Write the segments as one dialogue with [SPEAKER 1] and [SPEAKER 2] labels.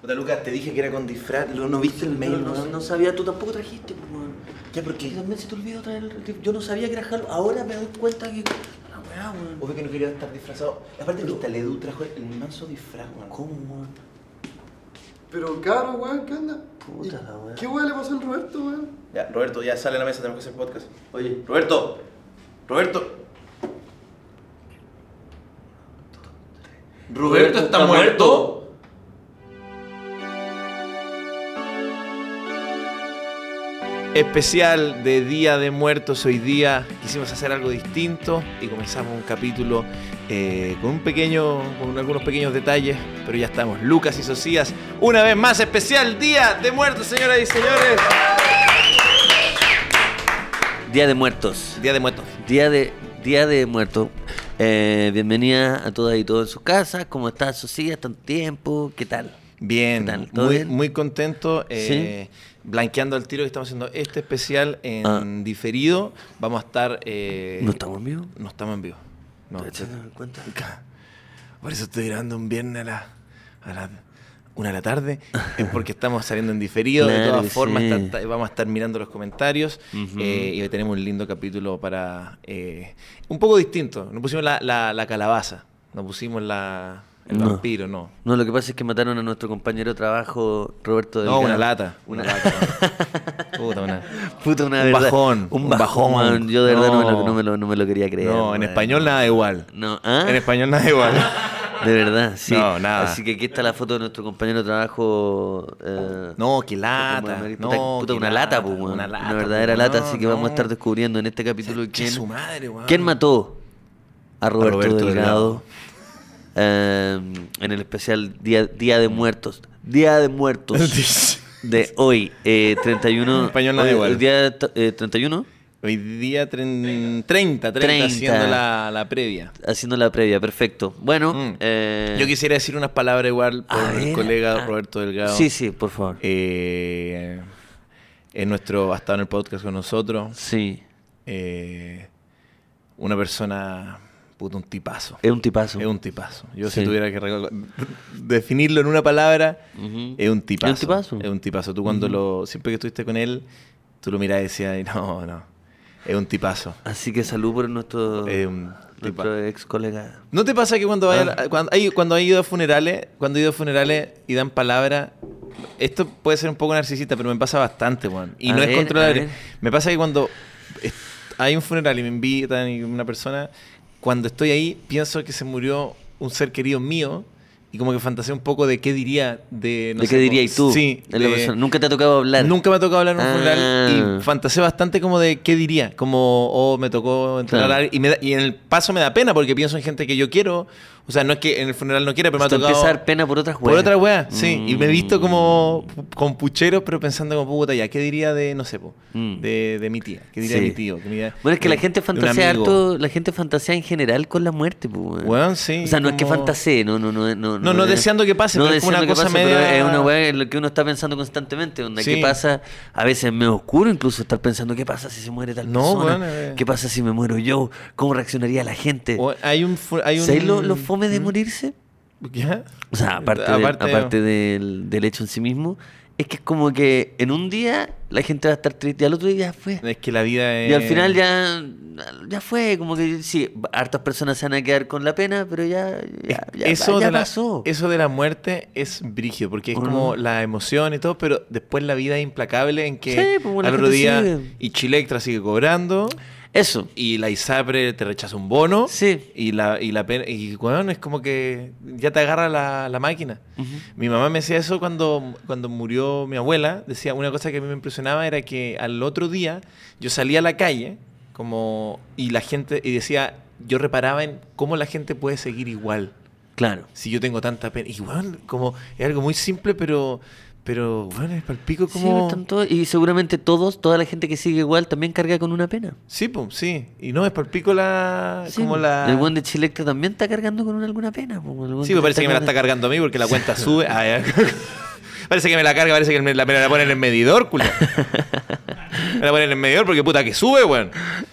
[SPEAKER 1] Puta Lucas, te dije que era con disfraz, ¿no, no viste el mail?
[SPEAKER 2] no, no,
[SPEAKER 1] weón?
[SPEAKER 2] no sabía, tú tampoco trajiste, pues, weón.
[SPEAKER 1] Ya, ¿por qué?
[SPEAKER 2] Y también se te olvidó traer el- Yo no sabía que era Halloween. Ahora me doy cuenta que. La weá, weón.
[SPEAKER 1] Obvio que no quería estar disfrazado. Aparte,
[SPEAKER 2] Pero-
[SPEAKER 1] viste, Ledu trajo el manso disfraz, weón.
[SPEAKER 2] ¿Cómo, weón?
[SPEAKER 3] Pero caro, weón, ¿qué onda?
[SPEAKER 2] Puta la weá.
[SPEAKER 3] ¿Qué weón le pasó al Roberto, weón?
[SPEAKER 1] Ya, Roberto, ya sale a la mesa, tenemos que hacer podcast.
[SPEAKER 2] Oye,
[SPEAKER 1] Roberto, Roberto.
[SPEAKER 2] ¿Roberto está muerto?
[SPEAKER 4] especial de Día de Muertos hoy día. Quisimos hacer algo distinto y comenzamos un capítulo eh, con un pequeño, con algunos pequeños detalles, pero ya estamos. Lucas y Socias, una vez más especial Día de Muertos, señoras y señores.
[SPEAKER 5] Día de Muertos.
[SPEAKER 4] Día de Muertos.
[SPEAKER 5] Día de, día de Muertos. Eh, bienvenida a todas y todos en su casa. ¿Cómo estás, Socia? ¿Tanto tiempo? ¿Qué tal? ¿Qué
[SPEAKER 4] Bien,
[SPEAKER 5] tal? ¿Todo
[SPEAKER 4] muy,
[SPEAKER 5] bien?
[SPEAKER 4] muy contento. eh, Blanqueando al tiro que estamos haciendo este especial en
[SPEAKER 5] Ah.
[SPEAKER 4] diferido. Vamos a estar. eh,
[SPEAKER 5] ¿No estamos en vivo?
[SPEAKER 4] no estamos en vivo. No,
[SPEAKER 5] ¿Te estás dando Pues, cuenta?
[SPEAKER 4] Ca- Por eso estoy grabando un viernes a la, a la una de la tarde. Es porque estamos saliendo en diferido. de
[SPEAKER 5] Claro
[SPEAKER 4] todas
[SPEAKER 5] que
[SPEAKER 4] formas,
[SPEAKER 5] sí.
[SPEAKER 4] está- está- vamos a estar mirando los comentarios.
[SPEAKER 5] Ujú.
[SPEAKER 4] eh, y hoy tenemos un lindo capítulo para. eh, un poco distinto. No pusimos la, la- la calabaza. No pusimos la, el
[SPEAKER 5] No.
[SPEAKER 4] vampiro, no.
[SPEAKER 5] No, lo que pasa es que mataron a nuestro compañero de trabajo, Roberto
[SPEAKER 4] No,
[SPEAKER 5] Delgado.
[SPEAKER 4] una lata. Una lata. Puta, una-
[SPEAKER 5] Puta, una
[SPEAKER 4] Un
[SPEAKER 5] verdad-
[SPEAKER 4] bajón, un
[SPEAKER 5] Un bajón,
[SPEAKER 4] bajón.
[SPEAKER 5] man. Yo de verdad no, me
[SPEAKER 4] No.
[SPEAKER 5] lo, no me lo- no me lo quería creer.
[SPEAKER 4] No, en
[SPEAKER 5] man.
[SPEAKER 4] español nada igual.
[SPEAKER 5] No, ¿ah?
[SPEAKER 4] En español nada igual.
[SPEAKER 5] De verdad, sí.
[SPEAKER 4] No, nada.
[SPEAKER 5] Así que aquí está la foto de nuestro compañero de trabajo. eh,
[SPEAKER 4] No, qué lata.
[SPEAKER 5] Puta,
[SPEAKER 4] no,
[SPEAKER 5] puta,
[SPEAKER 4] qué
[SPEAKER 5] una lata, pues, weón.
[SPEAKER 4] Una
[SPEAKER 5] Una,
[SPEAKER 4] lata.
[SPEAKER 5] verdadera
[SPEAKER 4] pues,
[SPEAKER 5] lata,
[SPEAKER 4] no,
[SPEAKER 5] así que vamos a
[SPEAKER 4] no.
[SPEAKER 5] estar descubriendo en este capítulo
[SPEAKER 4] Che,
[SPEAKER 5] quién,
[SPEAKER 4] su madre, weón.
[SPEAKER 5] quién mató a Roberto,
[SPEAKER 4] Roberto
[SPEAKER 5] Delgado,
[SPEAKER 4] Delgado.
[SPEAKER 5] eh, en el especial Día, Día de Muertos. Día de Muertos de hoy, eh, 31.
[SPEAKER 4] Español nada
[SPEAKER 5] hoy-
[SPEAKER 4] igual.
[SPEAKER 5] hoy día t- eh, 31,
[SPEAKER 4] Hoy día tren- 30, 30,
[SPEAKER 5] 30.
[SPEAKER 4] haciendo la, la previa.
[SPEAKER 5] haciendo la previa, perfecto. Bueno,
[SPEAKER 4] Mm.
[SPEAKER 5] eh,
[SPEAKER 4] Yo quisiera decir unas palabras igual por
[SPEAKER 5] a
[SPEAKER 4] el
[SPEAKER 5] ver,
[SPEAKER 4] colega
[SPEAKER 5] ah,
[SPEAKER 4] Roberto Delgado.
[SPEAKER 5] Sí, sí, por favor.
[SPEAKER 4] Eh, es nuestro, ha estado en el podcast con nosotros.
[SPEAKER 5] sí,
[SPEAKER 4] Eh, una persona, puto, un tipazo.
[SPEAKER 5] es un tipazo.
[SPEAKER 4] Es un tipazo. Yo si
[SPEAKER 5] Sí.
[SPEAKER 4] tuviera que regal- definirlo en una palabra,
[SPEAKER 5] Ujú.
[SPEAKER 4] Es un tipazo.
[SPEAKER 5] Es un tipazo.
[SPEAKER 4] Es un tipazo. Tú cuando lo. Siempre que estuviste con él, tú lo mirabas y decías, "Ay, no, no. Es un tipazo.
[SPEAKER 5] Así que salud por nuestro,
[SPEAKER 4] Es un tipazo.
[SPEAKER 5] nuestro ex colega.
[SPEAKER 4] ¿No te pasa que cuando vaya,
[SPEAKER 5] Ah.
[SPEAKER 4] cuando, hay, cuando hay ido a funerales, cuando he ido a funerales y dan palabra, esto puede ser un poco narcisista, pero me pasa bastante, Juan. Y
[SPEAKER 5] A
[SPEAKER 4] no
[SPEAKER 5] ver,
[SPEAKER 4] es
[SPEAKER 5] a
[SPEAKER 4] controlable.
[SPEAKER 5] ver.
[SPEAKER 4] Me pasa que cuando es- hay un funeral y me invitan y una persona, cuando estoy ahí pienso que se murió un ser querido mío y como que fantaseo un poco de qué diría de Eh, no
[SPEAKER 5] ¿De
[SPEAKER 4] sé,
[SPEAKER 5] qué dirías
[SPEAKER 4] como-
[SPEAKER 5] tú?
[SPEAKER 4] Sí,
[SPEAKER 5] de la
[SPEAKER 4] de-
[SPEAKER 5] persona. Nunca te ha tocado hablar.
[SPEAKER 4] Nunca me ha tocado hablar en un
[SPEAKER 5] Ah.
[SPEAKER 4] funeral y fantaseé bastante como de qué diría, como, oh, me tocó enterrar
[SPEAKER 5] Claro.
[SPEAKER 4] a alguien. y, me da- y en el paso me da pena porque pienso en gente que yo quiero, o sea, no es que en el funeral no quiera, pero me ha
[SPEAKER 5] Hasta
[SPEAKER 4] tocado...
[SPEAKER 5] empezar pena por otras
[SPEAKER 4] por
[SPEAKER 5] weas.
[SPEAKER 4] otra wea, sí, y me he visto
[SPEAKER 5] Mm.
[SPEAKER 4] como con pucheros, pero pensando como puta, ya, ¿qué diría de, no sé, po,
[SPEAKER 5] Mm.
[SPEAKER 4] de, de mi tía? ¿Qué diría de
[SPEAKER 5] Sí.
[SPEAKER 4] mi tío? ¿Qué diría
[SPEAKER 5] Bueno, es que la
[SPEAKER 4] de-
[SPEAKER 5] gente
[SPEAKER 4] de un
[SPEAKER 5] fantasea
[SPEAKER 4] amigo?
[SPEAKER 5] harto, la gente fantasea en general con la muerte, pues. weón.
[SPEAKER 4] Weón, sí,
[SPEAKER 5] O sea, no es que
[SPEAKER 4] como-
[SPEAKER 5] fantasee, no, no, no, no.
[SPEAKER 4] No, no
[SPEAKER 5] es-
[SPEAKER 4] deseando que pase,
[SPEAKER 5] no
[SPEAKER 4] pero es como una
[SPEAKER 5] deseando que
[SPEAKER 4] cosa
[SPEAKER 5] pase, pero
[SPEAKER 4] media-
[SPEAKER 5] Es una wea en lo que uno está pensando constantemente, donde
[SPEAKER 4] Sí.
[SPEAKER 5] qué pasa, a veces es medio oscuro incluso estar pensando qué pasa si se muere tal
[SPEAKER 4] No,
[SPEAKER 5] persona,
[SPEAKER 4] weón, eh.
[SPEAKER 5] qué pasa si me muero yo, cómo reaccionaría la gente.
[SPEAKER 4] O hay un... fu- Hay un ¿Mm?
[SPEAKER 5] ¿Sabes lo, lo fome de morirse?
[SPEAKER 4] ¿Ya?
[SPEAKER 5] O sea, aparte, del-
[SPEAKER 4] Aparte-
[SPEAKER 5] aparte del, del hecho en sí mismo, es que es como que en un día la gente va a estar triste y al otro día ya fue.
[SPEAKER 4] Es que la vida es...
[SPEAKER 5] Y al final ya, ya fue, como que sí, hartas personas se van a quedar con la pena, pero ya, ya, ya-
[SPEAKER 4] eso,
[SPEAKER 5] ya
[SPEAKER 4] de la,
[SPEAKER 5] pasó.
[SPEAKER 4] eso de la muerte es brígido, porque es como
[SPEAKER 5] Mm.
[SPEAKER 4] la emoción y todo, pero después la vida es implacable en que
[SPEAKER 5] Sí, pues, bueno,
[SPEAKER 4] al
[SPEAKER 5] la
[SPEAKER 4] otro
[SPEAKER 5] gente
[SPEAKER 4] día
[SPEAKER 5] sigue.
[SPEAKER 4] y Chilectra sigue cobrando
[SPEAKER 5] Eso.
[SPEAKER 4] y la ISAPRE te rechaza un bono
[SPEAKER 5] Sí.
[SPEAKER 4] y la y la pena, y bueno, es como que ya te agarra la, la máquina. Mi mamá me decía eso cuando, cuando murió mi abuela, decía una cosa que a mí me impresionaba era que al otro día yo salía a la calle como y la gente y decía, yo reparaba en cómo la gente puede seguir igual
[SPEAKER 5] Claro.
[SPEAKER 4] si yo tengo tanta pena. Igual, como es algo muy simple, pero pero bueno, es palpico
[SPEAKER 5] Sí, pues,
[SPEAKER 4] como
[SPEAKER 5] están todos- y seguramente todos, toda la gente que sigue igual también carga con una pena.
[SPEAKER 4] Sí, pum, sí. Y no es palpico la
[SPEAKER 5] Sí,
[SPEAKER 4] Ah, como
[SPEAKER 5] pues.
[SPEAKER 4] la
[SPEAKER 5] El buen de Chilecta también está cargando con una, alguna pena. pues, el weón
[SPEAKER 4] Sí, me parece que me la
[SPEAKER 5] cargando-
[SPEAKER 4] está cargando a mí porque la cuenta sube. Ah, ya. parece que me la carga, parece que me la, me la ponen en el medidor, culo. Me la ponen en el medidor porque puta que sube, weón.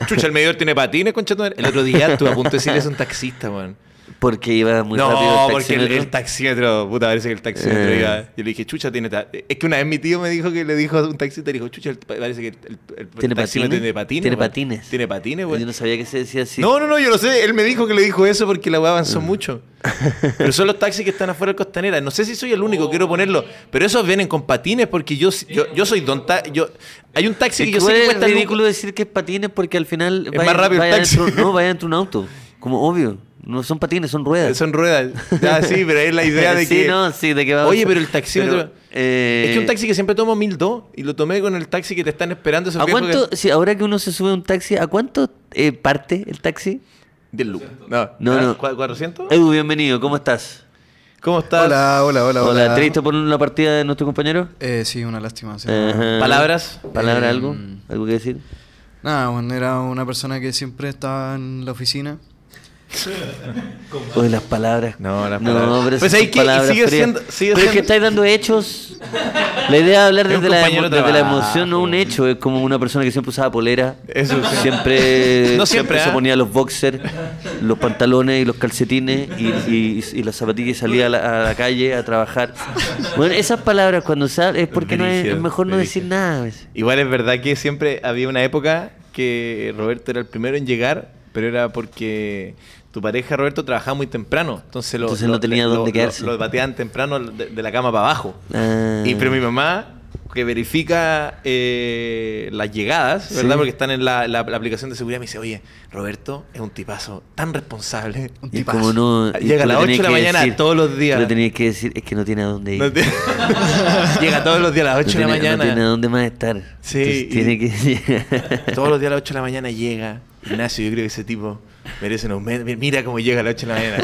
[SPEAKER 4] Chucha, el medidor tiene patines, concha tu madre. El otro día estuve a punto de decirle eso a un taxista, weón.
[SPEAKER 5] Porque iba muy rápido
[SPEAKER 4] No,
[SPEAKER 5] el
[SPEAKER 4] porque el,
[SPEAKER 5] taxímetro.
[SPEAKER 4] el taxímetro, puta, parece que el taxímetro
[SPEAKER 5] Eh.
[SPEAKER 4] iba. Yo le dije, chucha, tiene. ta- Eh, Es que una vez mi tío me dijo que le dijo a un taxista, le dijo, chucha, el- parece que el, el- el
[SPEAKER 5] ¿Tiene
[SPEAKER 4] taxímetro
[SPEAKER 5] patines?
[SPEAKER 4] tiene patines.
[SPEAKER 5] Tiene
[SPEAKER 4] weón.
[SPEAKER 5] patines.
[SPEAKER 4] Tiene patines,
[SPEAKER 5] Yo
[SPEAKER 4] güey.
[SPEAKER 5] no sabía que se decía así.
[SPEAKER 4] No, no, no, yo no sé. Él me dijo que le dijo eso porque la weá avanzó
[SPEAKER 5] Mm.
[SPEAKER 4] mucho. Pero son los taxis que están afuera de Costanera. No sé si soy el único, quiero ponerlo. Pero esos vienen con patines porque yo, yo, yo soy don ta- yo Hay un taxi
[SPEAKER 5] Es
[SPEAKER 4] que
[SPEAKER 5] que
[SPEAKER 4] yo sé
[SPEAKER 5] igual
[SPEAKER 4] que
[SPEAKER 5] es
[SPEAKER 4] cuesta
[SPEAKER 5] ridículo
[SPEAKER 4] lucas.
[SPEAKER 5] decir que es patines porque al final
[SPEAKER 4] Es más rápido el taxi.
[SPEAKER 5] dentro- no, vaya dentro de un auto. Como obvio. No son patines, son ruedas.
[SPEAKER 4] Son ruedas. Ah, sí, pero es la idea de
[SPEAKER 5] Sí,
[SPEAKER 4] que.
[SPEAKER 5] no, sí, de que va a
[SPEAKER 4] Oye,
[SPEAKER 5] pasar.
[SPEAKER 4] pero el taxímetro.
[SPEAKER 5] Pero, eh,
[SPEAKER 4] Es que un taxi que siempre tomo 1002 y lo tomé con el taxi que te están esperando esos
[SPEAKER 5] ¿A
[SPEAKER 4] viejos
[SPEAKER 5] cuánto,
[SPEAKER 4] que-
[SPEAKER 5] si ahora que uno se sube a un taxi, ¿a cuánto eh, parte el taxi?
[SPEAKER 4] 10 lucas. No, Ah,
[SPEAKER 5] No, no.
[SPEAKER 4] ¿Cu- ¿400?
[SPEAKER 5] Edu, bienvenido, ¿cómo estás?
[SPEAKER 4] ¿Cómo estás?
[SPEAKER 3] Hola, hola, hola,
[SPEAKER 5] Hola,
[SPEAKER 3] hola.
[SPEAKER 5] ¿triste por la partida de nuestro compañero?
[SPEAKER 3] Eh, sí, una lástima. sí.
[SPEAKER 5] Ajá.
[SPEAKER 4] Palabras.
[SPEAKER 5] ¿Palabra
[SPEAKER 3] Eh,
[SPEAKER 5] algo? ¿Algo que decir?
[SPEAKER 3] Nada, bueno, era una persona que siempre estaba en la oficina.
[SPEAKER 5] Uy, las palabras.
[SPEAKER 4] No, las
[SPEAKER 5] No,
[SPEAKER 4] palabras.
[SPEAKER 5] pero
[SPEAKER 4] Pues
[SPEAKER 5] esas
[SPEAKER 4] ahí
[SPEAKER 5] son
[SPEAKER 4] que-
[SPEAKER 5] palabras
[SPEAKER 4] sigue
[SPEAKER 5] frías.
[SPEAKER 4] siendo- sigue
[SPEAKER 5] Pero es que
[SPEAKER 4] siendo-
[SPEAKER 5] estáis dando hechos. La idea de hablar
[SPEAKER 4] Es un
[SPEAKER 5] desde la,
[SPEAKER 4] compañero de
[SPEAKER 5] desde la
[SPEAKER 4] trabajo.
[SPEAKER 5] emoción, no un hecho. Es como una persona que siempre usaba polera.
[SPEAKER 4] Eso sí.
[SPEAKER 5] Siempre,
[SPEAKER 4] No siempre,
[SPEAKER 5] se
[SPEAKER 4] ¿ah?
[SPEAKER 5] ponía los boxers, los pantalones y los calcetines y, y- y las zapatillas y salía a la, a la calle a trabajar. Bueno, esas palabras cuando se habla- es porque no es,
[SPEAKER 4] Brígido,
[SPEAKER 5] es mejor no decir
[SPEAKER 4] brígido.
[SPEAKER 5] nada. ¿ves?
[SPEAKER 4] Igual es verdad que siempre había una época que Roberto era el primero en llegar, pero era porque tu pareja, Roberto, trabajaba muy temprano. Entonces, lo-
[SPEAKER 5] Entonces no
[SPEAKER 4] lo-
[SPEAKER 5] tenía
[SPEAKER 4] lo-
[SPEAKER 5] dónde
[SPEAKER 4] lo-
[SPEAKER 5] quedarse.
[SPEAKER 4] Lo, bateaban temprano de, de la cama para abajo.
[SPEAKER 5] Ah.
[SPEAKER 4] Y pero mi mamá, que verifica eh, las llegadas, ¿verdad?
[SPEAKER 5] Sí.
[SPEAKER 4] Porque están en la, la- la aplicación de seguridad, me dice, oye, Roberto es un tipazo tan responsable.
[SPEAKER 3] Un
[SPEAKER 5] Y
[SPEAKER 3] tipazo.
[SPEAKER 5] como no, y
[SPEAKER 4] ah, Llega a
[SPEAKER 5] tú
[SPEAKER 4] las
[SPEAKER 5] le tenías
[SPEAKER 4] 8 de la
[SPEAKER 5] que
[SPEAKER 4] mañana
[SPEAKER 5] decir-
[SPEAKER 4] todos los días.
[SPEAKER 5] tú Le tenías que decir, es que no tiene a dónde ir.
[SPEAKER 4] No te- Llega todos los días a las 8 de la
[SPEAKER 5] tiene-
[SPEAKER 4] mañana.
[SPEAKER 5] No tiene dónde más estar.
[SPEAKER 4] Sí,
[SPEAKER 5] Entonces
[SPEAKER 4] y-
[SPEAKER 5] tiene que.
[SPEAKER 4] Todos los días a las 8 de la mañana llega. Ignacio, yo creo que ese tipo merece un aumento. Mi- Mira cómo llega a las 8 de la mañana.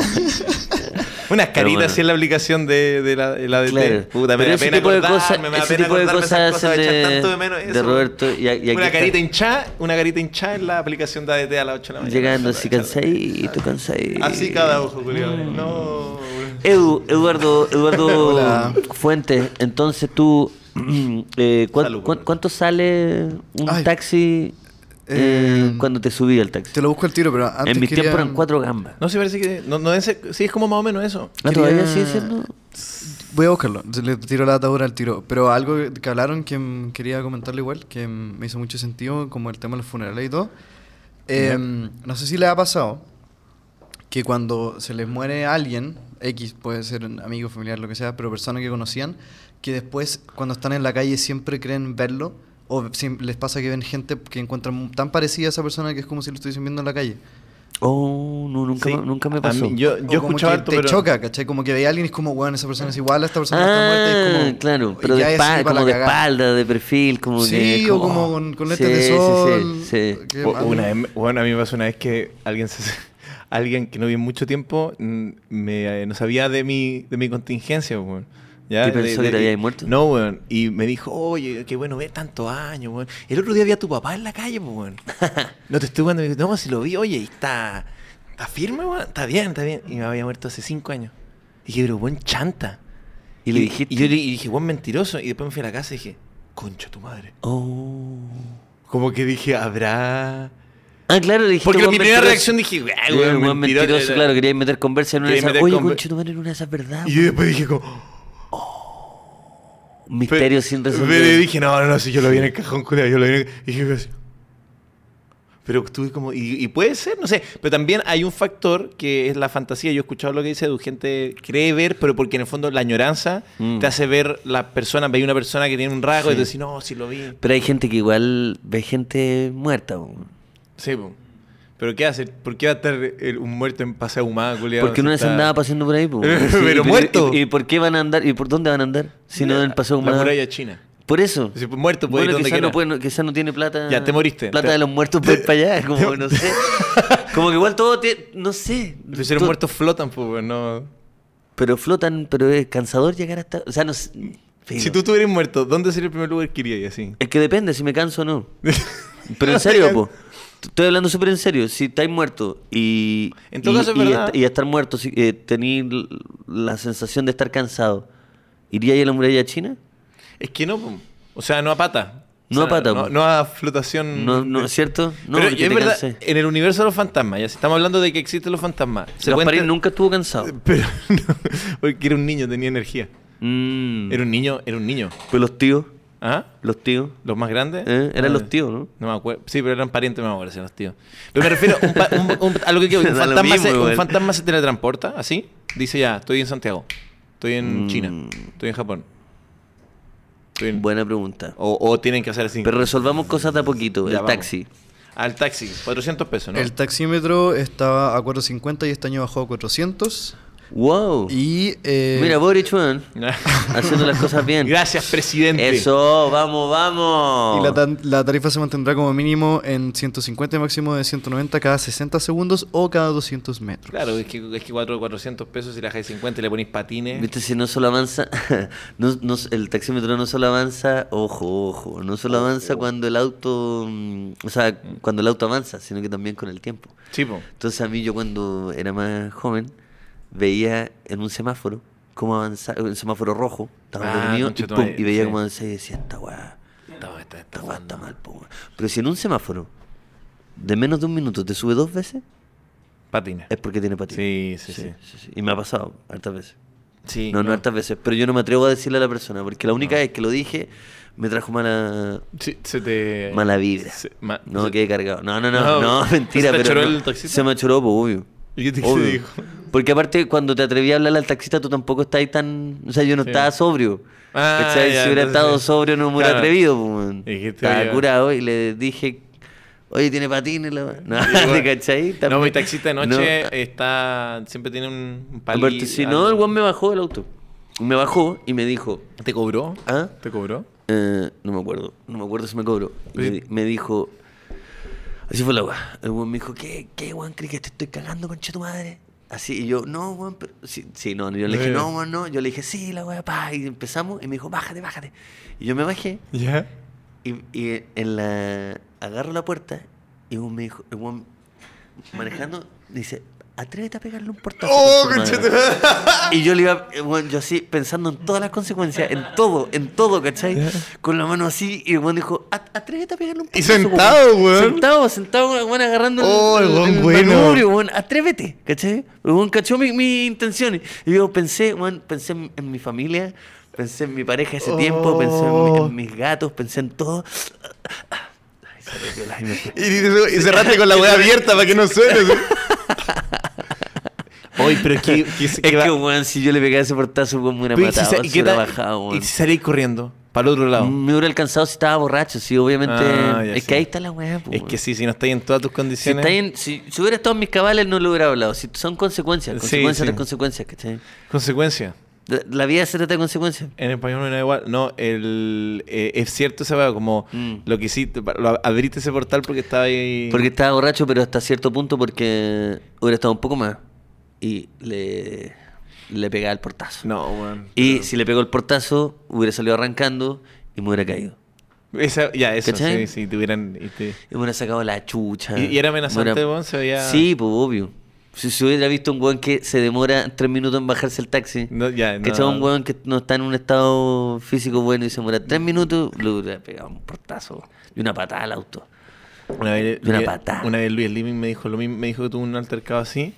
[SPEAKER 4] Unas caritas
[SPEAKER 5] bueno.
[SPEAKER 4] así en la aplicación de, de la, de la DT.
[SPEAKER 5] Claro.
[SPEAKER 4] Puta, me
[SPEAKER 5] Pero
[SPEAKER 4] da
[SPEAKER 5] ese
[SPEAKER 4] pena
[SPEAKER 5] tipo de
[SPEAKER 4] acordarme,
[SPEAKER 5] cosas-
[SPEAKER 4] me da
[SPEAKER 5] ese
[SPEAKER 4] pena
[SPEAKER 5] tipo de
[SPEAKER 4] acordarme esas
[SPEAKER 5] cosas
[SPEAKER 4] cosas,
[SPEAKER 5] hacen
[SPEAKER 4] echar
[SPEAKER 5] de-
[SPEAKER 4] tanto de menos eso.
[SPEAKER 5] de Roberto, y a- y aquí
[SPEAKER 4] una
[SPEAKER 5] está.
[SPEAKER 4] carita hinchada, una carita hinchada en la aplicación de ADT a las 8 de la mañana.
[SPEAKER 5] Llegando así Mm.
[SPEAKER 4] Echar-
[SPEAKER 5] cansadito, cansadito.
[SPEAKER 4] Así cada ojo, Julián. No.
[SPEAKER 5] Edu, Eduardo, Eduardo
[SPEAKER 3] Hola.
[SPEAKER 5] Fuentes, entonces tú, eh, ¿cuán-
[SPEAKER 4] Salud,
[SPEAKER 5] cuán-
[SPEAKER 4] Roberto.
[SPEAKER 5] ¿cuánto sale un
[SPEAKER 3] Ay.
[SPEAKER 5] taxi eh,
[SPEAKER 3] Eh,
[SPEAKER 5] cuando te subí al taxi?
[SPEAKER 3] Te lo busco el tiro, pero antes
[SPEAKER 5] en mis
[SPEAKER 3] quería-
[SPEAKER 5] tiempos eran cuatro gambas.
[SPEAKER 4] No, sí parece que. No, no es, sí, es como más o menos eso.
[SPEAKER 5] Ah,
[SPEAKER 3] quería-
[SPEAKER 5] ¿Todavía sigue siendo?
[SPEAKER 3] Voy a buscarlo, se le tiro la atadura al tiro. Pero algo que hablaron que mm, quería comentarle igual, que mm, me hizo mucho sentido, como el tema de los funerales y todo. Eh, No sé si les ha pasado que cuando se les muere alguien, X puede ser un amigo, familiar, lo que sea, pero persona que conocían, que después cuando están en la calle siempre creen verlo, o si- les pasa que ven gente que encuentran tan parecida a esa persona que es como si lo estuviesen viendo en la calle.
[SPEAKER 5] Oh, no, nunca,
[SPEAKER 4] Sí.
[SPEAKER 5] me- nunca
[SPEAKER 4] A
[SPEAKER 5] me
[SPEAKER 4] mí-
[SPEAKER 5] pasó.
[SPEAKER 4] yo
[SPEAKER 3] O
[SPEAKER 4] yo
[SPEAKER 3] como
[SPEAKER 4] escuchaba
[SPEAKER 3] que
[SPEAKER 4] harto,
[SPEAKER 3] te
[SPEAKER 4] pero.
[SPEAKER 3] choca, ¿cachai? Como que veía a alguien y es como, weón, esa persona es igual, esta persona está muerta. y
[SPEAKER 5] Ah,
[SPEAKER 3] es como,
[SPEAKER 5] claro,
[SPEAKER 3] y
[SPEAKER 5] pero
[SPEAKER 3] ya
[SPEAKER 5] de,
[SPEAKER 3] eso
[SPEAKER 5] espal-
[SPEAKER 3] iba a la
[SPEAKER 5] como de
[SPEAKER 3] cagá.
[SPEAKER 5] espalda, de perfil, como
[SPEAKER 3] Sí,
[SPEAKER 5] que...
[SPEAKER 3] o como
[SPEAKER 5] oh.
[SPEAKER 3] con- con lentes
[SPEAKER 5] Sí,
[SPEAKER 3] de
[SPEAKER 5] sí, sí,
[SPEAKER 3] sol.
[SPEAKER 5] sí.
[SPEAKER 3] Qué
[SPEAKER 4] O-
[SPEAKER 3] mal.
[SPEAKER 4] Una vez, me- bueno, a mí me pasó una vez que alguien se- alguien que no vi en mucho tiempo mm, me, eh, no sabía de mi, de mi contingencia, weón. ¿Ya?
[SPEAKER 5] ¿Y pensó
[SPEAKER 4] De-
[SPEAKER 5] que te
[SPEAKER 4] de-
[SPEAKER 5] habías muerto?
[SPEAKER 4] No, weón. Y me dijo, oye, qué bueno ver tantos años, weón. El otro día vi a tu papá en la calle, pues, weón. No te estoy jugando. Me dijo, no, si lo vi, oye, y está, está firme, weón. Está bien, está bien. Y me había muerto hace cinco años. Y dije, pero, buen chanta.
[SPEAKER 5] Y le dijiste...
[SPEAKER 4] Y yo le- y dije, weón, mentiroso. Y después me fui a la casa y dije, concha tu madre.
[SPEAKER 5] Oh.
[SPEAKER 4] Como que dije, habrá...
[SPEAKER 5] Ah, claro, le dijiste...
[SPEAKER 4] Porque
[SPEAKER 5] "Weón,
[SPEAKER 4] mi primera
[SPEAKER 5] mentiroso".
[SPEAKER 4] reacción dije, "Ah,
[SPEAKER 5] Eh,
[SPEAKER 4] "Güey, güey,
[SPEAKER 5] weón,
[SPEAKER 4] mentiroso",
[SPEAKER 5] mentiroso,
[SPEAKER 4] era-
[SPEAKER 5] claro, quería meter conversa en una de
[SPEAKER 4] Quería
[SPEAKER 5] esas...
[SPEAKER 4] meter
[SPEAKER 5] Oye,
[SPEAKER 4] conver-
[SPEAKER 5] conche, tu madre, en una de esas verdad.
[SPEAKER 4] Y yo después dije, como,
[SPEAKER 5] Un misterio
[SPEAKER 4] pero-
[SPEAKER 5] sin
[SPEAKER 4] Pero
[SPEAKER 5] resolver.
[SPEAKER 4] dije, no, no, no, si yo lo vi en el cajón, culiao, yo lo vi en el... Y dije, así. Pero estuve como, y, y puede ser, no sé. Pero también hay un factor que es la fantasía. Yo he escuchado lo que dice Edu, gente cree ver, pero porque en el fondo la añoranza
[SPEAKER 5] Mm.
[SPEAKER 4] te hace ver la persona, veis una persona que tiene un rasgo y
[SPEAKER 5] Sí.
[SPEAKER 4] te decís, no, si lo vi.
[SPEAKER 5] Pero hay gente que igual ve gente muerta, weón.
[SPEAKER 4] Sí, po. Pero ¿qué hace? ¿Por qué va a estar el- un muerto en paseo humada, culiado?
[SPEAKER 5] Porque uno les andaba paseando por ahí, pues, po, weón.
[SPEAKER 4] Pero muerto.
[SPEAKER 5] Y, y por qué van a andar? ¿Y por dónde van a andar? Si no en Paseo
[SPEAKER 4] La
[SPEAKER 5] Humada.
[SPEAKER 4] muralla china.
[SPEAKER 5] Por eso.
[SPEAKER 4] Si muerto, puede ir
[SPEAKER 5] Bueno,
[SPEAKER 4] donde
[SPEAKER 5] quizás no,
[SPEAKER 4] quiera.
[SPEAKER 5] puede, no- quizás no tiene plata.
[SPEAKER 4] Ya, te moriste.
[SPEAKER 5] Plata
[SPEAKER 4] Te-
[SPEAKER 5] de los muertos para ir para allá. Como, no sé. Como que igual todo. tie- no sé.
[SPEAKER 4] Pero si los
[SPEAKER 5] To-
[SPEAKER 4] muertos flotan, pues, weón, no...
[SPEAKER 5] Pero flotan, pero es cansador llegar hasta. O sea, no sé.
[SPEAKER 4] Si
[SPEAKER 5] Filo.
[SPEAKER 4] tú estuvieras muerto, ¿dónde sería el primer lugar que irías así?
[SPEAKER 5] Es que depende si me canso o no. Pero en serio, po. Estoy hablando súper en serio. Si estáis muerto y.
[SPEAKER 4] En todo
[SPEAKER 5] y,
[SPEAKER 4] caso, es
[SPEAKER 5] y
[SPEAKER 4] verdad.
[SPEAKER 5] est- y estar muerto, si, eh, tení l- la sensación de estar cansado. ¿Iría ahí a la muralla china?
[SPEAKER 4] Es que no, po. o pues, sea, no a pata.
[SPEAKER 5] No
[SPEAKER 4] O
[SPEAKER 5] a
[SPEAKER 4] sea,
[SPEAKER 5] pata.
[SPEAKER 4] No,
[SPEAKER 5] po.
[SPEAKER 4] no a flotación.
[SPEAKER 5] No, no, ¿cierto? No,
[SPEAKER 4] Mm. Pero
[SPEAKER 5] porque
[SPEAKER 4] es
[SPEAKER 5] te
[SPEAKER 4] verdad, eh,
[SPEAKER 5] cansé.
[SPEAKER 4] en el universo de los fantasmas, ya si estamos hablando de que existen los fantasmas. se
[SPEAKER 5] Gasparín
[SPEAKER 4] cuenta- Eh,
[SPEAKER 5] nunca estuvo cansado.
[SPEAKER 4] Pero no, porque era un niño, tenía energía.
[SPEAKER 5] Mm.
[SPEAKER 4] Era un niño, era un niño.
[SPEAKER 5] Pues los tíos,
[SPEAKER 4] ¿Ah?
[SPEAKER 5] los tíos.
[SPEAKER 4] ¿Los más grandes?
[SPEAKER 5] ¿eh? Eran
[SPEAKER 4] Ah,
[SPEAKER 5] los tíos, ¿no?
[SPEAKER 4] No me acuerdo. Sí, pero eran parientes más ahora, los tíos. Pero me refiero un pa- un- un- a lo que quiero. Un,
[SPEAKER 5] Da lo
[SPEAKER 4] fantasma,
[SPEAKER 5] mismo,
[SPEAKER 4] se, un
[SPEAKER 5] igual.
[SPEAKER 4] fantasma se teletransporta, así. Dice ya, estoy en Santiago. Estoy en
[SPEAKER 5] Mm.
[SPEAKER 4] China. Estoy en Japón. Estoy en-
[SPEAKER 5] Buena pregunta.
[SPEAKER 3] Oh,
[SPEAKER 4] o, o tienen que hacer así.
[SPEAKER 5] Pero resolvamos cosas de a poquito.
[SPEAKER 4] Ya,
[SPEAKER 5] el
[SPEAKER 4] vamos.
[SPEAKER 5] taxi.
[SPEAKER 4] Al taxi, 400 pesos, ¿no?
[SPEAKER 3] El taxímetro estaba a 450 y este año bajó a 400.
[SPEAKER 5] Wow.
[SPEAKER 3] Y. eh,
[SPEAKER 5] Mira, Boric, weón, haciendo las cosas bien.
[SPEAKER 4] Gracias, presidente.
[SPEAKER 5] Eso, vamos, vamos.
[SPEAKER 3] Y la, tan- la tarifa se mantendrá como mínimo en 150 y máximo de 190 cada 60 segundos o cada 200 metros.
[SPEAKER 4] Claro, es que, es que cuatro- 400 pesos y la de 50 y le ponéis patines.
[SPEAKER 5] Viste, si no solo avanza, no- no- el taxímetro no solo avanza, ojo, ojo, no solo avanza cuando el auto, mm, o sea, cuando el auto avanza, sino que también con el tiempo.
[SPEAKER 4] Sí, po.
[SPEAKER 5] Entonces a mí yo cuando era más joven veía en un semáforo cómo avanzaba, un semáforo rojo, estaba
[SPEAKER 4] Ah,
[SPEAKER 5] dormido y,
[SPEAKER 4] concha tu
[SPEAKER 5] pum,
[SPEAKER 4] madre,
[SPEAKER 5] y veía
[SPEAKER 4] sí.
[SPEAKER 5] cómo avanzaba y decía, esta weá,
[SPEAKER 4] Está- está- está
[SPEAKER 5] esta weá
[SPEAKER 4] jugando.
[SPEAKER 5] está mal, po, weá". Pero si en un semáforo de menos de un minuto te sube dos veces,
[SPEAKER 4] Patines.
[SPEAKER 5] es porque tiene patines.
[SPEAKER 4] Sí, sí, sí.
[SPEAKER 5] sí. Y me ha pasado hartas veces.
[SPEAKER 4] Sí,
[SPEAKER 5] no, no,
[SPEAKER 4] no.
[SPEAKER 5] hartas veces. Pero yo no me atrevo a decirle a la persona, porque la única vez que lo dije me trajo mala,
[SPEAKER 4] Sí, se te.
[SPEAKER 5] mala vibra.
[SPEAKER 4] se- ma-
[SPEAKER 5] no
[SPEAKER 4] se-
[SPEAKER 5] quedé cargado. No, no, no,
[SPEAKER 4] No,
[SPEAKER 5] no,
[SPEAKER 4] ¿se
[SPEAKER 5] mentira.
[SPEAKER 4] te
[SPEAKER 5] pero
[SPEAKER 4] achoró
[SPEAKER 5] no.
[SPEAKER 4] el taxista?
[SPEAKER 5] Se me achoró, pues, obvio.
[SPEAKER 4] ¿Y qué te- qué te
[SPEAKER 5] Obvio.
[SPEAKER 4] dijo?
[SPEAKER 5] Porque aparte, cuando te atreví a hablar al taxista, tú tampoco estás ahí tan. O sea, yo no
[SPEAKER 4] Sí.
[SPEAKER 5] estaba sobrio.
[SPEAKER 4] Ah,
[SPEAKER 5] ¿Cachai?
[SPEAKER 4] ya,
[SPEAKER 5] si hubiera
[SPEAKER 4] entonces
[SPEAKER 5] estado
[SPEAKER 4] sí.
[SPEAKER 5] sobrio, no me hubiera
[SPEAKER 4] Claro.
[SPEAKER 5] atrevido. pues, weón.
[SPEAKER 4] Dijiste,
[SPEAKER 5] Estaba
[SPEAKER 4] oye,
[SPEAKER 5] curado y le dije. Oye, tiene patines la weá?" No,
[SPEAKER 4] bueno.
[SPEAKER 5] ¿cachai?
[SPEAKER 4] No,
[SPEAKER 5] También-
[SPEAKER 4] mi taxista de noche eh,
[SPEAKER 5] No.
[SPEAKER 4] está. Siempre tiene un un palito.
[SPEAKER 5] Aparte, si no, el weón me bajó del auto. Me bajó y me dijo,
[SPEAKER 4] ¿Te cobró?
[SPEAKER 5] ¿ah?
[SPEAKER 4] ¿Te cobró?
[SPEAKER 5] Eh, no me acuerdo, no me acuerdo si me cobró. Y
[SPEAKER 4] Pero
[SPEAKER 5] me,
[SPEAKER 4] si-
[SPEAKER 5] di- me dijo, así fue la weá. El weón me dijo, ¿qué, qué weón crees que te estoy cagando, concha tu madre? Así, y yo, no, weón, pero. Sí, sí, no, yo le dije,
[SPEAKER 4] Eh.
[SPEAKER 5] no, weón, no. Yo le dije, sí, la weá, pa. Y empezamos, y me dijo, bájate, bájate. Y yo me bajé,
[SPEAKER 4] Ya.
[SPEAKER 5] y, y en la. Agarro la puerta, y el weón me dijo, el weón manejando, dice, atrévete a pegarle un portazo.
[SPEAKER 4] Oh,
[SPEAKER 5] concha tu madre". Y yo le iba, eh, bueno, yo así, pensando en todas las consecuencias, en todo, en todo, ¿cachai? Con la mano así, y el weón dijo, "At- atrévete a pegarle un
[SPEAKER 4] Y
[SPEAKER 5] putazo,
[SPEAKER 4] sentado, weón.
[SPEAKER 5] Sentado, sentado, el weón agarrando
[SPEAKER 4] Oh, el weón bueno.
[SPEAKER 5] manubrio, weón, atrévete, ¿cachai? El weón cachó mi- mis intenciones. Y yo pensé, weón, pensé en, en mi familia, pensé en mi pareja ese tiempo, pensé en, mi-
[SPEAKER 4] Oh.
[SPEAKER 5] en mis gatos, pensé en todo. Ay, se me dio la- y me fui.
[SPEAKER 4] Y, cerraste con la hueá abierta para que no suene. Oye, pero ¿qué, qué,
[SPEAKER 5] Es
[SPEAKER 4] qué
[SPEAKER 5] que,
[SPEAKER 4] va-
[SPEAKER 5] weón, si yo le pegaba ese portazo, weón, me hubiera
[SPEAKER 4] pero ¿y si
[SPEAKER 5] matado.
[SPEAKER 4] sa- y
[SPEAKER 5] se
[SPEAKER 4] qué
[SPEAKER 5] hubiera
[SPEAKER 4] tal-
[SPEAKER 5] bajado, weón. Mm,
[SPEAKER 4] y si salí corriendo para el otro lado?
[SPEAKER 5] Me hubiera alcanzado si estaba borracho, sí, obviamente.
[SPEAKER 4] Ah, ya
[SPEAKER 5] es
[SPEAKER 4] sí.
[SPEAKER 5] que ahí está la weá, po,
[SPEAKER 4] es
[SPEAKER 5] weón.
[SPEAKER 4] que sí, si no estáis en todas tus
[SPEAKER 5] Si,
[SPEAKER 4] condiciones.
[SPEAKER 5] está en- si, si hubiera estado en mis cabales, no lo hubiera hablado. Si son consecuencias,
[SPEAKER 4] Sí,
[SPEAKER 5] consecuencias
[SPEAKER 4] sí.
[SPEAKER 5] tras consecuencias, ¿cachai?
[SPEAKER 4] Consecuencia.
[SPEAKER 5] La, la vida se trata de consecuencias.
[SPEAKER 4] En español no hay nada igual. No, el, eh, es cierto esa hueá, como
[SPEAKER 5] Mm.
[SPEAKER 4] lo que hiciste, pa- lo abriste ese portal porque estaba ahí.
[SPEAKER 5] Porque estaba borracho, pero hasta cierto punto, porque hubiera estado un poco más. Y le, le pegaba el portazo.
[SPEAKER 4] No, weón.
[SPEAKER 5] Y si le pegó el portazo, hubiera salido arrancando y me hubiera caído.
[SPEAKER 4] Esa- ya, eso,
[SPEAKER 5] ¿Cachai?
[SPEAKER 4] sí, sí, te hubieran. y te-
[SPEAKER 5] Y me hubiera sacado la chucha.
[SPEAKER 4] ¿Y- y era
[SPEAKER 5] Me
[SPEAKER 4] amenazante,
[SPEAKER 5] hubiera-
[SPEAKER 4] weón? Se veía-
[SPEAKER 5] Sí, pues obvio. Si se hubiera visto un weón que se demora tres minutos en bajarse el taxi.
[SPEAKER 4] No, ya, no.
[SPEAKER 5] Que sea un weón que no está en un estado físico bueno y se muera tres minutos, le hubiera pegado un portazo y una patada al auto.
[SPEAKER 4] Una vez,
[SPEAKER 5] De una
[SPEAKER 4] Luis-
[SPEAKER 5] patada.
[SPEAKER 4] una vez Luis Living me dijo lo mismo, me dijo que tuvo un altercado así.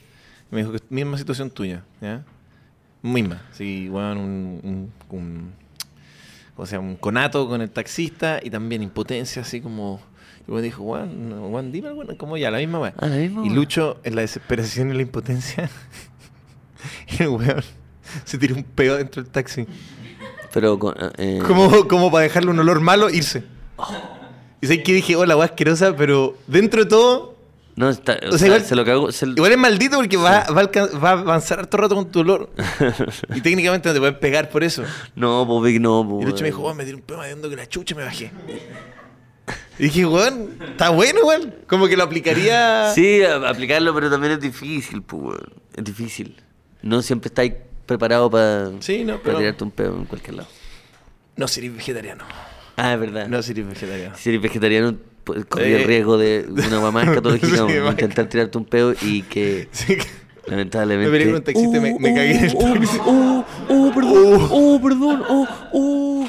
[SPEAKER 4] Me dijo que misma situación tuya, ¿ya? Misma. Sí, weón, un, un, un- o sea, un conato con el taxista y también impotencia, así como. Y me dijo, weón, no, weón, dime, weón, como ya, la misma weón.
[SPEAKER 5] Ah, la misma,
[SPEAKER 4] Y
[SPEAKER 5] weón.
[SPEAKER 4] Lucho, en la desesperación y la impotencia, el weón se tiró un pedo dentro del taxi.
[SPEAKER 5] Pero con, eh, Oh.
[SPEAKER 4] Como, como para dejarle un olor malo, irse. Y sé que dije, hola, weón, asquerosa, pero dentro de todo.
[SPEAKER 5] No, está, o
[SPEAKER 4] O sea,
[SPEAKER 5] sea,
[SPEAKER 4] igual-
[SPEAKER 5] se lo cagó. se-
[SPEAKER 4] Igual es maldito porque va, va, a alcan- va a avanzar harto rato con tu olor. y técnicamente no te pueden pegar por eso.
[SPEAKER 5] No, pues Vic, no, pues.
[SPEAKER 4] Y Lucho me dijo,
[SPEAKER 5] weón.
[SPEAKER 4] oh, me tiré un peo de que la chucha y me bajé. Y dije, weón, está bueno, weón. Como que lo aplicaría.
[SPEAKER 5] Sí, a- aplicarlo, pero también es difícil, pues, weón. Es difícil. No siempre estáis preparado para
[SPEAKER 4] Sí, no,
[SPEAKER 5] para
[SPEAKER 4] pero-
[SPEAKER 5] tirarte un pedo en cualquier lado.
[SPEAKER 4] No sería vegetariano.
[SPEAKER 5] Ah, es verdad.
[SPEAKER 4] No sería vegetariano.
[SPEAKER 5] Si eres vegetariano, pues, corrí el
[SPEAKER 4] Eh.
[SPEAKER 5] riesgo de una guamá más
[SPEAKER 4] Sí,
[SPEAKER 5] escatológica, weón,
[SPEAKER 4] más-
[SPEAKER 5] intentar tirarte un pedo y que
[SPEAKER 4] Así que-
[SPEAKER 5] lamentablemente.
[SPEAKER 4] Me peleé con un taxista y me- me cagué en el
[SPEAKER 5] oh,
[SPEAKER 4] taxi.
[SPEAKER 5] Uh. oh, oh, perdón, oh, perdón, oh, oh.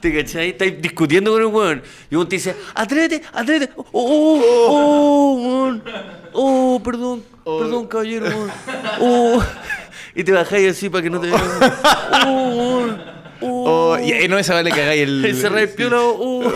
[SPEAKER 5] ¿Te cachai? Estáis discutiendo con un weón. Y un te dice, atrévete, atrévete. Oh, oh, oh, weón. Oh, perdón, perdón, caballero, weón. Oh. Y te bajáis así para que no te vean. Oh, weón. Oh.
[SPEAKER 4] Oh, y, eh, no, esa vale cagáis el.
[SPEAKER 5] Y cerráis
[SPEAKER 4] sí.
[SPEAKER 5] piola. Oh.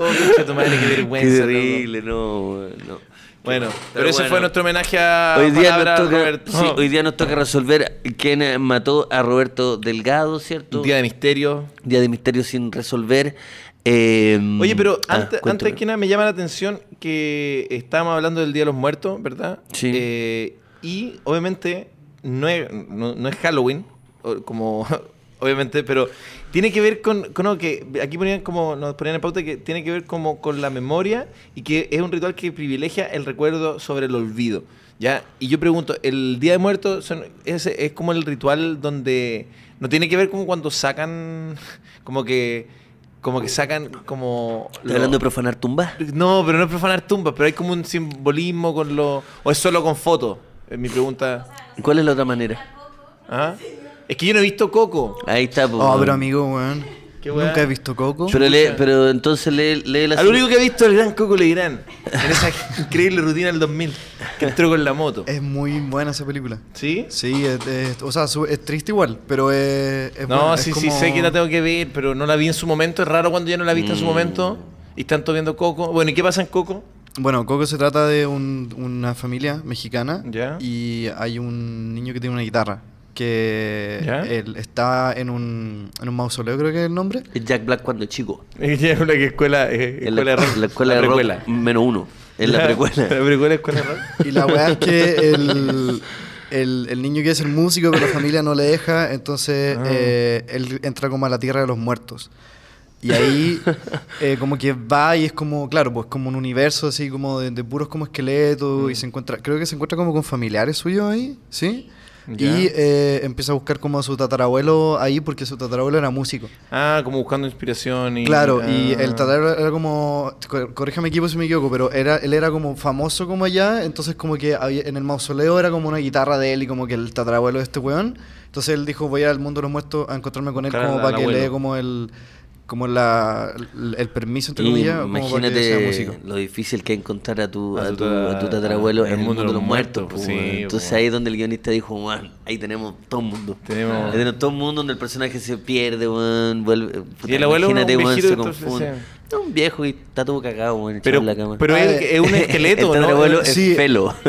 [SPEAKER 4] Oh, concha tu madre, qué
[SPEAKER 5] Qué
[SPEAKER 4] vergüenza.
[SPEAKER 5] terrible, no, weón, no.
[SPEAKER 4] loco. Bueno, pero, ese
[SPEAKER 5] bueno.
[SPEAKER 4] fue nuestro homenaje a
[SPEAKER 5] Hoy día,
[SPEAKER 4] palabra
[SPEAKER 5] nos toca,
[SPEAKER 4] Roberto.
[SPEAKER 5] sí, hoy día nos toca resolver quién eh, mató a Roberto Delgado, ¿cierto?
[SPEAKER 4] Día de misterio.
[SPEAKER 5] Día de misterio sin resolver. eh,
[SPEAKER 4] Oye, pero
[SPEAKER 5] ah,
[SPEAKER 4] antes,
[SPEAKER 5] cuéntame.
[SPEAKER 4] antes que nada me llama la atención que estábamos hablando del Día de los Muertos, ¿verdad?
[SPEAKER 5] Sí.
[SPEAKER 4] Eh, y obviamente no es, no, no es Halloween, o- como obviamente, pero tiene que ver con, con algo que aquí ponían como nos ponían en pauta que tiene que ver como con la memoria y que es un ritual que privilegia el recuerdo sobre el olvido. ¿Ya? Y yo pregunto, ¿el Día de Muertos son- es, es como el ritual donde no tiene que ver como cuando sacan, como que, como que sacan como...
[SPEAKER 5] ¿Estás
[SPEAKER 4] lo-
[SPEAKER 5] hablando de profanar tumbas?
[SPEAKER 4] no, pero no es profanar tumbas, pero hay como un simbolismo con lo. O es solo con fotos. Es mi pregunta.
[SPEAKER 5] ¿Cuál es la otra manera?
[SPEAKER 4] ¿Ah? Es que yo no he visto Coco.
[SPEAKER 5] Ahí está, po,
[SPEAKER 3] Oh,
[SPEAKER 5] weón.
[SPEAKER 3] pero amigo, weón.
[SPEAKER 4] Qué weá.
[SPEAKER 3] Nunca he visto Coco.
[SPEAKER 5] Pero, lee- pero entonces lee, lee la...
[SPEAKER 4] Al único que he visto es el gran Coco le dirán. En esa increíble rutina del 2000 que entró con la moto.
[SPEAKER 3] Es muy buena esa película.
[SPEAKER 4] ¿Sí?
[SPEAKER 3] Sí, es, es- o sea, su- es triste igual, pero es, es
[SPEAKER 4] No,
[SPEAKER 3] buena, es
[SPEAKER 4] sí, sí,
[SPEAKER 3] como-
[SPEAKER 4] sé que la tengo que ver, pero no la vi en su momento. Es raro cuando ya no la he visto en su
[SPEAKER 5] Mm.
[SPEAKER 4] momento. Y tanto viendo Coco. Bueno, ¿y qué pasa en Coco?
[SPEAKER 3] Bueno, Coco se trata de un- una familia mexicana
[SPEAKER 4] Ya.
[SPEAKER 3] y hay un niño que tiene una guitarra que
[SPEAKER 4] Ya.
[SPEAKER 3] él está en un, en un mausoleo, creo que es el nombre.
[SPEAKER 5] Jack Black cuando chico.
[SPEAKER 4] Ella es una que escuela. eh,
[SPEAKER 5] En la,
[SPEAKER 4] escuela de rock.
[SPEAKER 5] la escuela de rock
[SPEAKER 4] precuela.
[SPEAKER 5] menos uno. En la
[SPEAKER 4] La
[SPEAKER 5] precuela.
[SPEAKER 4] precuela, escuela de rock.
[SPEAKER 3] Y la weá es que el, el, el niño quiere ser músico, pero la familia no le deja, entonces
[SPEAKER 4] Ah.
[SPEAKER 3] eh, él entra como a la tierra de los muertos. Y ahí eh, como que va y es como, claro, pues como un universo así como de, de puros como esqueletos
[SPEAKER 4] Mm.
[SPEAKER 3] y se encuentra, creo que se encuentra como con familiares suyos ahí, ¿sí?
[SPEAKER 4] Ya.
[SPEAKER 3] Y eh, empieza a buscar como a su tatarabuelo ahí porque su tatarabuelo era músico.
[SPEAKER 4] Ah, como buscando inspiración y.
[SPEAKER 3] Claro, y
[SPEAKER 4] ah.
[SPEAKER 3] el tatarabuelo era como, cor- corrígeme equipo si me equivoco, pero era, él era como famoso como allá, entonces como que había- en el mausoleo era como una guitarra de él y como que el tatarabuelo de este weón, entonces él dijo voy al mundo de los muertos a encontrarme con él
[SPEAKER 4] Claro,
[SPEAKER 3] como
[SPEAKER 4] al-
[SPEAKER 3] para
[SPEAKER 4] al
[SPEAKER 3] que le dé
[SPEAKER 4] abuelo.
[SPEAKER 3] como el, como la, el, el permiso entre
[SPEAKER 5] Y
[SPEAKER 3] comillas, como para que sea músico.
[SPEAKER 5] imagínate lo difícil que es encontrar a tu,
[SPEAKER 4] A
[SPEAKER 5] a
[SPEAKER 4] tu
[SPEAKER 5] tu,
[SPEAKER 4] ta-
[SPEAKER 5] a tu tatarabuelo en el mundo de los muertos.
[SPEAKER 4] muertos,
[SPEAKER 5] po,
[SPEAKER 4] pues, sí,
[SPEAKER 5] weón. Entonces
[SPEAKER 4] po.
[SPEAKER 5] ahí es donde el guionista dijo, "Weón, ahí tenemos todo el mundo.
[SPEAKER 4] Tenemos-
[SPEAKER 5] Ahí tenemos todo el mundo donde el personaje se pierde, weón, vuelve. puta,
[SPEAKER 4] Y el abuelo,
[SPEAKER 5] imagínate,
[SPEAKER 4] un
[SPEAKER 5] weón,
[SPEAKER 4] viejito,
[SPEAKER 5] se
[SPEAKER 4] entonces,
[SPEAKER 5] confunde.
[SPEAKER 4] sí.
[SPEAKER 5] No, un viejo y está todo cagado, weón, echado
[SPEAKER 4] Pero,
[SPEAKER 5] en la cama.
[SPEAKER 4] pero
[SPEAKER 3] Ah,
[SPEAKER 4] es,
[SPEAKER 3] eh.
[SPEAKER 4] es un
[SPEAKER 5] el
[SPEAKER 4] esqueleto, ¿no?
[SPEAKER 5] tatarabuelo es
[SPEAKER 3] Sí.
[SPEAKER 5] pelo.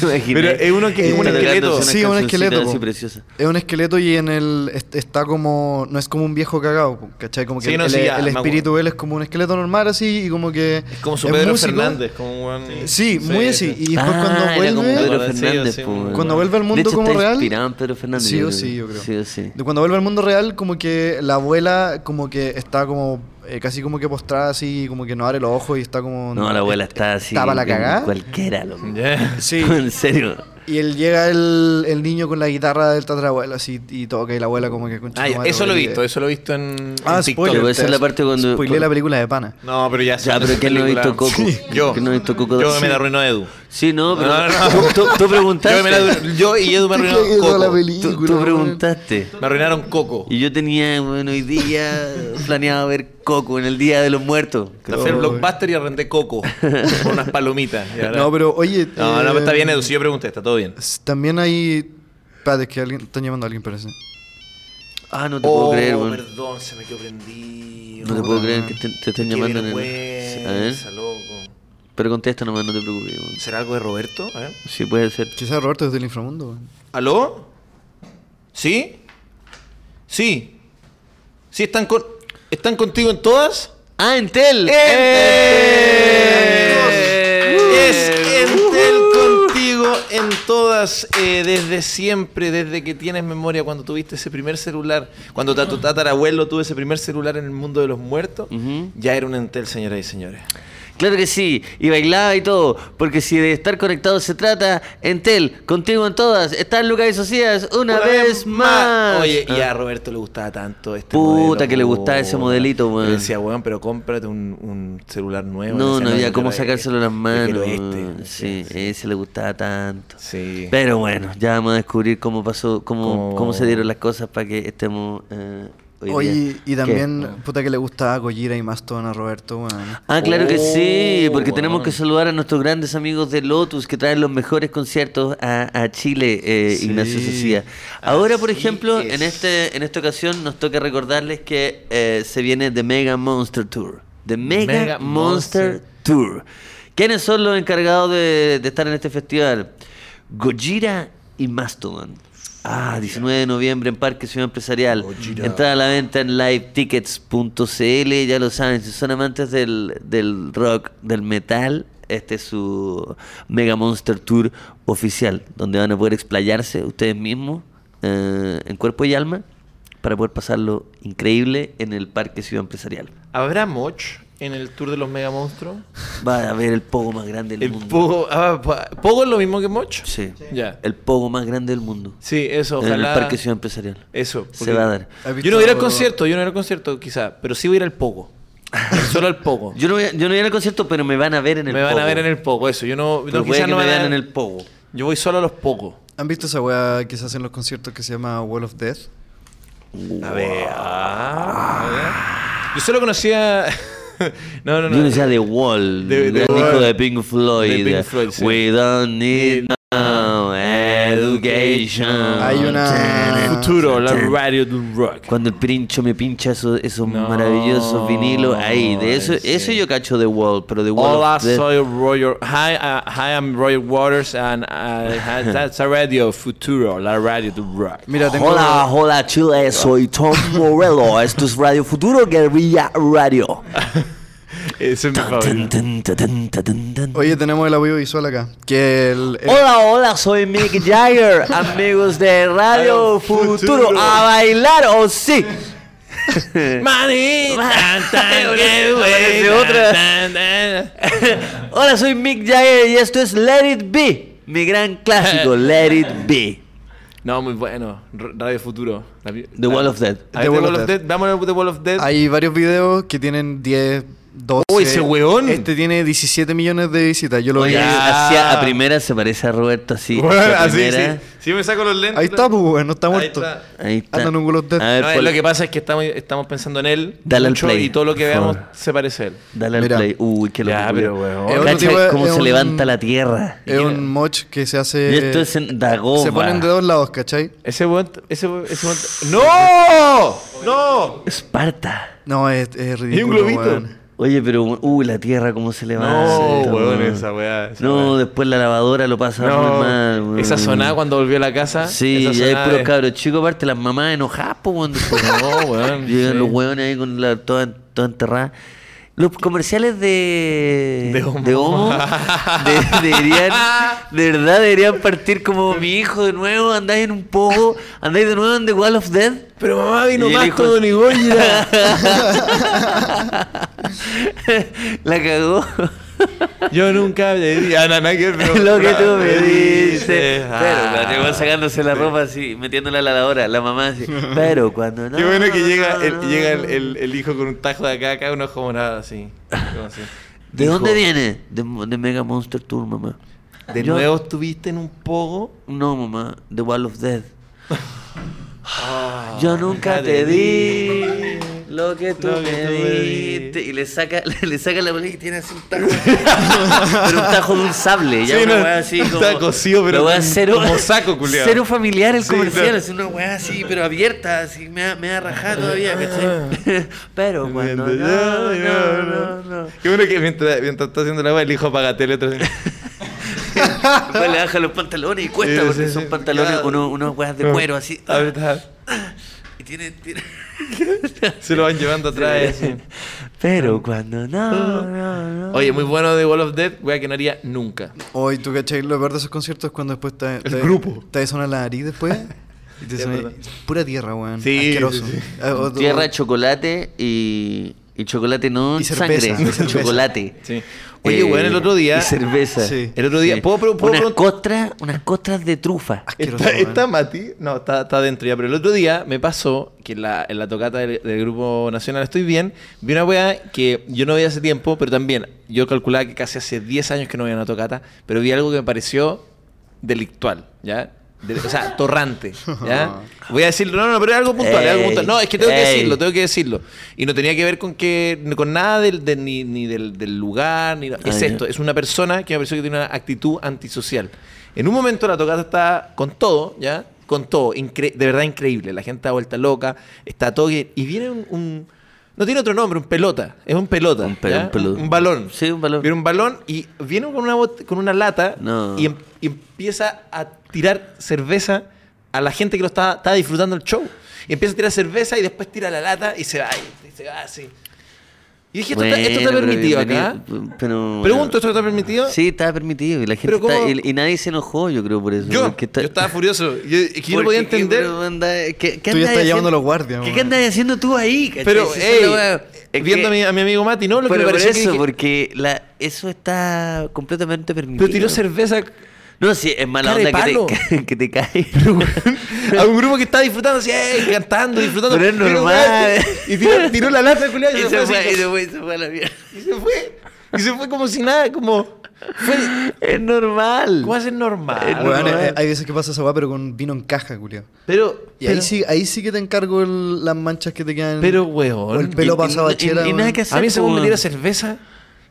[SPEAKER 4] Pero es uno que es
[SPEAKER 3] un
[SPEAKER 4] esqueleto.
[SPEAKER 3] Sí, es un esqueleto.
[SPEAKER 5] Así
[SPEAKER 3] po.
[SPEAKER 5] preciosa.
[SPEAKER 3] Es un esqueleto y en el est- está como no es como un viejo cagado, po, ¿cachai? Como que
[SPEAKER 4] Sí, no,
[SPEAKER 3] el,
[SPEAKER 4] sí,
[SPEAKER 3] el-
[SPEAKER 4] ya,
[SPEAKER 3] el
[SPEAKER 4] me acuerdo.
[SPEAKER 3] espíritu de él es como un esqueleto normal así y como que
[SPEAKER 4] Es como su Pedro
[SPEAKER 3] músico.
[SPEAKER 4] Fernández. Como un-
[SPEAKER 3] Sí, muy así. Y después
[SPEAKER 5] Ah,
[SPEAKER 3] cuando
[SPEAKER 5] era
[SPEAKER 3] vuelve
[SPEAKER 5] como Pedro
[SPEAKER 4] Sí,
[SPEAKER 5] Fernández,
[SPEAKER 4] sí,
[SPEAKER 5] po,
[SPEAKER 4] un-
[SPEAKER 5] weón.
[SPEAKER 3] Cuando vuelve al
[SPEAKER 5] De
[SPEAKER 3] mundo
[SPEAKER 5] hecho,
[SPEAKER 3] como
[SPEAKER 5] está
[SPEAKER 3] real-
[SPEAKER 5] inspirado en Pedro Fernández.
[SPEAKER 3] Sí o sí, yo creo.
[SPEAKER 5] Sí o sí.
[SPEAKER 3] De cuando vuelve al mundo real, como que la abuela como que está como eh, casi como que postrada así, como que no abre los ojos y está como...
[SPEAKER 5] No, la abuela está así.
[SPEAKER 3] Estaba la
[SPEAKER 5] en
[SPEAKER 3] cagada.
[SPEAKER 5] Cualquiera, loco.
[SPEAKER 4] Ya.
[SPEAKER 3] Sí.
[SPEAKER 5] en serio.
[SPEAKER 3] Y él llega el, el niño con la guitarra del tatarabuelo así y toca y la abuela como que... concha
[SPEAKER 4] Ah,
[SPEAKER 3] tu
[SPEAKER 4] ya,
[SPEAKER 3] madre,
[SPEAKER 4] eso lo he
[SPEAKER 3] güey.
[SPEAKER 4] visto, eso lo he visto en,
[SPEAKER 3] Ah,
[SPEAKER 4] en TikTok. Pues,
[SPEAKER 3] spoiler.
[SPEAKER 5] Pero esa es la parte cuando-
[SPEAKER 3] Spoileé la película de Pana.
[SPEAKER 4] No, pero ya sé
[SPEAKER 5] Ya, pero
[SPEAKER 4] esa
[SPEAKER 5] que no he
[SPEAKER 4] película.
[SPEAKER 5] visto Coco.
[SPEAKER 4] Sí. Yo.
[SPEAKER 5] Que no he visto Coco.
[SPEAKER 4] Yo me la
[SPEAKER 5] Sí.
[SPEAKER 4] arruinó Edu.
[SPEAKER 5] Sí, no, pero
[SPEAKER 4] No, no, no.
[SPEAKER 5] Tú, tú- tú preguntaste.
[SPEAKER 4] Yo, me la- yo y Edu me arruinó
[SPEAKER 3] Edu
[SPEAKER 4] Coco.
[SPEAKER 3] la peli-
[SPEAKER 5] tú, tú
[SPEAKER 3] Película,
[SPEAKER 5] preguntaste.
[SPEAKER 4] Me arruinaron Coco.
[SPEAKER 5] Y yo tenía, bueno, hoy día planeado ver Coco en el Día de los Muertos.
[SPEAKER 4] Fui hacer blockbuster y arrendé Coco. Por unas palomitas. y ahora-
[SPEAKER 3] No, pero oye...
[SPEAKER 4] no, no,
[SPEAKER 3] eh,
[SPEAKER 4] pero está bien Edu, si yo pregunté, está todo bien.
[SPEAKER 3] s- También hay... Espérate, es que alguien... Están llamando a alguien, parece.
[SPEAKER 5] Ah, no te
[SPEAKER 4] Oh,
[SPEAKER 5] puedo creer, weón.
[SPEAKER 4] perdón, se me quedó prendido.
[SPEAKER 5] No te puedo creer que te, te estén
[SPEAKER 4] Qué
[SPEAKER 5] llamando en el. A ver,
[SPEAKER 4] vergüenza, loco.
[SPEAKER 5] pero contesta nomás, no te preocupes. weón.
[SPEAKER 4] ¿Será algo de Roberto? A ver.
[SPEAKER 5] Sí, puede ser.
[SPEAKER 3] Quizás Roberto es del inframundo. güey.
[SPEAKER 4] ¿Aló? ¿Sí? ¿Sí? ¿Sí están con... ¿Están contigo en todas?
[SPEAKER 5] ¡Ah, Entel!
[SPEAKER 4] ¡Eh!
[SPEAKER 5] ¡Eh!
[SPEAKER 4] Es Entel contigo en todas, eh, desde siempre, desde que tienes memoria, cuando tuviste ese primer celular, cuando ta- tu tatarabuelo tuvo ese primer celular en el mundo de los muertos,
[SPEAKER 5] Ujú.
[SPEAKER 4] ya era un Entel, señoras y señores.
[SPEAKER 5] Claro que sí, y bailaba y todo, porque si de estar conectados se trata, Entel, contigo en todas, están Lucas y Socias una, vez, más. Ah.
[SPEAKER 4] Oye, y a Roberto le gustaba tanto este
[SPEAKER 5] Puta
[SPEAKER 4] modelo,
[SPEAKER 5] que le gustaba ese
[SPEAKER 4] weón.
[SPEAKER 5] modelito, weón.
[SPEAKER 4] Le decía, weón, pero cómprate un, un celular nuevo. Le
[SPEAKER 5] no,
[SPEAKER 4] decía,
[SPEAKER 5] no había
[SPEAKER 4] yo
[SPEAKER 5] cómo
[SPEAKER 4] quiero
[SPEAKER 5] sacárselo de las
[SPEAKER 4] este, yo
[SPEAKER 5] manos.
[SPEAKER 4] quiero este.
[SPEAKER 5] weón. Sí,
[SPEAKER 4] Sí, sí.
[SPEAKER 5] ese le gustaba tanto.
[SPEAKER 4] Sí.
[SPEAKER 5] Pero bueno, ya vamos a descubrir cómo pasó, cómo,
[SPEAKER 4] Cómo-
[SPEAKER 5] cómo se dieron las cosas para que estemos eh, hoy día.
[SPEAKER 3] Oye, y
[SPEAKER 5] ¿Qué?
[SPEAKER 3] también, puta que le gustaba Gojira y Mastodon a Roberto, weón.
[SPEAKER 5] Ah, claro que sí,
[SPEAKER 4] Oh,
[SPEAKER 5] porque tenemos
[SPEAKER 4] weón.
[SPEAKER 5] que saludar a nuestros grandes amigos de Lotus que traen los mejores conciertos a, a Chile, eh,
[SPEAKER 3] Sí.
[SPEAKER 5] Ignacio Socía. Ahora, por
[SPEAKER 4] Así
[SPEAKER 5] ejemplo,
[SPEAKER 4] es.
[SPEAKER 5] en este en esta ocasión nos toca recordarles que eh, se viene The Mega Monster Tour. The Mega,
[SPEAKER 4] Mega
[SPEAKER 5] Monster,
[SPEAKER 4] Monster.
[SPEAKER 5] Tour. ¿Quiénes son los encargados de, de estar en este festival? Gojira y Mastodon. Ah, 19 de noviembre en Parque Ciudad Empresarial. Entrada a la venta en livetickets.cl. Ya lo saben, si son amantes del, del rock, del metal, este es su Mega Monster Tour oficial, donde van a poder explayarse ustedes mismos eh, en cuerpo y alma para poder pasarlo increíble en el Parque Ciudad Empresarial.
[SPEAKER 4] ¿Habrá Moch en el tour de los Mega Monstruos?
[SPEAKER 5] Va a ver el pogo más grande del
[SPEAKER 4] El
[SPEAKER 5] mundo.
[SPEAKER 4] Pogo. ah, pa- ¿Pogo es lo mismo que Moch?
[SPEAKER 5] Sí.
[SPEAKER 4] Ya.
[SPEAKER 5] El pogo más grande del mundo.
[SPEAKER 4] Sí, eso,
[SPEAKER 5] En el
[SPEAKER 4] ojalá.
[SPEAKER 5] Parque Ciudad Empresarial.
[SPEAKER 4] Eso.
[SPEAKER 5] Se
[SPEAKER 4] porque-
[SPEAKER 5] va a dar.
[SPEAKER 3] ¿Has
[SPEAKER 4] Yo no voy a ir al
[SPEAKER 3] visto-
[SPEAKER 4] concierto, yo no voy a ir al concierto quizá, pero sí voy a ir al Pogo. Solo al Pogo.
[SPEAKER 5] Yo no, voy a, yo no voy a ir al concierto, pero me van a ver en el
[SPEAKER 4] me van
[SPEAKER 5] pogo.
[SPEAKER 4] a ver en el Pogo, eso. Yo no,
[SPEAKER 5] Pero
[SPEAKER 4] no
[SPEAKER 5] puede
[SPEAKER 4] quizás
[SPEAKER 5] que
[SPEAKER 4] no
[SPEAKER 5] me
[SPEAKER 4] van a
[SPEAKER 5] vean
[SPEAKER 4] ver-
[SPEAKER 5] en el pogo.
[SPEAKER 4] Yo voy solo a los Pogo.
[SPEAKER 3] ¿Han visto esa weá que se hace en los conciertos que se llama Wall of Death?
[SPEAKER 4] A ver. ah, a ver. Yo solo conocía. no, no, no.
[SPEAKER 5] Yo decía The Wall,
[SPEAKER 4] The- The
[SPEAKER 5] gran
[SPEAKER 4] Wall.
[SPEAKER 5] disco de Pink Floyd.
[SPEAKER 4] De Pink Floyd, sí.
[SPEAKER 5] We don't need no education.
[SPEAKER 3] Hay
[SPEAKER 5] "Ah,
[SPEAKER 3] una-
[SPEAKER 4] Futuro, la radio del rock.
[SPEAKER 5] Cuando el pincho me pincha esos, esos
[SPEAKER 4] No,
[SPEAKER 5] maravillosos vinilos ahí, de eso,
[SPEAKER 4] ay, sí.
[SPEAKER 5] eso yo cacho The Wall, pero The Wall.
[SPEAKER 4] Hola,
[SPEAKER 5] of Death-
[SPEAKER 4] soy Roger. Hi, uh, hi, I'm Roger Waters, and I had- that's a radio Futuro, la radio del rock.
[SPEAKER 3] Mira, tengo.
[SPEAKER 5] Hola, hola Chile, soy Tom Morello. Esto es Radio Futuro Guerrilla Radio.
[SPEAKER 4] Ese es mi favorito.
[SPEAKER 3] Oye, tenemos el audiovisual acá. Que el. el-
[SPEAKER 5] Hola, hola, soy Mick Jagger, amigos de Radio
[SPEAKER 4] Radio
[SPEAKER 5] Futuro.
[SPEAKER 4] Futuro.
[SPEAKER 5] A bailar, o sí.
[SPEAKER 4] Mani, tan, tan,
[SPEAKER 5] Parece
[SPEAKER 4] que buena,
[SPEAKER 5] otra.
[SPEAKER 4] tan, tan.
[SPEAKER 5] hola, soy Mick Jagger y esto es Let It Be, mi gran clásico, Let It Be.
[SPEAKER 4] No, muy bueno. R- Radio Futuro. La vi-
[SPEAKER 5] The Wall of Death.
[SPEAKER 4] A ver, The Wall of Death. Vamos a The Wall of Death.
[SPEAKER 3] Hay varios videos que tienen 10, 12.
[SPEAKER 4] ¡Oh, ese weón!
[SPEAKER 3] Este tiene 17 millones de visitas. Yo lo vi.
[SPEAKER 5] Oye,
[SPEAKER 4] Ya.
[SPEAKER 5] hacia- a primera se parece a Roberto así.
[SPEAKER 4] Bueno,
[SPEAKER 5] hacia
[SPEAKER 4] así,
[SPEAKER 5] primera.
[SPEAKER 4] sí. Si yo me saco los lentes.
[SPEAKER 3] Ahí está, pues, weón, no está
[SPEAKER 4] ah, Ahí
[SPEAKER 3] muerto.
[SPEAKER 4] está.
[SPEAKER 5] Ahí está.
[SPEAKER 3] Anda en un Wall of Death.
[SPEAKER 5] A ver,
[SPEAKER 4] No, es
[SPEAKER 5] pon-
[SPEAKER 4] lo que pasa es que estamos, estamos pensando en él
[SPEAKER 5] Dale al
[SPEAKER 4] mucho
[SPEAKER 5] play,
[SPEAKER 4] y todo lo que
[SPEAKER 5] por
[SPEAKER 4] veamos
[SPEAKER 5] favor.
[SPEAKER 4] se parece a él.
[SPEAKER 5] Dale al
[SPEAKER 3] Mira.
[SPEAKER 5] play. Uy, qué
[SPEAKER 4] Ya,
[SPEAKER 5] locura.
[SPEAKER 4] pero, weón.
[SPEAKER 3] Es otro
[SPEAKER 5] Cacha
[SPEAKER 3] tipo de-
[SPEAKER 5] cómo
[SPEAKER 3] es
[SPEAKER 5] se
[SPEAKER 3] un-
[SPEAKER 5] levanta la tierra.
[SPEAKER 3] Es un moch que se hace.
[SPEAKER 5] Y esto es en Dagoba.
[SPEAKER 3] Se ponen de dos lados, ¿cachai?
[SPEAKER 4] Ese buen... Ese buen- ese buen- ¡No! ¡No!
[SPEAKER 5] Esparta.
[SPEAKER 3] No, es, es ridículo.
[SPEAKER 4] globito.
[SPEAKER 3] weón.
[SPEAKER 5] Oye, pero uy, la tierra cómo se levanta.
[SPEAKER 4] No, weón,
[SPEAKER 5] weón.
[SPEAKER 4] esa weá. esa
[SPEAKER 5] No,
[SPEAKER 4] weá.
[SPEAKER 5] después la lavadora lo pasa
[SPEAKER 4] No,
[SPEAKER 5] muy mal. weón.
[SPEAKER 4] Esa sonada cuando volvió a la casa.
[SPEAKER 5] Sí,
[SPEAKER 4] esa
[SPEAKER 5] y hay
[SPEAKER 4] sonada
[SPEAKER 5] puros
[SPEAKER 4] de-
[SPEAKER 5] cabros chicos, aparte las mamás enojadas, po, weón, después.
[SPEAKER 4] No, weón.
[SPEAKER 5] Llegan
[SPEAKER 4] sí.
[SPEAKER 5] los hueones ahí con la toda, toda enterrada. Los comerciales de.
[SPEAKER 4] De Homo.
[SPEAKER 5] De, Homo, de- deberían. De verdad deberían partir como mi hijo de nuevo. Andáis en un poco. Andáis de nuevo en The Wall of Death.
[SPEAKER 4] Pero mamá vino
[SPEAKER 5] Y el
[SPEAKER 4] más
[SPEAKER 5] hijo-
[SPEAKER 4] todo Nigoya.
[SPEAKER 5] La cagó.
[SPEAKER 4] Yo nunca le di ah, a Nana que me
[SPEAKER 5] Lo que tú me dices. Pero
[SPEAKER 4] Ah.
[SPEAKER 5] cuando llegó sacándose la ropa así, metiéndola a la lavadora, la mamá así. Pero cuando no.
[SPEAKER 4] Qué bueno que llega,
[SPEAKER 5] no,
[SPEAKER 4] el,
[SPEAKER 5] no,
[SPEAKER 4] llega el,
[SPEAKER 5] no".
[SPEAKER 4] el- el hijo con un tajo de acá, acá, unos como nada así. como así.
[SPEAKER 5] ¿De
[SPEAKER 4] Hijo,
[SPEAKER 5] dónde viene? De, de Mega Monster Tour, mamá.
[SPEAKER 4] ¿De
[SPEAKER 5] Yo-
[SPEAKER 4] nuevo estuviste en un pogo?
[SPEAKER 5] No, mamá, The Wall of Death.
[SPEAKER 4] Ah,
[SPEAKER 5] Yo nunca te di lo que tú
[SPEAKER 4] Lo que
[SPEAKER 5] me
[SPEAKER 4] tú me
[SPEAKER 5] diste.
[SPEAKER 4] diste.
[SPEAKER 5] Y le saca, le, le saca la bolita y tiene así un tajo. pero un tajo de un sable. Ya
[SPEAKER 4] Sí,
[SPEAKER 5] una
[SPEAKER 4] no,
[SPEAKER 5] weá así
[SPEAKER 4] un
[SPEAKER 5] como.
[SPEAKER 4] taco, sí, pero
[SPEAKER 5] una weá
[SPEAKER 4] con-
[SPEAKER 5] cero,
[SPEAKER 4] como saco, culiao.
[SPEAKER 5] Cero familiar el
[SPEAKER 4] Sí,
[SPEAKER 5] comercial.
[SPEAKER 4] claro.
[SPEAKER 5] Es una weá así, pero abierta. Así me ha, me ha rajado
[SPEAKER 4] Ah.
[SPEAKER 5] todavía, ¿cachai? pero cuando. No, no, no, no.
[SPEAKER 4] Qué bueno que mientras, mientras está haciendo la agua, el hijo apaga tele. Otro...
[SPEAKER 5] Después le baja los pantalones y cuesta
[SPEAKER 4] Sí,
[SPEAKER 5] porque
[SPEAKER 4] sí,
[SPEAKER 5] son
[SPEAKER 4] sí.
[SPEAKER 5] pantalones,
[SPEAKER 4] Claro.
[SPEAKER 5] unos, unos weas de cuero así.
[SPEAKER 4] A ver, está-
[SPEAKER 5] Y tiene- tiene...
[SPEAKER 4] se lo van llevando atrás. así.
[SPEAKER 5] Pero cuando no, no, no.
[SPEAKER 4] Oye, muy bueno de Wall of Death, wea que no haría nunca.
[SPEAKER 3] Hoy tú, ¿cachai? Lo peor de esos conciertos es cuando después te. te-
[SPEAKER 4] grupo.
[SPEAKER 3] Te suena la nariz después. Y te
[SPEAKER 4] Es
[SPEAKER 3] suena
[SPEAKER 4] verdad.
[SPEAKER 3] pura tierra, weón.
[SPEAKER 4] Sí,
[SPEAKER 3] Asqueroso. Ah,
[SPEAKER 4] sí, sí.
[SPEAKER 3] Eh, o- o-
[SPEAKER 5] Tierra, chocolate y, Y chocolate no
[SPEAKER 3] Y cerveza,
[SPEAKER 5] sangre,
[SPEAKER 3] y cerveza.
[SPEAKER 5] chocolate. Eh,
[SPEAKER 4] Sí. Oye, weón, el otro día-
[SPEAKER 5] Y cerveza.
[SPEAKER 3] Sí.
[SPEAKER 4] El otro día,
[SPEAKER 5] Sí.
[SPEAKER 4] ¿puedo, pre- puedo
[SPEAKER 5] unas,
[SPEAKER 4] preguntar-
[SPEAKER 5] costras, unas costras de trufa.
[SPEAKER 3] Asqueroso,
[SPEAKER 4] Está,
[SPEAKER 3] weón.
[SPEAKER 4] está Mati, no, está, está dentro ya, pero el otro día me pasó que en la, en la tocata del, del Grupo Nacional Estoy Bien, vi una weá que yo no veía hace tiempo, pero también yo calculaba que casi hace 10 años que no veía una tocata, pero vi algo que me pareció delictual, ¿ya? De- o sea, torrante, ¿ya? Voy a decirlo, no, no, pero es algo puntual, es algo
[SPEAKER 5] Ey,
[SPEAKER 4] puntual. No, es que tengo que
[SPEAKER 5] ey.
[SPEAKER 4] decirlo, tengo que decirlo. Y no tenía que ver con que con nada del, de- ni, ni del, del lugar, ni, es
[SPEAKER 5] Ah, ya.
[SPEAKER 4] esto, es una persona que me pareció que tiene una actitud antisocial. En un momento la tocata está con todo, ¿ya? Con todo, incre- de verdad increíble. La gente da vuelta loca, está todo bien. Y viene un, un- No tiene otro nombre, un pelota. Es un pelota.
[SPEAKER 5] Un pe-
[SPEAKER 4] ¿ya?
[SPEAKER 5] un pelota.
[SPEAKER 4] Un balón.
[SPEAKER 5] Sí, un balón.
[SPEAKER 4] Viene un balón y viene con una, bot- con una lata
[SPEAKER 5] No.
[SPEAKER 4] y, em- y empieza a tirar cerveza a la gente que lo estaba, estaba disfrutando el show. Y empieza a tirar cerveza y después tira la lata y se va. Y se va así. Y dije, esto, está, esto está
[SPEAKER 5] Bueno, pero
[SPEAKER 4] permitido acá.
[SPEAKER 5] bienvenido, pero-
[SPEAKER 4] Pregunto, ¿esto está permitido?
[SPEAKER 5] Sí, estaba permitido. Y, la gente
[SPEAKER 4] Pero
[SPEAKER 5] está-
[SPEAKER 4] ¿cómo?
[SPEAKER 5] y, y nadie se enojó, yo creo, por eso.
[SPEAKER 4] Yo,
[SPEAKER 5] porque está-
[SPEAKER 4] yo estaba furioso. Yo, es que yo no podía
[SPEAKER 5] Porque, ¿qué,
[SPEAKER 4] entender.
[SPEAKER 5] pero, anda, ¿qué- qué
[SPEAKER 3] Tú ya
[SPEAKER 5] andas
[SPEAKER 3] estás llamando a
[SPEAKER 5] haciendo-
[SPEAKER 3] los guardias,
[SPEAKER 5] ¿Qué,
[SPEAKER 3] weón.
[SPEAKER 5] qué andas haciendo tú ahí? cachai?
[SPEAKER 4] Pero,
[SPEAKER 5] Si eso
[SPEAKER 4] ey,
[SPEAKER 5] es la weá. Es
[SPEAKER 4] viendo a
[SPEAKER 5] que-
[SPEAKER 4] mi, a mi amigo Mati, ¿no? Lo que
[SPEAKER 5] pero
[SPEAKER 4] me
[SPEAKER 5] por
[SPEAKER 4] pareció que
[SPEAKER 5] eso,
[SPEAKER 4] dije,
[SPEAKER 5] porque la, eso está completamente permitido.
[SPEAKER 4] Pero tiró cerveza
[SPEAKER 5] No, sí, es mala
[SPEAKER 4] Cara de
[SPEAKER 5] onda que
[SPEAKER 4] palo.
[SPEAKER 5] te, que, te cae.
[SPEAKER 4] a un grupo que está disfrutando, así, ey, cantando, disfrutando.
[SPEAKER 5] Pero es
[SPEAKER 4] Tiró,
[SPEAKER 5] normal.
[SPEAKER 4] Y tiró, tiró la lata, culiao,
[SPEAKER 5] y se fue, y
[SPEAKER 4] así,
[SPEAKER 5] se fue, y se fue a la mierda.
[SPEAKER 4] y se fue. Y se fue como si nada, como... Fue,
[SPEAKER 5] Es normal.
[SPEAKER 4] ¿Cómo hacer normal?
[SPEAKER 5] Es
[SPEAKER 3] Weón,
[SPEAKER 5] normal.
[SPEAKER 3] eh, hay veces que pasa esa weá, pero con vino en caja, culiao.
[SPEAKER 4] Pero,
[SPEAKER 3] Y
[SPEAKER 4] pero,
[SPEAKER 3] ahí, sí, ahí sí que te encargo el- las manchas que te quedan.
[SPEAKER 4] pero, weón,
[SPEAKER 3] o el pelo
[SPEAKER 5] Y-
[SPEAKER 3] pasado
[SPEAKER 5] y-
[SPEAKER 3] a chela.
[SPEAKER 5] y- y
[SPEAKER 3] weón.
[SPEAKER 5] nada que hacer.
[SPEAKER 4] a mí se me
[SPEAKER 5] po,
[SPEAKER 4] tira
[SPEAKER 5] weón.
[SPEAKER 4] cerveza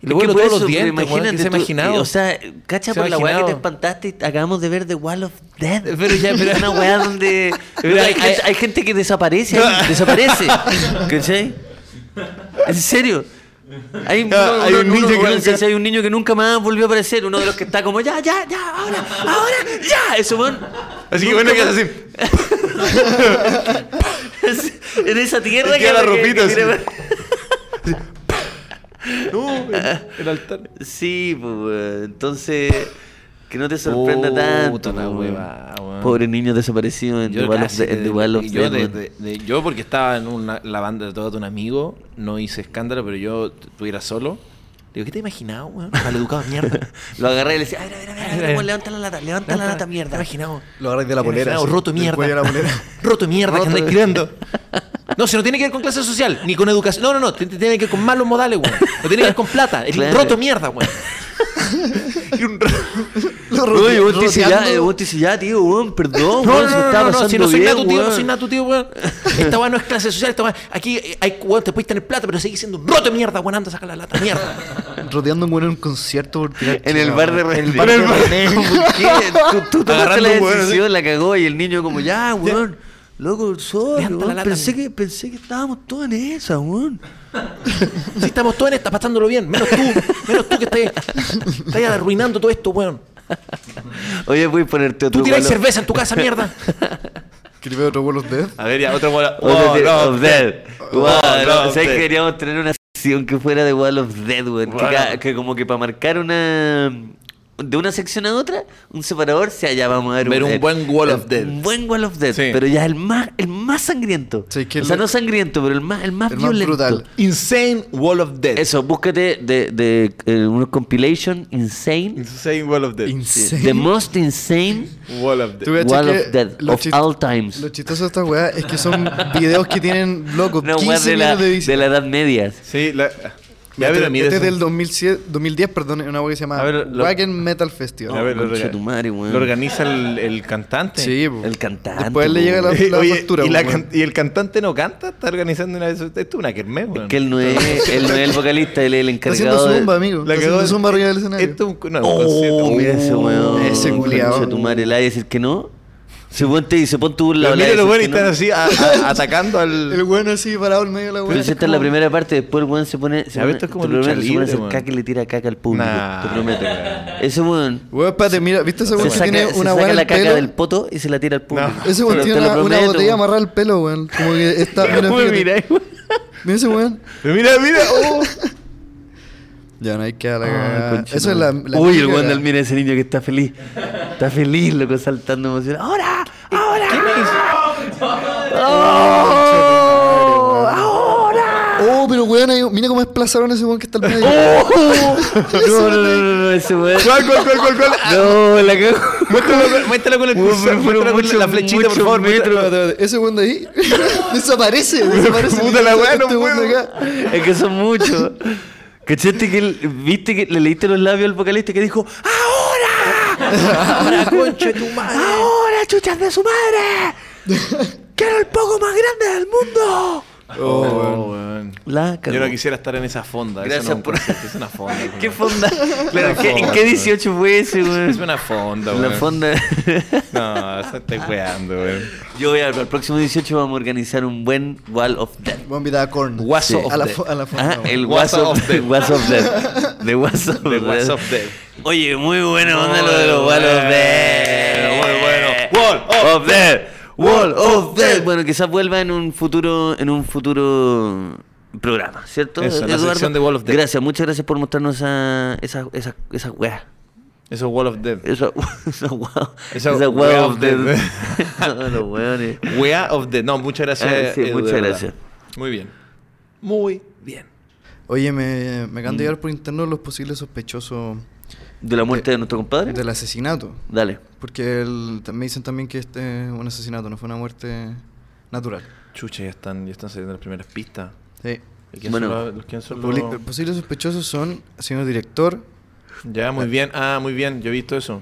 [SPEAKER 4] y le
[SPEAKER 5] Es que
[SPEAKER 4] vuelo
[SPEAKER 5] por
[SPEAKER 4] todos los
[SPEAKER 5] eso,
[SPEAKER 4] dientes,
[SPEAKER 5] pero
[SPEAKER 4] weón, que se ha
[SPEAKER 5] tú,
[SPEAKER 4] imaginado.
[SPEAKER 5] O sea, cacha
[SPEAKER 4] Se ha
[SPEAKER 5] por la weá que te
[SPEAKER 4] imaginado.
[SPEAKER 5] espantaste, acabamos de ver The Wall of Death.
[SPEAKER 4] Pero ya, pero-
[SPEAKER 5] Es una weá donde.
[SPEAKER 4] Pero
[SPEAKER 5] hay,
[SPEAKER 4] hay-
[SPEAKER 5] gente- hay gente que desaparece, ahí, desaparece. ¿Cachai? ¿En serio? Hay,
[SPEAKER 3] Ah, hay un niño que
[SPEAKER 5] weón,
[SPEAKER 3] nunca-
[SPEAKER 5] sí, hay un niño que nunca más volvió a aparecer, uno de los que está como ya, ya, ya, ahora, ahora, ya, eso weón.
[SPEAKER 4] Así que bueno,
[SPEAKER 5] nunca
[SPEAKER 4] que es
[SPEAKER 5] más-
[SPEAKER 4] así.
[SPEAKER 5] en esa tierra
[SPEAKER 4] Y queda la
[SPEAKER 5] que-
[SPEAKER 4] ropita
[SPEAKER 5] que
[SPEAKER 4] así.
[SPEAKER 5] tiene-
[SPEAKER 4] No, el, el altar.
[SPEAKER 5] Sí, pues, weón. entonces que no te sorprenda
[SPEAKER 4] Puta
[SPEAKER 5] tanto.
[SPEAKER 4] la
[SPEAKER 5] pues, weón.
[SPEAKER 4] hueva, weón.
[SPEAKER 5] Pobre niño desaparecido en The Wall of
[SPEAKER 4] casi
[SPEAKER 5] Death- en
[SPEAKER 4] de-
[SPEAKER 5] The Wall of
[SPEAKER 4] yo,
[SPEAKER 5] Death,
[SPEAKER 4] de-
[SPEAKER 5] weón.
[SPEAKER 4] de- de- yo porque estaba en una- la banda de todo de un amigo, no hice escándalo, pero yo t- estuviera solo. Le digo, ¿qué te imaginabas, weón? Maleducado de mierda.
[SPEAKER 5] Lo agarré y le decía, a ver, a ver, a ver, a ver, weón, levanta la lata, levanta la lata,
[SPEAKER 4] ¿Te
[SPEAKER 5] mierda.
[SPEAKER 4] imaginabas?
[SPEAKER 3] Lo agarras de la
[SPEAKER 4] ¿Te
[SPEAKER 3] polera,
[SPEAKER 4] imaginabas?
[SPEAKER 3] así,
[SPEAKER 4] Roto
[SPEAKER 3] del
[SPEAKER 4] mierda.
[SPEAKER 3] cuello de la polera.
[SPEAKER 4] Roto mierda
[SPEAKER 5] Roto.
[SPEAKER 4] que andáis tirando. No, si no tiene que ver con clase social, ni con educación. No, no, no. t- t- Tiene que ver con malos modales, weón. No tiene que ver con plata. Es
[SPEAKER 5] Claro.
[SPEAKER 4] roto mierda, weón. Y un ro-
[SPEAKER 3] Lo
[SPEAKER 5] No, y
[SPEAKER 3] rote-
[SPEAKER 5] vos te dices, ya,
[SPEAKER 3] roteando.
[SPEAKER 5] eh, vos te dices, ya, tío, weón, perdón,
[SPEAKER 4] No,
[SPEAKER 5] weón,
[SPEAKER 4] no,
[SPEAKER 5] se
[SPEAKER 4] no,
[SPEAKER 5] está
[SPEAKER 4] no, no,
[SPEAKER 5] pasando
[SPEAKER 4] si no soy
[SPEAKER 5] bien,
[SPEAKER 4] nada tu tío, no
[SPEAKER 5] weón.
[SPEAKER 4] soy nada tu tío, weón. Esta weón no es clase social, esta weón. Aquí eh, hay, weón, te puedes tener plata, pero seguís siendo un roto de mierda, weón. Anda, saca la lata, mierda.
[SPEAKER 3] Rodeando un güey en un concierto por tirar
[SPEAKER 5] En el
[SPEAKER 3] chela,
[SPEAKER 5] bar de
[SPEAKER 3] weón. En
[SPEAKER 5] René.
[SPEAKER 3] el bar de René.
[SPEAKER 5] ¿Por qué? Tú, tú tomaste
[SPEAKER 4] Agarrando
[SPEAKER 5] la
[SPEAKER 4] un weón,
[SPEAKER 5] decisión, la cagó y el niño como, ya, weón. Loco, sorry,
[SPEAKER 4] Levanta la
[SPEAKER 5] weón,
[SPEAKER 4] lata,
[SPEAKER 5] pensé
[SPEAKER 4] mierda.
[SPEAKER 5] que, pensé que estábamos todos en esa, weón.
[SPEAKER 4] Si estamos todos en esta, pasándolo bien. Menos tú, menos tú que estás, estás arruinando todo esto, weón.
[SPEAKER 5] Oye, voy a ponerte otro
[SPEAKER 4] Tú tiráis
[SPEAKER 5] Wall of-
[SPEAKER 4] cerveza en tu casa, mierda.
[SPEAKER 3] Quería ver otro Wall of Death.
[SPEAKER 5] Ah,
[SPEAKER 4] A ver, ya, otra bola.
[SPEAKER 5] Otro de-
[SPEAKER 4] no,
[SPEAKER 5] of Dead. Wow,
[SPEAKER 4] Wall
[SPEAKER 5] no,
[SPEAKER 4] of
[SPEAKER 5] ¿sabes
[SPEAKER 4] Dead.
[SPEAKER 5] que queríamos tener una sección que fuera de Wall of Dead, weón? Que,
[SPEAKER 4] Wow.
[SPEAKER 5] ca- que como que para marcar una. De una sección a otra, un separador, si allá vamos a ver
[SPEAKER 4] Ver un buen Wall of Dead.
[SPEAKER 5] Un buen Wall of Dead,
[SPEAKER 4] Sí.
[SPEAKER 5] pero ya el más, el más sangriento.
[SPEAKER 3] Sí, que
[SPEAKER 5] o
[SPEAKER 3] el-
[SPEAKER 5] sea, no sangriento, pero el más, el más
[SPEAKER 3] El más
[SPEAKER 5] violento.
[SPEAKER 3] brutal.
[SPEAKER 4] Insane Wall of Death.
[SPEAKER 5] Eso, búscate de, de, eh, una compilation insane.
[SPEAKER 4] Insane Wall of Death.
[SPEAKER 5] The
[SPEAKER 3] Insane.
[SPEAKER 5] most insane
[SPEAKER 4] Wall of
[SPEAKER 3] Tú cachai
[SPEAKER 5] Wall of
[SPEAKER 3] que
[SPEAKER 5] Death
[SPEAKER 3] lo
[SPEAKER 5] of
[SPEAKER 3] chis-
[SPEAKER 5] all times.
[SPEAKER 3] Lo chistoso de estas weas es que son videos que tienen, loco,
[SPEAKER 5] Una weá
[SPEAKER 3] 15
[SPEAKER 5] de la,
[SPEAKER 3] minutos de
[SPEAKER 5] de
[SPEAKER 3] visitas.
[SPEAKER 5] la Edad Media.
[SPEAKER 4] Sí, la. Ya,
[SPEAKER 3] Este,
[SPEAKER 4] pero mira
[SPEAKER 3] este es
[SPEAKER 4] eso.
[SPEAKER 3] del 2007, 2010, perdón, es una wea que se llama
[SPEAKER 4] A ver, lo-
[SPEAKER 3] Wacken Metal
[SPEAKER 4] A
[SPEAKER 3] Festival.
[SPEAKER 4] ver, lo,
[SPEAKER 5] Concha
[SPEAKER 4] orga-
[SPEAKER 5] tu madre, weón.
[SPEAKER 4] lo organiza el, el cantante.
[SPEAKER 3] Sí, po.
[SPEAKER 5] El cantante.
[SPEAKER 3] Después le llega la,
[SPEAKER 4] Eh,
[SPEAKER 3] la
[SPEAKER 4] oye,
[SPEAKER 3] factura.
[SPEAKER 4] y, la
[SPEAKER 3] po,
[SPEAKER 4] can-
[SPEAKER 3] weón.
[SPEAKER 4] y el cantante no canta, está organizando una de esas. Esto es una kermés, weón.
[SPEAKER 5] Es que él no es, él no es el vocalista, él es el
[SPEAKER 3] Está
[SPEAKER 5] encargado.
[SPEAKER 3] haciendo
[SPEAKER 5] de- eh,
[SPEAKER 3] zumba, amigo.
[SPEAKER 4] La
[SPEAKER 3] Está
[SPEAKER 4] cagó
[SPEAKER 3] haciendo
[SPEAKER 4] el-
[SPEAKER 3] zumba arriba del escenario.
[SPEAKER 4] Esto es un, no, un concierto.
[SPEAKER 5] Oh, mira ese weón.
[SPEAKER 3] Ese culiao.
[SPEAKER 5] Concha tu madre, le va a decir que no. Si vos te dice, pon tu
[SPEAKER 4] Pero
[SPEAKER 5] lado. le va a
[SPEAKER 4] mira los
[SPEAKER 5] decir
[SPEAKER 4] buenos
[SPEAKER 5] que
[SPEAKER 4] están
[SPEAKER 5] no.
[SPEAKER 4] así a- a- atacando
[SPEAKER 3] El
[SPEAKER 4] al.
[SPEAKER 3] weón así parado en medio de la
[SPEAKER 5] Pero
[SPEAKER 3] wea.
[SPEAKER 5] si esta es la primera parte, después el weón se pone. Se
[SPEAKER 4] Ya,
[SPEAKER 5] pone
[SPEAKER 4] esto es como
[SPEAKER 5] te prometo,
[SPEAKER 4] lucha
[SPEAKER 5] se pone a hacer
[SPEAKER 4] libre,
[SPEAKER 5] caca y le tira caca al público.
[SPEAKER 4] Nah.
[SPEAKER 5] Te prometo. Ese weón.
[SPEAKER 3] Weón, espérate, mira, ¿viste ese
[SPEAKER 5] Se
[SPEAKER 3] weón que
[SPEAKER 5] saca,
[SPEAKER 3] tiene
[SPEAKER 5] se
[SPEAKER 3] una
[SPEAKER 5] saca
[SPEAKER 3] wea en
[SPEAKER 5] la
[SPEAKER 3] el
[SPEAKER 5] caca
[SPEAKER 3] pelo?
[SPEAKER 5] del poto y se la tira al público.
[SPEAKER 4] No.
[SPEAKER 3] Ese weón
[SPEAKER 5] Pero
[SPEAKER 3] tiene
[SPEAKER 5] te lo
[SPEAKER 3] una, una
[SPEAKER 5] prometo,
[SPEAKER 3] botella
[SPEAKER 5] weón.
[SPEAKER 3] amarrada al pelo, weón. Como que está. Mira,
[SPEAKER 5] Uy, mira,
[SPEAKER 3] fíjate. mira
[SPEAKER 5] weón.
[SPEAKER 3] ese weón.
[SPEAKER 4] Pero mira, mira. oh.
[SPEAKER 3] Ya no hay que a la
[SPEAKER 5] Ah,
[SPEAKER 3] cagada.
[SPEAKER 5] concha
[SPEAKER 3] Eso es
[SPEAKER 5] tu
[SPEAKER 3] la.
[SPEAKER 5] madre.
[SPEAKER 3] la
[SPEAKER 5] Uy, el
[SPEAKER 3] típica-
[SPEAKER 5] weón del mira ese niño que está feliz. Está feliz, loco, saltando emocionado. ¡Ahora! ¡Ahora! ¡Oh! ¡Ahora!
[SPEAKER 3] Oh, pero weón, hay un- Mira cómo desplazaron a ese weón que está al medio.
[SPEAKER 5] Oh, No, no, no, no, ese weón.
[SPEAKER 3] ¿Cuál, cuál, cuál, cuál, cuál?
[SPEAKER 5] No, la cago.
[SPEAKER 4] Muéstralo, muéstralo con el cursor, muéstralo con la flechita, por favor. muéstralo.
[SPEAKER 3] Ese weón de ahí desaparece. desaparece
[SPEAKER 4] puta la weá, no
[SPEAKER 3] Este weón de
[SPEAKER 4] puedo.
[SPEAKER 3] acá.
[SPEAKER 5] Es que son muchos. ¿Cachaste que el- viste que le leíste los labios al vocalista que dijo ¡Ahora! ¡Ahora, concha de tu madre! ¡Ahora, chuchas de su madre! ¡Quiero el poco más grande del mundo!
[SPEAKER 4] Oh, weón.
[SPEAKER 5] La
[SPEAKER 4] Yo no
[SPEAKER 5] cagó.
[SPEAKER 4] quisiera estar en esa fonda.
[SPEAKER 5] Gracias
[SPEAKER 4] eso no es un
[SPEAKER 5] por-
[SPEAKER 4] concierto, Es una fonda.
[SPEAKER 5] ¿Qué
[SPEAKER 4] weón.
[SPEAKER 5] fonda? Claro,
[SPEAKER 4] Una
[SPEAKER 5] ¿qué- ¿En
[SPEAKER 4] fonda,
[SPEAKER 5] qué 18 fue ese,
[SPEAKER 4] Es
[SPEAKER 5] weón?
[SPEAKER 4] una fonda,
[SPEAKER 5] La
[SPEAKER 4] weón.
[SPEAKER 5] fonda.
[SPEAKER 4] No, se estoy weando, weón.
[SPEAKER 5] Yo voy a al próximo 18 vamos a organizar un buen Wall of Death.
[SPEAKER 3] Voy a invitar a Korn.
[SPEAKER 4] Guaso
[SPEAKER 5] Sí.
[SPEAKER 4] of
[SPEAKER 3] A la,
[SPEAKER 4] Death.
[SPEAKER 3] fo- a la foto.
[SPEAKER 5] Ah, el
[SPEAKER 4] What's
[SPEAKER 5] WhatsApp
[SPEAKER 4] up,
[SPEAKER 5] de
[SPEAKER 4] Dev?
[SPEAKER 5] WhatsApp de WhatsApp
[SPEAKER 4] The What's Up Dev.
[SPEAKER 5] Oye, muy buena onda
[SPEAKER 4] Muy
[SPEAKER 5] lo de los Wall of Death.
[SPEAKER 4] bueno, muy bueno. Wall of
[SPEAKER 5] Death. Wall of
[SPEAKER 4] Death.
[SPEAKER 5] Death. Bueno, quizás vuelva en un futuro en un futuro programa, ¿cierto?
[SPEAKER 4] Eso, la sección de Wall of Death.
[SPEAKER 5] Gracias, muchas gracias por mostrarnos esa esa esa esa wea.
[SPEAKER 4] Eso es Wall of Death.
[SPEAKER 5] Esa esa wea.
[SPEAKER 4] Esa
[SPEAKER 5] Esa
[SPEAKER 4] wea
[SPEAKER 5] wea
[SPEAKER 4] of
[SPEAKER 5] of Death.
[SPEAKER 4] Death.
[SPEAKER 5] No, los weones.
[SPEAKER 4] Wea of the. No, muchas gracias.
[SPEAKER 5] Ah, sí,
[SPEAKER 4] Edu, de
[SPEAKER 5] muchas
[SPEAKER 4] verdad.
[SPEAKER 5] gracias.
[SPEAKER 4] Muy bien. Muy bien.
[SPEAKER 3] Oye, me, me
[SPEAKER 5] Mm.
[SPEAKER 3] acaban de llegar por interno los posibles sospechosos
[SPEAKER 5] De la muerte de nuestro compadre.
[SPEAKER 3] del asesinato.
[SPEAKER 5] Dale.
[SPEAKER 3] Porque el- me dicen también que este es un asesinato, no fue una muerte natural.
[SPEAKER 4] Chucha, ya están, ya están saliendo las primeras pistas.
[SPEAKER 3] Sí.
[SPEAKER 4] ¿Y quién
[SPEAKER 5] Bueno,
[SPEAKER 4] son los, quién son los-
[SPEAKER 3] Public- Posibles sospechosos son señor director.
[SPEAKER 4] Ya, muy bien. Ah, muy bien. Yo he visto eso.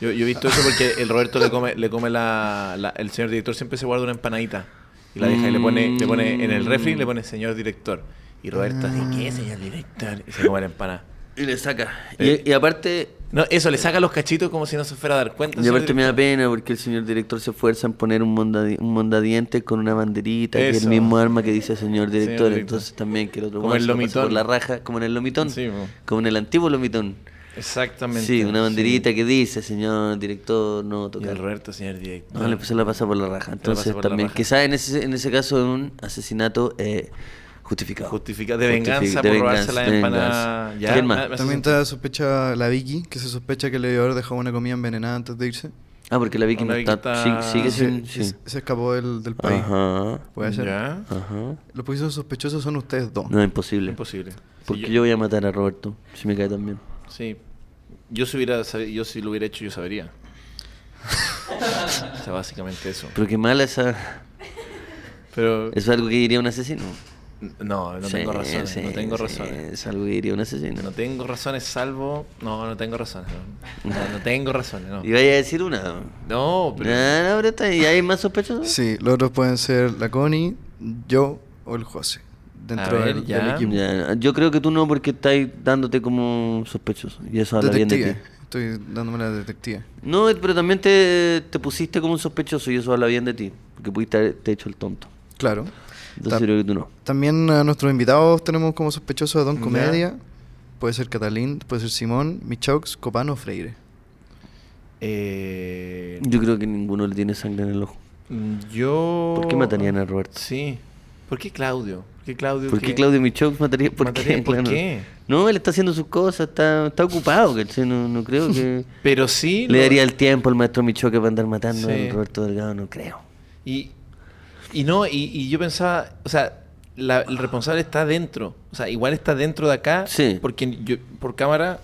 [SPEAKER 4] Yo, yo he visto eso porque el Roberto le come, le come la, la- El señor director siempre se guarda una empanadita. Y la deja y le pone, le pone en el refri le pone señor director. Y Roberto así, ¿qué señor director? Y se come la empanada.
[SPEAKER 5] Y le saca.
[SPEAKER 4] Eh.
[SPEAKER 5] Y, y aparte,
[SPEAKER 4] No, eso, le saca los cachitos como si no se fuera a dar cuenta.
[SPEAKER 5] y
[SPEAKER 4] señor
[SPEAKER 5] aparte me da
[SPEAKER 4] director.
[SPEAKER 5] pena porque el señor director se esfuerza en poner un, mondadi- un mondadiente con una banderita, que es
[SPEAKER 4] Eso.
[SPEAKER 5] el mismo arma que dice señor director.
[SPEAKER 4] director.
[SPEAKER 5] Entonces también que el otro
[SPEAKER 4] Como
[SPEAKER 5] weón
[SPEAKER 4] el
[SPEAKER 5] se lo pasa
[SPEAKER 4] lomitón.
[SPEAKER 5] por la raja, como en el lomitón,
[SPEAKER 4] Sí, po.
[SPEAKER 5] como en el antiguo lomitón.
[SPEAKER 4] Exactamente.
[SPEAKER 5] Sí, una banderita
[SPEAKER 4] sí.
[SPEAKER 5] que dice señor director, no
[SPEAKER 4] Y
[SPEAKER 5] tocar.
[SPEAKER 4] el Roberto, señor director.
[SPEAKER 5] No, le se la pasa por la raja. Entonces
[SPEAKER 4] por la
[SPEAKER 5] también,
[SPEAKER 4] raja.
[SPEAKER 5] quizás en ese, en ese caso es un asesinato eh, justificado.
[SPEAKER 4] Justifica de
[SPEAKER 5] Justific-
[SPEAKER 4] venganza
[SPEAKER 5] de
[SPEAKER 4] por robarse
[SPEAKER 5] venganza,
[SPEAKER 4] la
[SPEAKER 5] de
[SPEAKER 4] empanada.
[SPEAKER 5] venganza.
[SPEAKER 4] Ya,
[SPEAKER 5] ¿Quién
[SPEAKER 4] me-
[SPEAKER 5] más?
[SPEAKER 4] me hace
[SPEAKER 3] También está sospecha la Vicky, que se sospecha que le dio haber dejado una comida envenenada antes de irse.
[SPEAKER 5] Ah, porque la Vicky
[SPEAKER 4] Una
[SPEAKER 5] no
[SPEAKER 4] Vicky
[SPEAKER 5] está...
[SPEAKER 4] está-
[SPEAKER 5] sí- Sigue
[SPEAKER 4] Que
[SPEAKER 5] sin...
[SPEAKER 3] se,
[SPEAKER 5] sí.
[SPEAKER 3] se escapó del, del país.
[SPEAKER 5] Ajá.
[SPEAKER 3] Puede ser.
[SPEAKER 4] Ya,
[SPEAKER 5] Ajá.
[SPEAKER 3] Los posibles sospechosos son ustedes dos.
[SPEAKER 5] No, imposible.
[SPEAKER 4] imposible.
[SPEAKER 5] Porque
[SPEAKER 4] Sí,
[SPEAKER 5] yo voy a matar a Roberto, si me cae también.
[SPEAKER 4] Sí. Yo si, hubiera, sabi- yo si lo hubiera hecho, yo sabría. o sea, básicamente eso.
[SPEAKER 5] Pero qué mala esa...
[SPEAKER 4] Pero...
[SPEAKER 5] Es algo que diría un asesino.
[SPEAKER 4] No, no
[SPEAKER 5] Sí,
[SPEAKER 4] tengo razones.
[SPEAKER 5] sí,
[SPEAKER 4] no tengo
[SPEAKER 5] sí,
[SPEAKER 4] razones.
[SPEAKER 5] Es algo que diría un asesino.
[SPEAKER 4] No tengo razones salvo... No, no tengo razones. No, no, no tengo razones, no.
[SPEAKER 5] Y vaya a decir una.
[SPEAKER 4] No, pero...
[SPEAKER 5] Ah, no, pero está- ¿Y hay más sospechosos?
[SPEAKER 3] Sí, los otros pueden ser la Connie, yo o el José. Dentro
[SPEAKER 4] ver,
[SPEAKER 3] del,
[SPEAKER 4] ya.
[SPEAKER 3] del equipo.
[SPEAKER 5] Ya, yo creo que tú no, porque estás dándote como sospechoso. Y eso habla bien de
[SPEAKER 3] Detective.
[SPEAKER 5] ti.
[SPEAKER 3] Estoy dándome la detective.
[SPEAKER 5] No, pero también te, te pusiste como un sospechoso y eso habla bien de ti. Porque pudiste haberte hecho el tonto.
[SPEAKER 3] Claro.
[SPEAKER 5] Entonces
[SPEAKER 3] Ta-
[SPEAKER 5] yo creo que tú no.
[SPEAKER 3] También a nuestros invitados tenemos como sospechosos a Don
[SPEAKER 4] Ya.
[SPEAKER 3] Comedia. Puede ser Catalín, puede ser Simón, Michaux, Copano o Freire.
[SPEAKER 4] Eh,
[SPEAKER 5] Yo creo que ninguno le tiene sangre en el ojo.
[SPEAKER 4] yo...
[SPEAKER 5] ¿Por qué matarían a Roberto?
[SPEAKER 4] Sí. ¿Por qué Claudio? ¿Por qué Claudio?
[SPEAKER 5] ¿Por
[SPEAKER 4] que-
[SPEAKER 5] qué Claudio Michox mataría? ¿Por,
[SPEAKER 4] Mataría,
[SPEAKER 5] qué?
[SPEAKER 4] ¿por
[SPEAKER 5] Claro.
[SPEAKER 4] qué?
[SPEAKER 5] No, él está haciendo sus cosas, está, está ocupado, ¿cachai? No, no creo que...
[SPEAKER 4] Pero sí...
[SPEAKER 5] Le
[SPEAKER 4] lo-
[SPEAKER 5] daría el tiempo al maestro Michoque para andar matando
[SPEAKER 4] Sí.
[SPEAKER 5] a Roberto Delgado, no creo.
[SPEAKER 4] Y, y no, y, y yo pensaba, o sea, la- el responsable está dentro. O sea, igual está dentro de acá.
[SPEAKER 5] Sí.
[SPEAKER 4] Porque yo- por cámara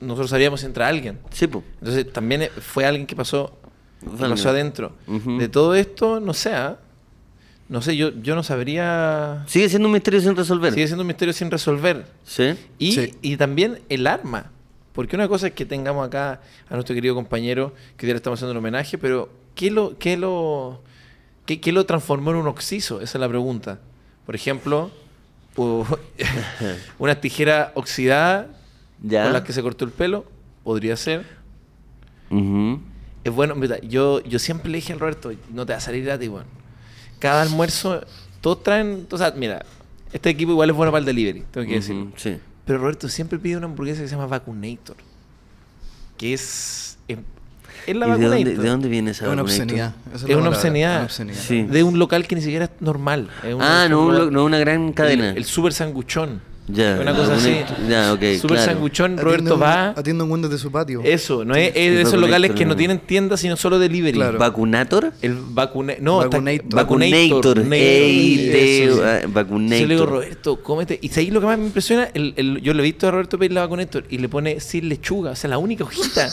[SPEAKER 4] nosotros sabíamos si entra alguien.
[SPEAKER 5] Sí, po.
[SPEAKER 4] Entonces también eh, fue alguien que pasó, que
[SPEAKER 5] Fue
[SPEAKER 4] pasó
[SPEAKER 5] alguien.
[SPEAKER 4] adentro.
[SPEAKER 5] Ujú.
[SPEAKER 4] De todo esto, no sé, ¿ah? no sé, yo, yo no sabría...
[SPEAKER 5] Sigue siendo un misterio sin resolver.
[SPEAKER 4] Sigue siendo un misterio sin resolver.
[SPEAKER 5] Sí.
[SPEAKER 4] Y,
[SPEAKER 3] Sí.
[SPEAKER 4] y también el arma. Porque una cosa es que tengamos acá a nuestro querido compañero, que hoy día le estamos haciendo un homenaje, pero ¿qué lo, qué lo, qué, qué lo transformó en un oxiso? Esa es la pregunta. Por ejemplo, u- una tijera oxidada
[SPEAKER 5] Ya.
[SPEAKER 4] con la que se cortó el pelo, podría ser.
[SPEAKER 5] Ujú.
[SPEAKER 4] Es bueno, mira, yo, yo siempre le dije al Roberto, no te va a salir gratis, weón. Cada almuerzo, todos traen, o sea, mira, este equipo igual es bueno para el delivery, tengo que
[SPEAKER 5] Ujú,
[SPEAKER 4] decirlo.
[SPEAKER 5] Sí.
[SPEAKER 4] Pero Roberto siempre pide una hamburguesa que se llama Vacunator. Que es. Es, es la
[SPEAKER 5] ¿Y de
[SPEAKER 4] Vacunator.
[SPEAKER 5] dónde, de dónde viene esa
[SPEAKER 3] Es una
[SPEAKER 5] vacunator?
[SPEAKER 3] obscenidad. esa la
[SPEAKER 4] Es una
[SPEAKER 3] palabra,
[SPEAKER 4] obscenidad.
[SPEAKER 3] una obscenidad.
[SPEAKER 5] Sí.
[SPEAKER 4] De un local que ni siquiera es normal. es un-
[SPEAKER 5] Ah,
[SPEAKER 4] es
[SPEAKER 5] no,
[SPEAKER 4] un
[SPEAKER 5] un
[SPEAKER 4] lugar-
[SPEAKER 5] lo- no una gran cadena.
[SPEAKER 4] El, el super sanguchón.
[SPEAKER 5] Ya.
[SPEAKER 4] Una cosa así.
[SPEAKER 5] Ya, ok.
[SPEAKER 4] Súper
[SPEAKER 5] claro.
[SPEAKER 4] sanguchón, Roberto
[SPEAKER 3] Atienden-
[SPEAKER 4] va.
[SPEAKER 3] Atienden Windows de su patio.
[SPEAKER 4] Eso, no es, es
[SPEAKER 5] Sí,
[SPEAKER 4] de esos
[SPEAKER 5] vacunator,
[SPEAKER 4] locales que no
[SPEAKER 5] no.
[SPEAKER 4] tienen tiendas, sino solo delivery.
[SPEAKER 3] Claro.
[SPEAKER 5] ¿Vacunator?
[SPEAKER 4] El vacuna no, está-
[SPEAKER 3] Vacunator.
[SPEAKER 5] Vacunator.
[SPEAKER 4] Vacunator.
[SPEAKER 5] Ey, te-
[SPEAKER 4] Eso, sí.
[SPEAKER 5] ah, Vacunator.
[SPEAKER 4] Yo le digo, Roberto, cómete. Y ahí lo que más me impresiona, el- el- yo lo he visto a Roberto pedir la vacunator y le pone sin lechuga, o sea, la única hojita,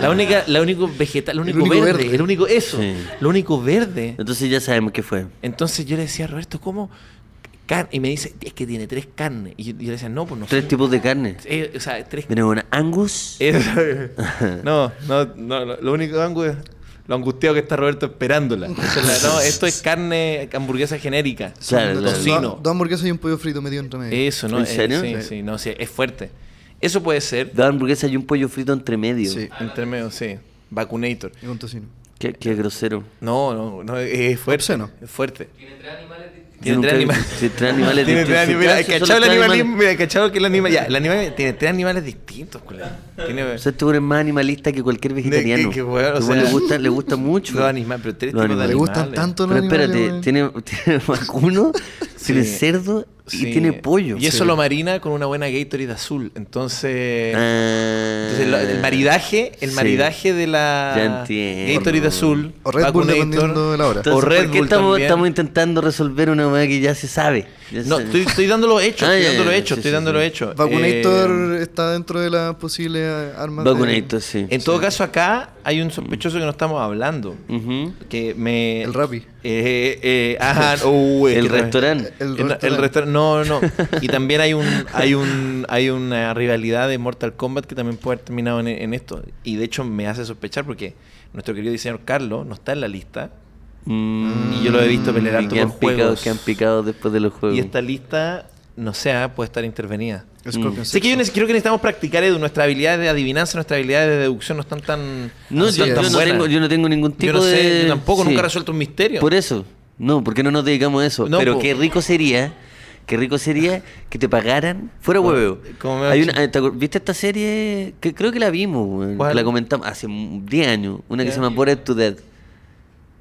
[SPEAKER 4] la única, la único vegetal, el único,
[SPEAKER 3] único
[SPEAKER 4] verde,
[SPEAKER 3] verde.
[SPEAKER 4] el único eso,
[SPEAKER 5] Sí.
[SPEAKER 4] lo único verde.
[SPEAKER 5] Entonces ya sabemos qué fue.
[SPEAKER 4] Entonces yo le decía, Roberto, ¿cómo? Car-?" y me dice, es que tiene tres carnes. Y yo, yo le decía, no, pues no.
[SPEAKER 5] Tres
[SPEAKER 4] sé".
[SPEAKER 5] tipos de carne.
[SPEAKER 4] Eh, o sea, tres
[SPEAKER 5] Tenemos una Angus.
[SPEAKER 4] Eh. Eso. No, no, no, lo- lo único angu es lo angustiado que está Roberto esperándola. Esa es la- no, esto es carne, hamburguesa genérica.
[SPEAKER 5] Claro,
[SPEAKER 3] Dos-
[SPEAKER 5] claro.
[SPEAKER 4] tocino.
[SPEAKER 3] Dos, dos hamburguesas y un pollo frito medio entre medio.
[SPEAKER 4] Eso, ¿no?
[SPEAKER 5] ¿En
[SPEAKER 4] Eh,
[SPEAKER 5] serio?
[SPEAKER 4] sí,
[SPEAKER 5] Sí.
[SPEAKER 4] sí, no, sí, es fuerte. Eso puede ser.
[SPEAKER 5] Dos hamburguesas y un pollo frito entre medio.
[SPEAKER 3] Sí.
[SPEAKER 4] Entre medio, sí. Vacunator.
[SPEAKER 3] Y con tocino.
[SPEAKER 5] Qué, qué grosero.
[SPEAKER 4] No, no, no, es fuerte.
[SPEAKER 3] Obsceno.
[SPEAKER 4] Es fuerte.
[SPEAKER 5] Yo
[SPEAKER 4] Tiene
[SPEAKER 5] pues, nunca
[SPEAKER 4] tres
[SPEAKER 5] he
[SPEAKER 4] animales.
[SPEAKER 5] visto- sí, tres animales
[SPEAKER 4] Tiene tres
[SPEAKER 5] distintos.
[SPEAKER 4] animales. Mira,
[SPEAKER 5] Esos son
[SPEAKER 4] cachado el
[SPEAKER 5] los tres
[SPEAKER 4] animalismo.
[SPEAKER 5] animales.
[SPEAKER 4] Mira, cachado que el animal. Ya, el animal tiene tres animales distintos, culero. Tiene.
[SPEAKER 5] O sea, este güey es más animalista que cualquier vegetariano.
[SPEAKER 4] que- que weón, o
[SPEAKER 5] Este güey le
[SPEAKER 4] sea,
[SPEAKER 5] gusta, le gusta mucho.
[SPEAKER 4] los animales, pero tres
[SPEAKER 5] Los
[SPEAKER 4] tipos de
[SPEAKER 5] animales.
[SPEAKER 3] Le gustan
[SPEAKER 4] animales.
[SPEAKER 3] tanto los
[SPEAKER 5] Pero espérate,
[SPEAKER 3] animales,
[SPEAKER 5] tiene, tiene vacuno, tiene cerdo y
[SPEAKER 4] Sí.
[SPEAKER 5] tiene pollo.
[SPEAKER 4] Y eso
[SPEAKER 5] Sí.
[SPEAKER 4] lo marina con una buena Gatorade azul. Entonces.
[SPEAKER 5] Ah.
[SPEAKER 4] Entonces, lo- el maridaje, el
[SPEAKER 5] Sí.
[SPEAKER 4] maridaje de
[SPEAKER 5] Ya
[SPEAKER 4] la
[SPEAKER 5] entiendo.
[SPEAKER 4] Gatorade azul,
[SPEAKER 3] O Red Bull,
[SPEAKER 4] Vacunator. Eh,
[SPEAKER 3] dependiendo de la hora.
[SPEAKER 5] Entonces,
[SPEAKER 4] o Red
[SPEAKER 5] ¿por qué
[SPEAKER 4] Bull
[SPEAKER 5] estamos,
[SPEAKER 4] también.
[SPEAKER 5] estamos intentando resolver una weá que ya se sabe? Ya
[SPEAKER 4] No,
[SPEAKER 5] se-
[SPEAKER 4] estoy, estoy dando los hechos,
[SPEAKER 5] Ah,
[SPEAKER 4] estoy
[SPEAKER 5] ya,
[SPEAKER 4] dando los
[SPEAKER 5] ya,
[SPEAKER 4] hechos,
[SPEAKER 5] sí,
[SPEAKER 4] estoy
[SPEAKER 5] sí,
[SPEAKER 4] dando
[SPEAKER 5] sí.
[SPEAKER 4] los hechos.
[SPEAKER 3] Vacunator
[SPEAKER 4] Eh,
[SPEAKER 3] está dentro de las posibles armas. de-
[SPEAKER 5] Vacunator, sí. Mm.
[SPEAKER 4] en todo caso, acá hay un sospechoso que no estamos hablando.
[SPEAKER 5] Ujú.
[SPEAKER 4] Que me.
[SPEAKER 3] El Rappi.
[SPEAKER 4] Eh, eh, ajá, uy,
[SPEAKER 5] El
[SPEAKER 4] qué ra-
[SPEAKER 5] restaurante.
[SPEAKER 3] El
[SPEAKER 4] El,
[SPEAKER 3] restaurante.
[SPEAKER 4] el restaurante. No, no. Y también hay un, hay un, hay una rivalidad de Mortal Kombat que también puede haber terminado en, en esto. Y de hecho me hace sospechar porque nuestro querido diseñador Carlos no está en la lista.
[SPEAKER 5] Mm.
[SPEAKER 4] Y yo lo he visto pelear harto
[SPEAKER 5] que han
[SPEAKER 4] por
[SPEAKER 5] picado,
[SPEAKER 4] juegos.
[SPEAKER 5] que han picado después de los juegos.
[SPEAKER 4] Y esta lista, no sé, ah, puede estar intervenida.
[SPEAKER 3] Scorpion
[SPEAKER 5] Mm.
[SPEAKER 4] Sé que yo
[SPEAKER 3] Sexo.
[SPEAKER 4] neces- creo que necesitamos practicar, Edu. Nuestra habilidad de adivinanza, nuestra habilidad de deducción no están tan.
[SPEAKER 5] No,
[SPEAKER 4] son
[SPEAKER 5] yo,
[SPEAKER 3] Así
[SPEAKER 5] yo
[SPEAKER 3] es.
[SPEAKER 4] tan
[SPEAKER 5] no
[SPEAKER 4] buenas.
[SPEAKER 5] tengo, yo no tengo ningún
[SPEAKER 4] Yo
[SPEAKER 5] tipo
[SPEAKER 4] no sé,
[SPEAKER 5] de...
[SPEAKER 4] yo tampoco,
[SPEAKER 5] Sí.
[SPEAKER 4] nunca he resuelto un misterio.
[SPEAKER 5] Por eso. No, porque no nos dedicamos a eso.
[SPEAKER 4] No,
[SPEAKER 5] Pero
[SPEAKER 4] po.
[SPEAKER 5] qué rico sería, qué rico sería que te pagaran fuera
[SPEAKER 4] Bueno,
[SPEAKER 5] huevo.
[SPEAKER 4] como me-
[SPEAKER 5] Hay una, eh, ¿te acuer- ¿Viste esta serie? que Creo que la vimos, weón,
[SPEAKER 4] ¿Cuál?
[SPEAKER 5] que la comentamos hace mm, 10 años. Una que se llama Bored to Death.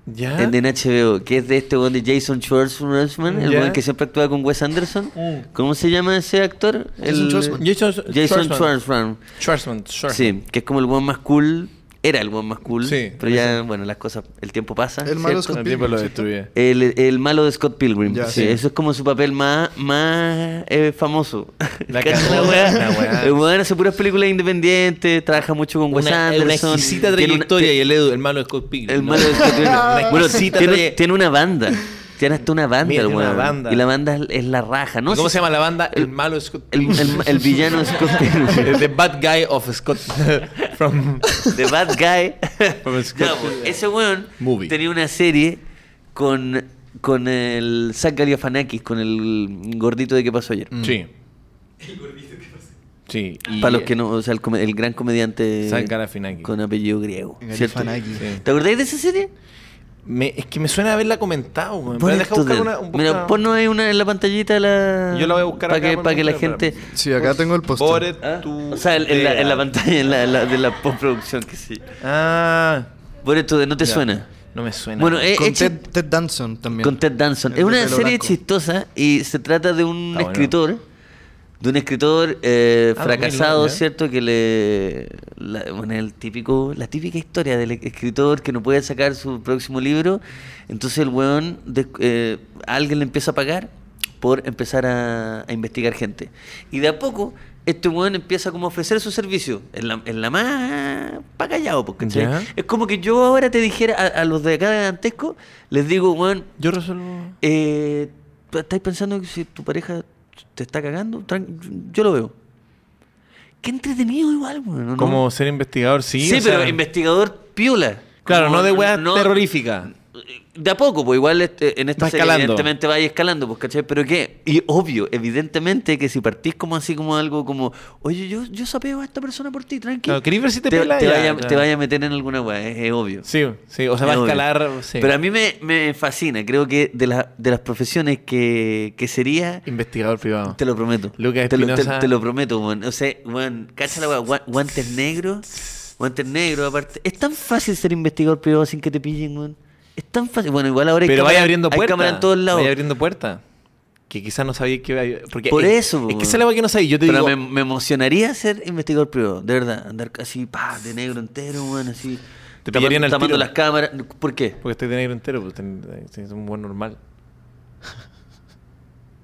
[SPEAKER 4] ¿Ya?
[SPEAKER 5] en En HBO, que es de este weón de Jason Schwartzman, el
[SPEAKER 4] Ya.
[SPEAKER 5] weón que siempre actúa con Wes Anderson.
[SPEAKER 4] Mm.
[SPEAKER 5] ¿Cómo se llama ese actor?
[SPEAKER 3] Jason
[SPEAKER 5] El-
[SPEAKER 3] Schwartzman.
[SPEAKER 4] Jason,
[SPEAKER 5] Jason Schwartzman.
[SPEAKER 4] Schwartzman, Schwartzman.
[SPEAKER 5] Sí, que es como el one más cool. Era el one más cool.
[SPEAKER 4] Sí,
[SPEAKER 5] pero ya, bueno, las cosas, el tiempo pasa.
[SPEAKER 3] El malo
[SPEAKER 5] ¿cierto?
[SPEAKER 3] Scott
[SPEAKER 4] El tiempo
[SPEAKER 3] Pilgrim,
[SPEAKER 4] lo
[SPEAKER 3] ¿cierto?
[SPEAKER 4] destruye.
[SPEAKER 5] El, el malo de Scott Pilgrim.
[SPEAKER 3] Ya,
[SPEAKER 5] sí,
[SPEAKER 3] sí.
[SPEAKER 5] Eso es como su papel más, más eh, famoso.
[SPEAKER 4] La
[SPEAKER 5] ¿Cachai?
[SPEAKER 4] cagó,
[SPEAKER 5] La weá.
[SPEAKER 4] la weá.
[SPEAKER 5] El weón hace puras películas independientes, trabaja mucho con Wes
[SPEAKER 4] Una,
[SPEAKER 5] Anderson.
[SPEAKER 4] una exquisita
[SPEAKER 5] tiene una-
[SPEAKER 4] trayectoria y el Edu, el malo de Scott Pilgrim.
[SPEAKER 5] el
[SPEAKER 4] ¿no?
[SPEAKER 5] malo de Scott Pilgrim.
[SPEAKER 4] Una
[SPEAKER 5] bueno,
[SPEAKER 4] exquisita
[SPEAKER 5] tiene,
[SPEAKER 4] traye-
[SPEAKER 5] tiene una banda. Tiene hasta una banda,
[SPEAKER 4] Mira,
[SPEAKER 5] el
[SPEAKER 4] tiene una
[SPEAKER 5] weón.
[SPEAKER 4] banda.
[SPEAKER 5] Y la banda es, es la raja, ¿no?
[SPEAKER 4] ¿Cómo
[SPEAKER 5] Sí,
[SPEAKER 4] se llama la banda? El malo de Scott
[SPEAKER 5] El, el- el villano de Scott Pilgrim.
[SPEAKER 4] El The Bad Guy of Scott. From.
[SPEAKER 5] The Bad Guy.
[SPEAKER 4] From Scott
[SPEAKER 5] Ya, pues, ese weón
[SPEAKER 4] Movie.
[SPEAKER 5] tenía una serie con, con el Zach Galifianakis, con el gordito de qué pasó ayer.
[SPEAKER 4] Sí. El gordito que Sí. Mm. y-
[SPEAKER 5] Para los que no, o sea, el, come- el gran comediante
[SPEAKER 4] Zach Galifianakis.
[SPEAKER 5] con apellido griego. ¿cierto?
[SPEAKER 3] Galifianakis.
[SPEAKER 4] Sí.
[SPEAKER 5] ¿Te acordáis de esa serie?
[SPEAKER 4] Me- es que me suena haberla comentado, weón.
[SPEAKER 5] Pon
[SPEAKER 4] Pero deja
[SPEAKER 5] esto
[SPEAKER 4] buscar
[SPEAKER 5] de-
[SPEAKER 4] una. un-
[SPEAKER 5] Mira,
[SPEAKER 4] una-
[SPEAKER 5] ponnos ahí una en la pantallita la...
[SPEAKER 4] Yo la voy a buscar
[SPEAKER 5] para
[SPEAKER 4] acá
[SPEAKER 5] que,
[SPEAKER 4] por
[SPEAKER 5] para que la
[SPEAKER 4] mientras,
[SPEAKER 5] gente...
[SPEAKER 4] espera.
[SPEAKER 3] Sí, acá tengo el póster.
[SPEAKER 4] Bored
[SPEAKER 5] Ah,
[SPEAKER 4] to
[SPEAKER 5] O sea, en, en la, en la
[SPEAKER 4] death.
[SPEAKER 5] pantalla en la- en la- de la postproducción que sí.
[SPEAKER 4] Ah.
[SPEAKER 5] Por esto de no te
[SPEAKER 4] ya.
[SPEAKER 5] suena.
[SPEAKER 4] No me suena.
[SPEAKER 5] Bueno, eh,
[SPEAKER 3] Con
[SPEAKER 5] hecha-
[SPEAKER 3] Ted, Ted Danson también.
[SPEAKER 5] Con Ted Danson.
[SPEAKER 3] El
[SPEAKER 5] Es una
[SPEAKER 3] de pelo
[SPEAKER 5] serie
[SPEAKER 3] blanco.
[SPEAKER 5] chistosa y se trata de un
[SPEAKER 4] Está bueno.
[SPEAKER 5] escritor, de un escritor eh,
[SPEAKER 4] Ah,
[SPEAKER 5] fracasado,
[SPEAKER 4] 2009, ¿eh?
[SPEAKER 5] ¿cierto? Que le. La, bueno, el típico, la típica historia del escritor que no puede sacar su próximo libro. Entonces el weón, de- eh, a alguien le empieza a pagar por empezar a, a investigar gente. Y de a poco. Este weón empieza como a ofrecer su servicio en la, en la más pa' callado, porque
[SPEAKER 4] Ya.
[SPEAKER 5] es como que yo ahora te dijera a, a los de acá de Dantesco, les digo, weón,
[SPEAKER 4] Yo resuelvo.
[SPEAKER 5] eh, ¿tú ¿Estáis pensando que si tu pareja te está cagando? Tran- Yo lo veo. Qué entretenido igual, weón, ¿o ¿no?
[SPEAKER 4] Como ser investigador, sí.
[SPEAKER 5] sí,
[SPEAKER 4] o
[SPEAKER 5] pero
[SPEAKER 4] sea,
[SPEAKER 5] investigador piola.
[SPEAKER 4] Claro,
[SPEAKER 5] Como
[SPEAKER 4] no de weas
[SPEAKER 5] no-
[SPEAKER 4] terroríficas.
[SPEAKER 5] De a poco, pues igual este, en esta
[SPEAKER 4] Va
[SPEAKER 5] serie
[SPEAKER 4] escalando.
[SPEAKER 5] evidentemente vais escalando, pues, ¿cachai? Pero qué, y obvio, evidentemente que si partís como así como algo como, oye, yo, yo sapeo a esta persona por ti, tranqui.
[SPEAKER 4] Claro, ¿querís ver si te
[SPEAKER 5] te,
[SPEAKER 4] pela?
[SPEAKER 5] te
[SPEAKER 4] Ya,
[SPEAKER 5] vaya,
[SPEAKER 4] ya.
[SPEAKER 5] te vaya a meter en alguna wea, es, es obvio.
[SPEAKER 4] Sí, sí. O sea, va a
[SPEAKER 5] Es obvio.
[SPEAKER 4] escalar. sí.
[SPEAKER 5] Pero a mí me, me fascina. Creo que de, la- de las profesiones que, que sería.
[SPEAKER 4] Investigador privado.
[SPEAKER 5] Te lo prometo.
[SPEAKER 4] Lucas
[SPEAKER 5] te, lo, te-
[SPEAKER 4] Espinosa.
[SPEAKER 5] te lo prometo, weón. O sea, weón, cacha la weá, gua- Guantes negros. Guantes negros, aparte. Es tan fácil ser investigador privado sin que te pillen, weón. Es tan fácil. Bueno, igual ahora hay
[SPEAKER 4] Pero vaya
[SPEAKER 5] cámara-
[SPEAKER 4] abriendo
[SPEAKER 5] hay
[SPEAKER 4] puertas.
[SPEAKER 5] cámara en todos lados.
[SPEAKER 4] Vaya abriendo puertas. que quizás no sabía que iba a- porque
[SPEAKER 5] Por
[SPEAKER 4] es-
[SPEAKER 5] eso,
[SPEAKER 4] Es que
[SPEAKER 5] weón.
[SPEAKER 4] esa es la weá que no sabía. Yo te
[SPEAKER 5] Pero
[SPEAKER 4] digo,
[SPEAKER 5] me, me emocionaría ser investigador privado, de verdad. Andar así, pa, de negro entero, weón, así.
[SPEAKER 4] Te pillarían al
[SPEAKER 5] tapando
[SPEAKER 4] tiro.
[SPEAKER 5] las cámaras. ¿Por qué?
[SPEAKER 4] porque estoy de negro entero, pues ten- ten- es un buen normal.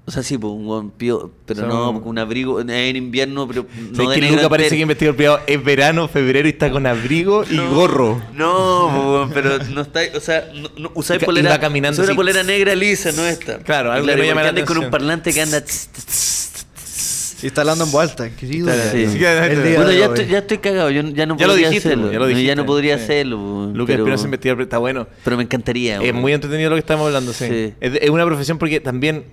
[SPEAKER 5] O sea, sí, pues un weón pío, pero
[SPEAKER 4] Son-
[SPEAKER 5] no, pues, con un abrigo eh, en en invierno, pero
[SPEAKER 4] No
[SPEAKER 5] no de
[SPEAKER 4] que
[SPEAKER 5] negro
[SPEAKER 4] nunca parece que
[SPEAKER 5] entero.
[SPEAKER 4] investigador privado es verano, febrero y está con abrigo y
[SPEAKER 5] No,
[SPEAKER 4] gorro.
[SPEAKER 5] No, po, weón, pero no está, o sea, no, no- usáis
[SPEAKER 4] Y ca- y
[SPEAKER 5] polera,
[SPEAKER 4] va caminando
[SPEAKER 5] usáis una
[SPEAKER 4] así.
[SPEAKER 5] polera negra lisa, no esta.
[SPEAKER 4] Claro, algo que
[SPEAKER 5] claro,
[SPEAKER 4] no llama
[SPEAKER 5] porque
[SPEAKER 4] la
[SPEAKER 5] andáis con un
[SPEAKER 4] atención.
[SPEAKER 5] parlante que anda.
[SPEAKER 3] Y está hablando en voz alta, querido.
[SPEAKER 5] Está- sí.
[SPEAKER 3] El
[SPEAKER 5] Sí,
[SPEAKER 3] día
[SPEAKER 4] que-
[SPEAKER 3] de
[SPEAKER 5] Bueno, ya
[SPEAKER 3] hoy.
[SPEAKER 5] estoy, ya estoy cagado, yo ya no
[SPEAKER 4] Ya lo
[SPEAKER 5] podría
[SPEAKER 4] dijiste,
[SPEAKER 5] hacerlo.
[SPEAKER 4] po, ya lo
[SPEAKER 5] no,
[SPEAKER 4] dijiste.
[SPEAKER 5] no podría
[SPEAKER 4] Sí.
[SPEAKER 5] hacerlo. po,
[SPEAKER 4] Lucas
[SPEAKER 5] pero,
[SPEAKER 4] Espinosa, investigador privado, está bueno.
[SPEAKER 5] pero me encantaría.
[SPEAKER 4] Es
[SPEAKER 5] weón.
[SPEAKER 4] muy entretenido lo que estamos hablando, sí.
[SPEAKER 5] Sí.
[SPEAKER 4] Es, es una profesión porque también,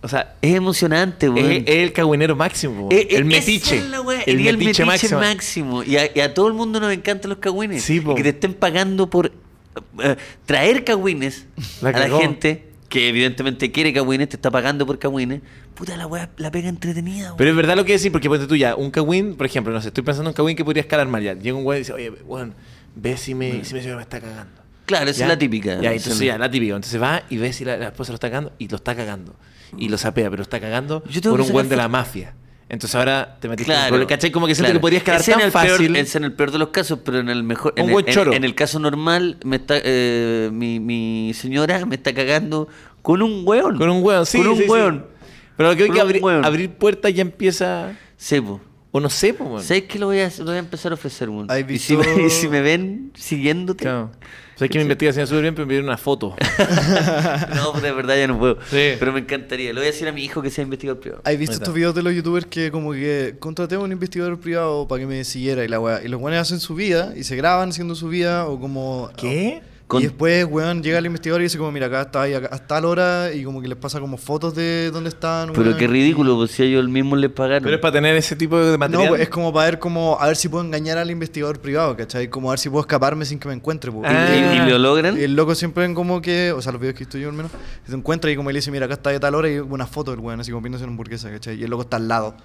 [SPEAKER 4] o sea,
[SPEAKER 5] Es emocionante, weón.
[SPEAKER 4] es, es el cagüinero máximo,
[SPEAKER 5] Eh, eh,
[SPEAKER 4] el
[SPEAKER 5] esa
[SPEAKER 4] metiche.
[SPEAKER 5] es la wea,
[SPEAKER 4] el
[SPEAKER 5] iría al
[SPEAKER 4] metiche máximo.
[SPEAKER 5] Y a, y a todo el mundo nos encantan los cagüines.
[SPEAKER 4] Sí, po.
[SPEAKER 5] y que te estén pagando por eh, traer cagüines
[SPEAKER 4] La
[SPEAKER 5] a la
[SPEAKER 4] cagó.
[SPEAKER 5] gente que evidentemente quiere cagüines, te está pagando por cagüines. Puta, la weá la pega entretenida.
[SPEAKER 4] Pero es verdad lo que decís, porque ponte tú ya, un cagüín, por ejemplo, no sé, estoy pensando en un cagüín que podría escalar mal ya. Llega un güey y dice, oye, weón, ve si me, si me, si me está cagando.
[SPEAKER 5] Claro, esa
[SPEAKER 4] ¿Ya?
[SPEAKER 5] es la típica.
[SPEAKER 4] Ya,
[SPEAKER 5] Sí.
[SPEAKER 4] entonces ya, la típica. Entonces va y ve si la, la esposa lo está cagando y lo está cagando. Y lo sapea, pero está cagando
[SPEAKER 5] Yo tengo
[SPEAKER 4] con
[SPEAKER 5] que
[SPEAKER 4] un güey
[SPEAKER 5] sacar
[SPEAKER 4] de la
[SPEAKER 5] foto.
[SPEAKER 4] mafia. Entonces ahora te metiste en
[SPEAKER 5] Claro.
[SPEAKER 4] problema, ¿Cachai? Como que siento
[SPEAKER 5] claro.
[SPEAKER 4] que podrías quedar
[SPEAKER 5] Ese en
[SPEAKER 4] tan
[SPEAKER 5] el peor-
[SPEAKER 4] fácil.
[SPEAKER 5] ese en el peor de los casos, pero en el mejor.
[SPEAKER 4] Un
[SPEAKER 5] En,
[SPEAKER 4] buen
[SPEAKER 5] el, en-
[SPEAKER 4] choro.
[SPEAKER 5] en el caso normal, me está, eh, mi, mi señora me está cagando con un hueón.
[SPEAKER 4] Con un hueón, sí.
[SPEAKER 5] Con un
[SPEAKER 4] sí, sí.
[SPEAKER 5] hueón.
[SPEAKER 4] Pero lo que hoy
[SPEAKER 5] Con
[SPEAKER 4] que
[SPEAKER 5] un
[SPEAKER 4] abri-
[SPEAKER 5] hueón.
[SPEAKER 4] abrir puertas ya empieza.
[SPEAKER 5] Sí, po.
[SPEAKER 4] O no sé, pues,
[SPEAKER 5] ¿Sabes qué lo voy a, lo voy a empezar a ofrecer, weón?
[SPEAKER 3] ¿Has
[SPEAKER 5] Y, si
[SPEAKER 3] visto-
[SPEAKER 5] me, y si me ven siguiéndote.
[SPEAKER 4] Claro. O sea, es que mi investigación es súper bien, pero me pidieron una foto.
[SPEAKER 5] No, pero de verdad ya no puedo.
[SPEAKER 4] Sí.
[SPEAKER 5] Pero me encantaría. Le voy a decir a mi hijo que sea investigador privado.
[SPEAKER 3] ¿Has visto
[SPEAKER 4] Ahí está.
[SPEAKER 3] estos videos de los youtubers que como que contraté a un investigador privado para que me siguiera y la weá? Y los weones hacen su vida y se graban haciendo su vida o como...
[SPEAKER 4] ¿Qué?
[SPEAKER 5] Con-
[SPEAKER 3] Y después, weón, llega el investigador y dice como, mira, acá está, y acá, a tal hora y como que les pasa como fotos de dónde están.
[SPEAKER 5] Pero
[SPEAKER 3] weón.
[SPEAKER 5] qué ridículo, pues si a ellos mismos les pagaron.
[SPEAKER 4] Pero es para tener ese tipo de
[SPEAKER 3] No,
[SPEAKER 4] material.
[SPEAKER 3] pues, es como para ver como, a ver si puedo engañar al investigador privado, ¿cachai? Como a ver si puedo escaparme sin que me encuentre. po.
[SPEAKER 5] ¿Y,
[SPEAKER 4] Ah.
[SPEAKER 5] y- y lo logran?
[SPEAKER 3] Y el loco siempre en como que, o sea, los videos que he visto yo al menos, se encuentra y como él dice, mira, acá está de tal hora y una foto del weón, así como comiéndose una hamburguesa, ¿cachai? Y el loco está al lado.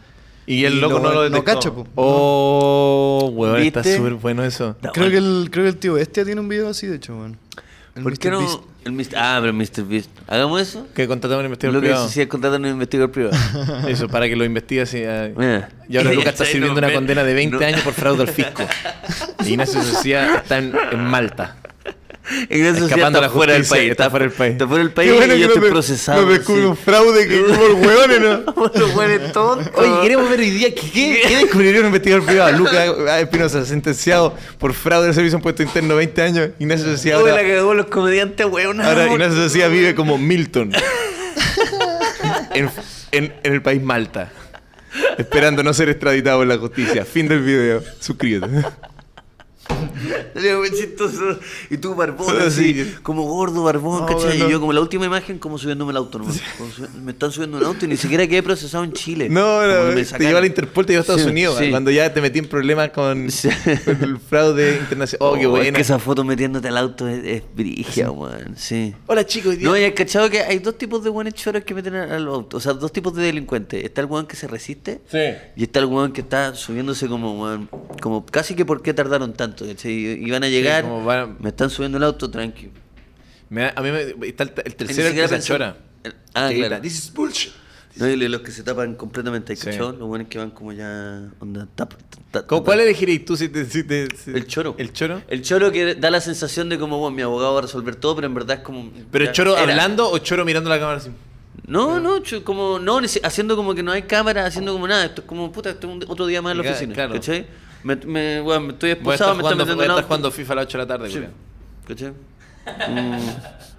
[SPEAKER 4] Y el
[SPEAKER 3] y
[SPEAKER 4] loco
[SPEAKER 3] lo-
[SPEAKER 4] no lo
[SPEAKER 3] no
[SPEAKER 4] detectó.
[SPEAKER 3] cacha, po.
[SPEAKER 4] Oh, weón, está
[SPEAKER 5] ¿Viste?
[SPEAKER 4] súper bueno eso.
[SPEAKER 5] Está
[SPEAKER 3] creo,
[SPEAKER 5] bueno.
[SPEAKER 3] que el, creo que el tío Bestia tiene un video así, de hecho, weón. El
[SPEAKER 5] ¿Por qué
[SPEAKER 3] Mr.
[SPEAKER 5] no?
[SPEAKER 3] Beast.
[SPEAKER 5] El Mr. Ah, pero Mr. Beast. Hagamos eso.
[SPEAKER 4] Que contratamos a un
[SPEAKER 5] lo
[SPEAKER 4] investigador
[SPEAKER 5] que
[SPEAKER 4] privado.
[SPEAKER 5] se hacía contratar a un investigador privado.
[SPEAKER 4] Eso, para que lo investigue así. ah.
[SPEAKER 5] Mira.
[SPEAKER 4] Y ahora Lucas está
[SPEAKER 5] Sí,
[SPEAKER 4] sirviendo
[SPEAKER 5] no,
[SPEAKER 4] una
[SPEAKER 5] me-
[SPEAKER 4] condena de 20
[SPEAKER 5] no.
[SPEAKER 4] años por fraude al fisco. Y Ignacio Socia está en, en Malta.
[SPEAKER 5] Ignacio Socia
[SPEAKER 4] Escapando
[SPEAKER 5] está
[SPEAKER 4] la
[SPEAKER 5] fuera del
[SPEAKER 4] justicia,
[SPEAKER 5] país.
[SPEAKER 4] está fuera del país.
[SPEAKER 5] Está fuera del país y yo estoy procesado. sí.
[SPEAKER 3] fraude que como el weón, ¿no?
[SPEAKER 5] Los hueones tontos.
[SPEAKER 4] Oye, queremos ver hoy día qué, qué, qué descubriría un investigador privado. Lucas Espinosa, sentenciado por fraude del Servicio de Impuesto Interno 20 años. Ignacio Socia
[SPEAKER 5] Uy, la
[SPEAKER 4] ahora,
[SPEAKER 5] cagó los comediantes, weón.
[SPEAKER 4] ahora Ignacio Socia vive como Milton. En, en- en el país Malta. Esperando no ser extraditado por la justicia. Fin del video. Suscríbete.
[SPEAKER 5] Sería muy chistoso. Y tú barbón,
[SPEAKER 4] Ah,
[SPEAKER 5] así,
[SPEAKER 4] sí.
[SPEAKER 5] como gordo, barbón,
[SPEAKER 4] No,
[SPEAKER 5] ¿cachai?
[SPEAKER 4] bueno.
[SPEAKER 5] Y yo como la última imagen, como subiéndome el auto. nomás. Como subi- me están subiendo un auto y ni siquiera quedé procesado en Chile.
[SPEAKER 4] No,
[SPEAKER 5] Eh, Como que
[SPEAKER 4] no,
[SPEAKER 5] me
[SPEAKER 4] te
[SPEAKER 5] sacaron.
[SPEAKER 4] llevó a la Interpol, te llevó a Estados
[SPEAKER 5] Sí,
[SPEAKER 4] Unidos,
[SPEAKER 5] sí.
[SPEAKER 4] cuando ya te metí en problemas con,
[SPEAKER 5] Sí.
[SPEAKER 4] con el fraude internacional. Oh, qué
[SPEAKER 5] es
[SPEAKER 4] buena.
[SPEAKER 5] que esa foto metiéndote al auto es, es brigia, weón. Sí.
[SPEAKER 4] Hola chicos, hoy día-
[SPEAKER 5] No, y has cachado que hay dos tipos de buenos choros que meten al auto. O sea, dos tipos de delincuentes. Está el weón que se resiste.
[SPEAKER 4] Sí.
[SPEAKER 5] Y está el weón que está subiéndose como, weón, como casi que por qué tardaron tanto, ¿cachai? Iban a llegar,
[SPEAKER 4] como van-
[SPEAKER 5] me están subiendo el auto, tranquilo.
[SPEAKER 4] Me da- a mí me, está el, el
[SPEAKER 5] Ni
[SPEAKER 4] tercero el que
[SPEAKER 5] siquiera
[SPEAKER 4] se
[SPEAKER 5] pensé-
[SPEAKER 4] chora.
[SPEAKER 5] El- Ah,
[SPEAKER 4] Que grita,
[SPEAKER 5] claro.
[SPEAKER 4] This is bullshit.
[SPEAKER 5] No, y los que se tapan completamente,
[SPEAKER 4] Sí.
[SPEAKER 5] ¿cachai? Los buenos que van como ya... Onda, tap, tap,
[SPEAKER 4] ¿Cómo-
[SPEAKER 5] tap.
[SPEAKER 4] ¿Cuál elegirías tú si te, si te- si-
[SPEAKER 5] El choro.
[SPEAKER 4] ¿El choro?
[SPEAKER 5] El choro que da la sensación de como, bueno, mi abogado va a resolver todo, pero en verdad es como...
[SPEAKER 4] ¿Pero
[SPEAKER 5] ya
[SPEAKER 4] el choro
[SPEAKER 5] era.
[SPEAKER 4] hablando o choro mirando la cámara así?
[SPEAKER 5] No, no, cho- como... No, ni si- haciendo como que no hay cámara, haciendo como nada. Esto es como, puta, esto es un- otro día más en la
[SPEAKER 4] Claro,
[SPEAKER 5] oficina,
[SPEAKER 4] claro.
[SPEAKER 5] ¿cachai? Me, me, weón, me estoy
[SPEAKER 4] Voy a estar
[SPEAKER 5] expulsado, me están
[SPEAKER 4] jugando,
[SPEAKER 5] metiendo
[SPEAKER 4] voy a
[SPEAKER 5] en
[SPEAKER 4] estar
[SPEAKER 5] auto.
[SPEAKER 4] jugando FIFA a las 8 de la tarde,
[SPEAKER 5] Sí,
[SPEAKER 4] culiao.
[SPEAKER 5] ¿Cachai? Mm.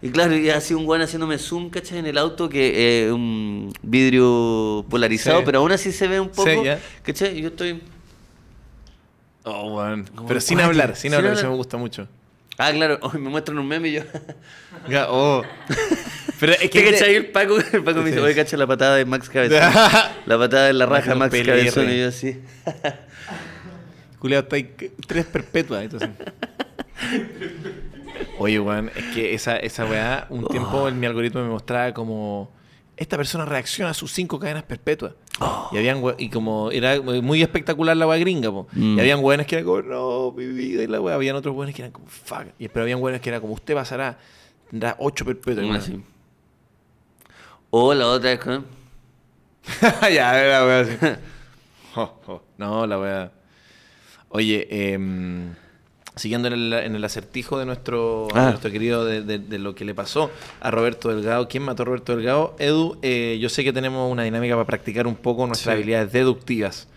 [SPEAKER 5] Y claro, y así un guan haciéndome zoom, ¿cachai? En el auto, que es un vidrio polarizado,
[SPEAKER 4] Sí.
[SPEAKER 5] pero aún así se ve un poco,
[SPEAKER 4] Sí, ya.
[SPEAKER 5] ¿cachai? Y yo estoy...
[SPEAKER 4] Oh, weón.
[SPEAKER 5] Como
[SPEAKER 4] Pero sin
[SPEAKER 5] cuático.
[SPEAKER 4] hablar, sin
[SPEAKER 5] Sin
[SPEAKER 4] hablar,
[SPEAKER 5] hablar.
[SPEAKER 4] eso me gusta mucho.
[SPEAKER 5] Ah, claro, hoy me muestran un meme y yo...
[SPEAKER 4] Ya, oh. Pero es
[SPEAKER 5] ¿Qué
[SPEAKER 4] que... este-
[SPEAKER 5] cachai? El Paco, el Paco me dice, oye, cacha la patada de Max Cabezón. la patada de la raja
[SPEAKER 4] Magnum
[SPEAKER 5] Max
[SPEAKER 4] PLR.
[SPEAKER 5] Cabezón y yo así.
[SPEAKER 4] Culeado, está ahí c- tres perpetuas. entonces. Oye, weón, es que esa, esa weá, un tiempo en mi algoritmo me mostraba como. Esta persona reacciona a sus cinco cadenas perpetuas. Y habían we- y como era muy espectacular la weá gringa, po. Y habían weones que eran como, no, mi vida, y la weá. Habían otros weones que eran como, fuck. Y, pero habían weones que era como, usted pasará, tendrá ocho perpetuas.
[SPEAKER 5] Como
[SPEAKER 4] weón.
[SPEAKER 5] así. O la otra es con.
[SPEAKER 4] ya, a ver, la wea así. Jo, jo. No, la wea. Oye, em, siguiendo en el, en el acertijo de nuestro, a
[SPEAKER 5] Ah.
[SPEAKER 4] nuestro querido de, de- de lo que le pasó a Roberto Delgado. ¿Quién mató a Roberto Delgado? Edu, eh, yo sé que tenemos una dinámica para practicar un poco nuestras
[SPEAKER 3] Sí.
[SPEAKER 4] habilidades deductivas.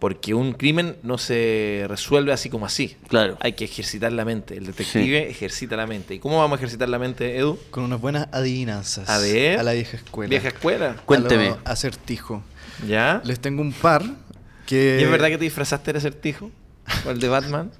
[SPEAKER 4] Porque un crimen no se resuelve así como así.
[SPEAKER 5] Claro.
[SPEAKER 4] Hay que ejercitar la mente. El detective ejercita la mente. ¿Y cómo vamos a ejercitar la mente, Edu?
[SPEAKER 3] Con unas buenas adivinanzas.
[SPEAKER 4] A ver.
[SPEAKER 3] A la vieja escuela.
[SPEAKER 4] Vieja escuela.
[SPEAKER 5] Cuénteme.
[SPEAKER 3] A lo Acertijo.
[SPEAKER 4] ¿Ya?
[SPEAKER 3] Les tengo un par que...
[SPEAKER 4] ¿Y es verdad que te disfrazaste de acertijo? ¿O el de Batman?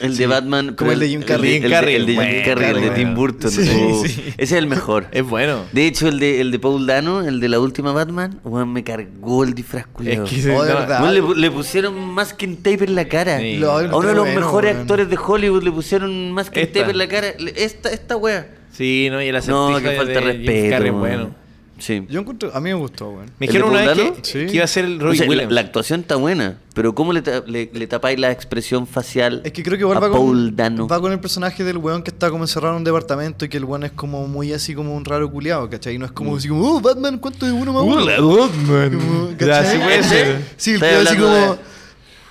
[SPEAKER 5] El de Batman.
[SPEAKER 3] Como el de Jim Carrey.
[SPEAKER 5] El de, el de Jim
[SPEAKER 4] Bueno,
[SPEAKER 5] Carrey, el de
[SPEAKER 4] bueno.
[SPEAKER 5] Tim Burton.
[SPEAKER 3] Sí,
[SPEAKER 5] Oh,
[SPEAKER 3] sí. Eh,
[SPEAKER 5] Ese es el mejor.
[SPEAKER 4] Es bueno.
[SPEAKER 5] De hecho, el de, el de Paul Dano, el de la última Batman, weón, me cargó el disfraz culiao.
[SPEAKER 4] Es que se-
[SPEAKER 3] Oh, de
[SPEAKER 4] no,
[SPEAKER 3] verdad.
[SPEAKER 5] Weón, le, pu- le pusieron masking tape en la cara.
[SPEAKER 4] Sí.
[SPEAKER 3] Lo
[SPEAKER 5] A
[SPEAKER 3] encontré
[SPEAKER 5] uno de los
[SPEAKER 3] bueno,
[SPEAKER 5] mejores
[SPEAKER 3] weón.
[SPEAKER 5] actores de Hollywood le pusieron masking
[SPEAKER 4] Esta.
[SPEAKER 5] tape en la cara. Le- Esta, esta wea.
[SPEAKER 4] Sí, no, y el acertijo
[SPEAKER 5] No, que
[SPEAKER 4] de-
[SPEAKER 5] falta
[SPEAKER 4] de Jim
[SPEAKER 5] respeto.
[SPEAKER 4] Carrey,
[SPEAKER 5] weón.
[SPEAKER 4] bueno.
[SPEAKER 5] Sí.
[SPEAKER 3] Yo encuentro... A mí me gustó, weón.
[SPEAKER 4] Me
[SPEAKER 5] ¿El
[SPEAKER 4] dijeron
[SPEAKER 5] de
[SPEAKER 4] una vez
[SPEAKER 5] Paul
[SPEAKER 4] que,
[SPEAKER 5] Dano?
[SPEAKER 3] Sí.
[SPEAKER 4] que iba a ser el
[SPEAKER 5] O
[SPEAKER 4] Roy
[SPEAKER 5] sea, la-
[SPEAKER 4] Williams.
[SPEAKER 5] La, actuación está buena, pero ¿cómo le, ta- le- le tapáis la expresión facial
[SPEAKER 3] Es que creo que igual
[SPEAKER 5] a
[SPEAKER 3] va
[SPEAKER 5] Paul
[SPEAKER 3] con,
[SPEAKER 5] Dano?
[SPEAKER 3] va con el personaje del weón que está como encerrado en un departamento y que el weón es como muy así como un raro culiado, ¿cachai? No es como así como, oh, Batman, ¿cuánto de uno más uno? Como, ¿cachai?
[SPEAKER 4] Uh, Ya, sí puede ser.
[SPEAKER 3] Sí, el
[SPEAKER 5] pues. Estoy
[SPEAKER 3] culiao así como,
[SPEAKER 5] hablando de-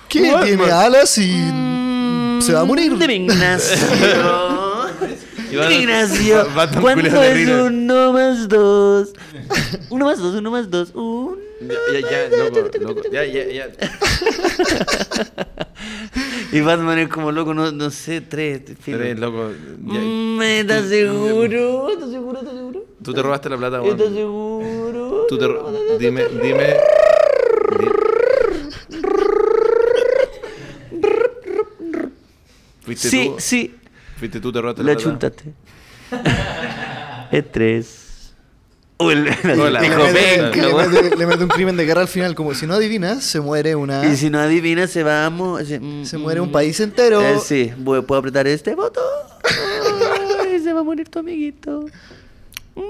[SPEAKER 3] ¿qué? ¿Tiene alas y se va a morir?
[SPEAKER 5] Mm, De Ignacio.
[SPEAKER 4] Iván-
[SPEAKER 5] De Ignacio.
[SPEAKER 4] Batman culiao
[SPEAKER 5] ¿Cuánto
[SPEAKER 4] de
[SPEAKER 5] es
[SPEAKER 4] Rina.
[SPEAKER 5] uno más dos? Uno más dos, uno más dos. Uno.
[SPEAKER 4] Ya, ya, ya, loco, loco. Ya, ya, ya.
[SPEAKER 5] Y Batman es como loco, no, no sé, tres. filo.
[SPEAKER 4] Eres loco. ya.
[SPEAKER 5] Mm, ¿Estás seguro? ¿Estás seguro? ¿Estás seguro?
[SPEAKER 4] Tú te robaste la plata, weón.
[SPEAKER 5] ¿Estás seguro?
[SPEAKER 4] Tú te ro- Dime, dime. Di- ¿Fuiste
[SPEAKER 5] Sí,
[SPEAKER 4] tú?
[SPEAKER 5] sí.
[SPEAKER 4] ¿Fuiste tú, te robaste la,
[SPEAKER 5] La
[SPEAKER 4] plata?
[SPEAKER 5] chuntaste. es tres. O el-
[SPEAKER 4] Hola.
[SPEAKER 5] dijo,
[SPEAKER 3] le, mete,
[SPEAKER 5] venga,
[SPEAKER 3] le
[SPEAKER 5] weón.
[SPEAKER 3] mete- le mete un crimen de guerra al final, como si no adivinas, se muere una...
[SPEAKER 5] Y si no adivina, se va a... mo- Se, mm,
[SPEAKER 3] Se
[SPEAKER 5] mm,
[SPEAKER 3] muere un
[SPEAKER 5] mm.
[SPEAKER 3] país entero.
[SPEAKER 5] Eh, sí, voy- puedo apretar este botón. Ay, se va a morir tu amiguito. Mm,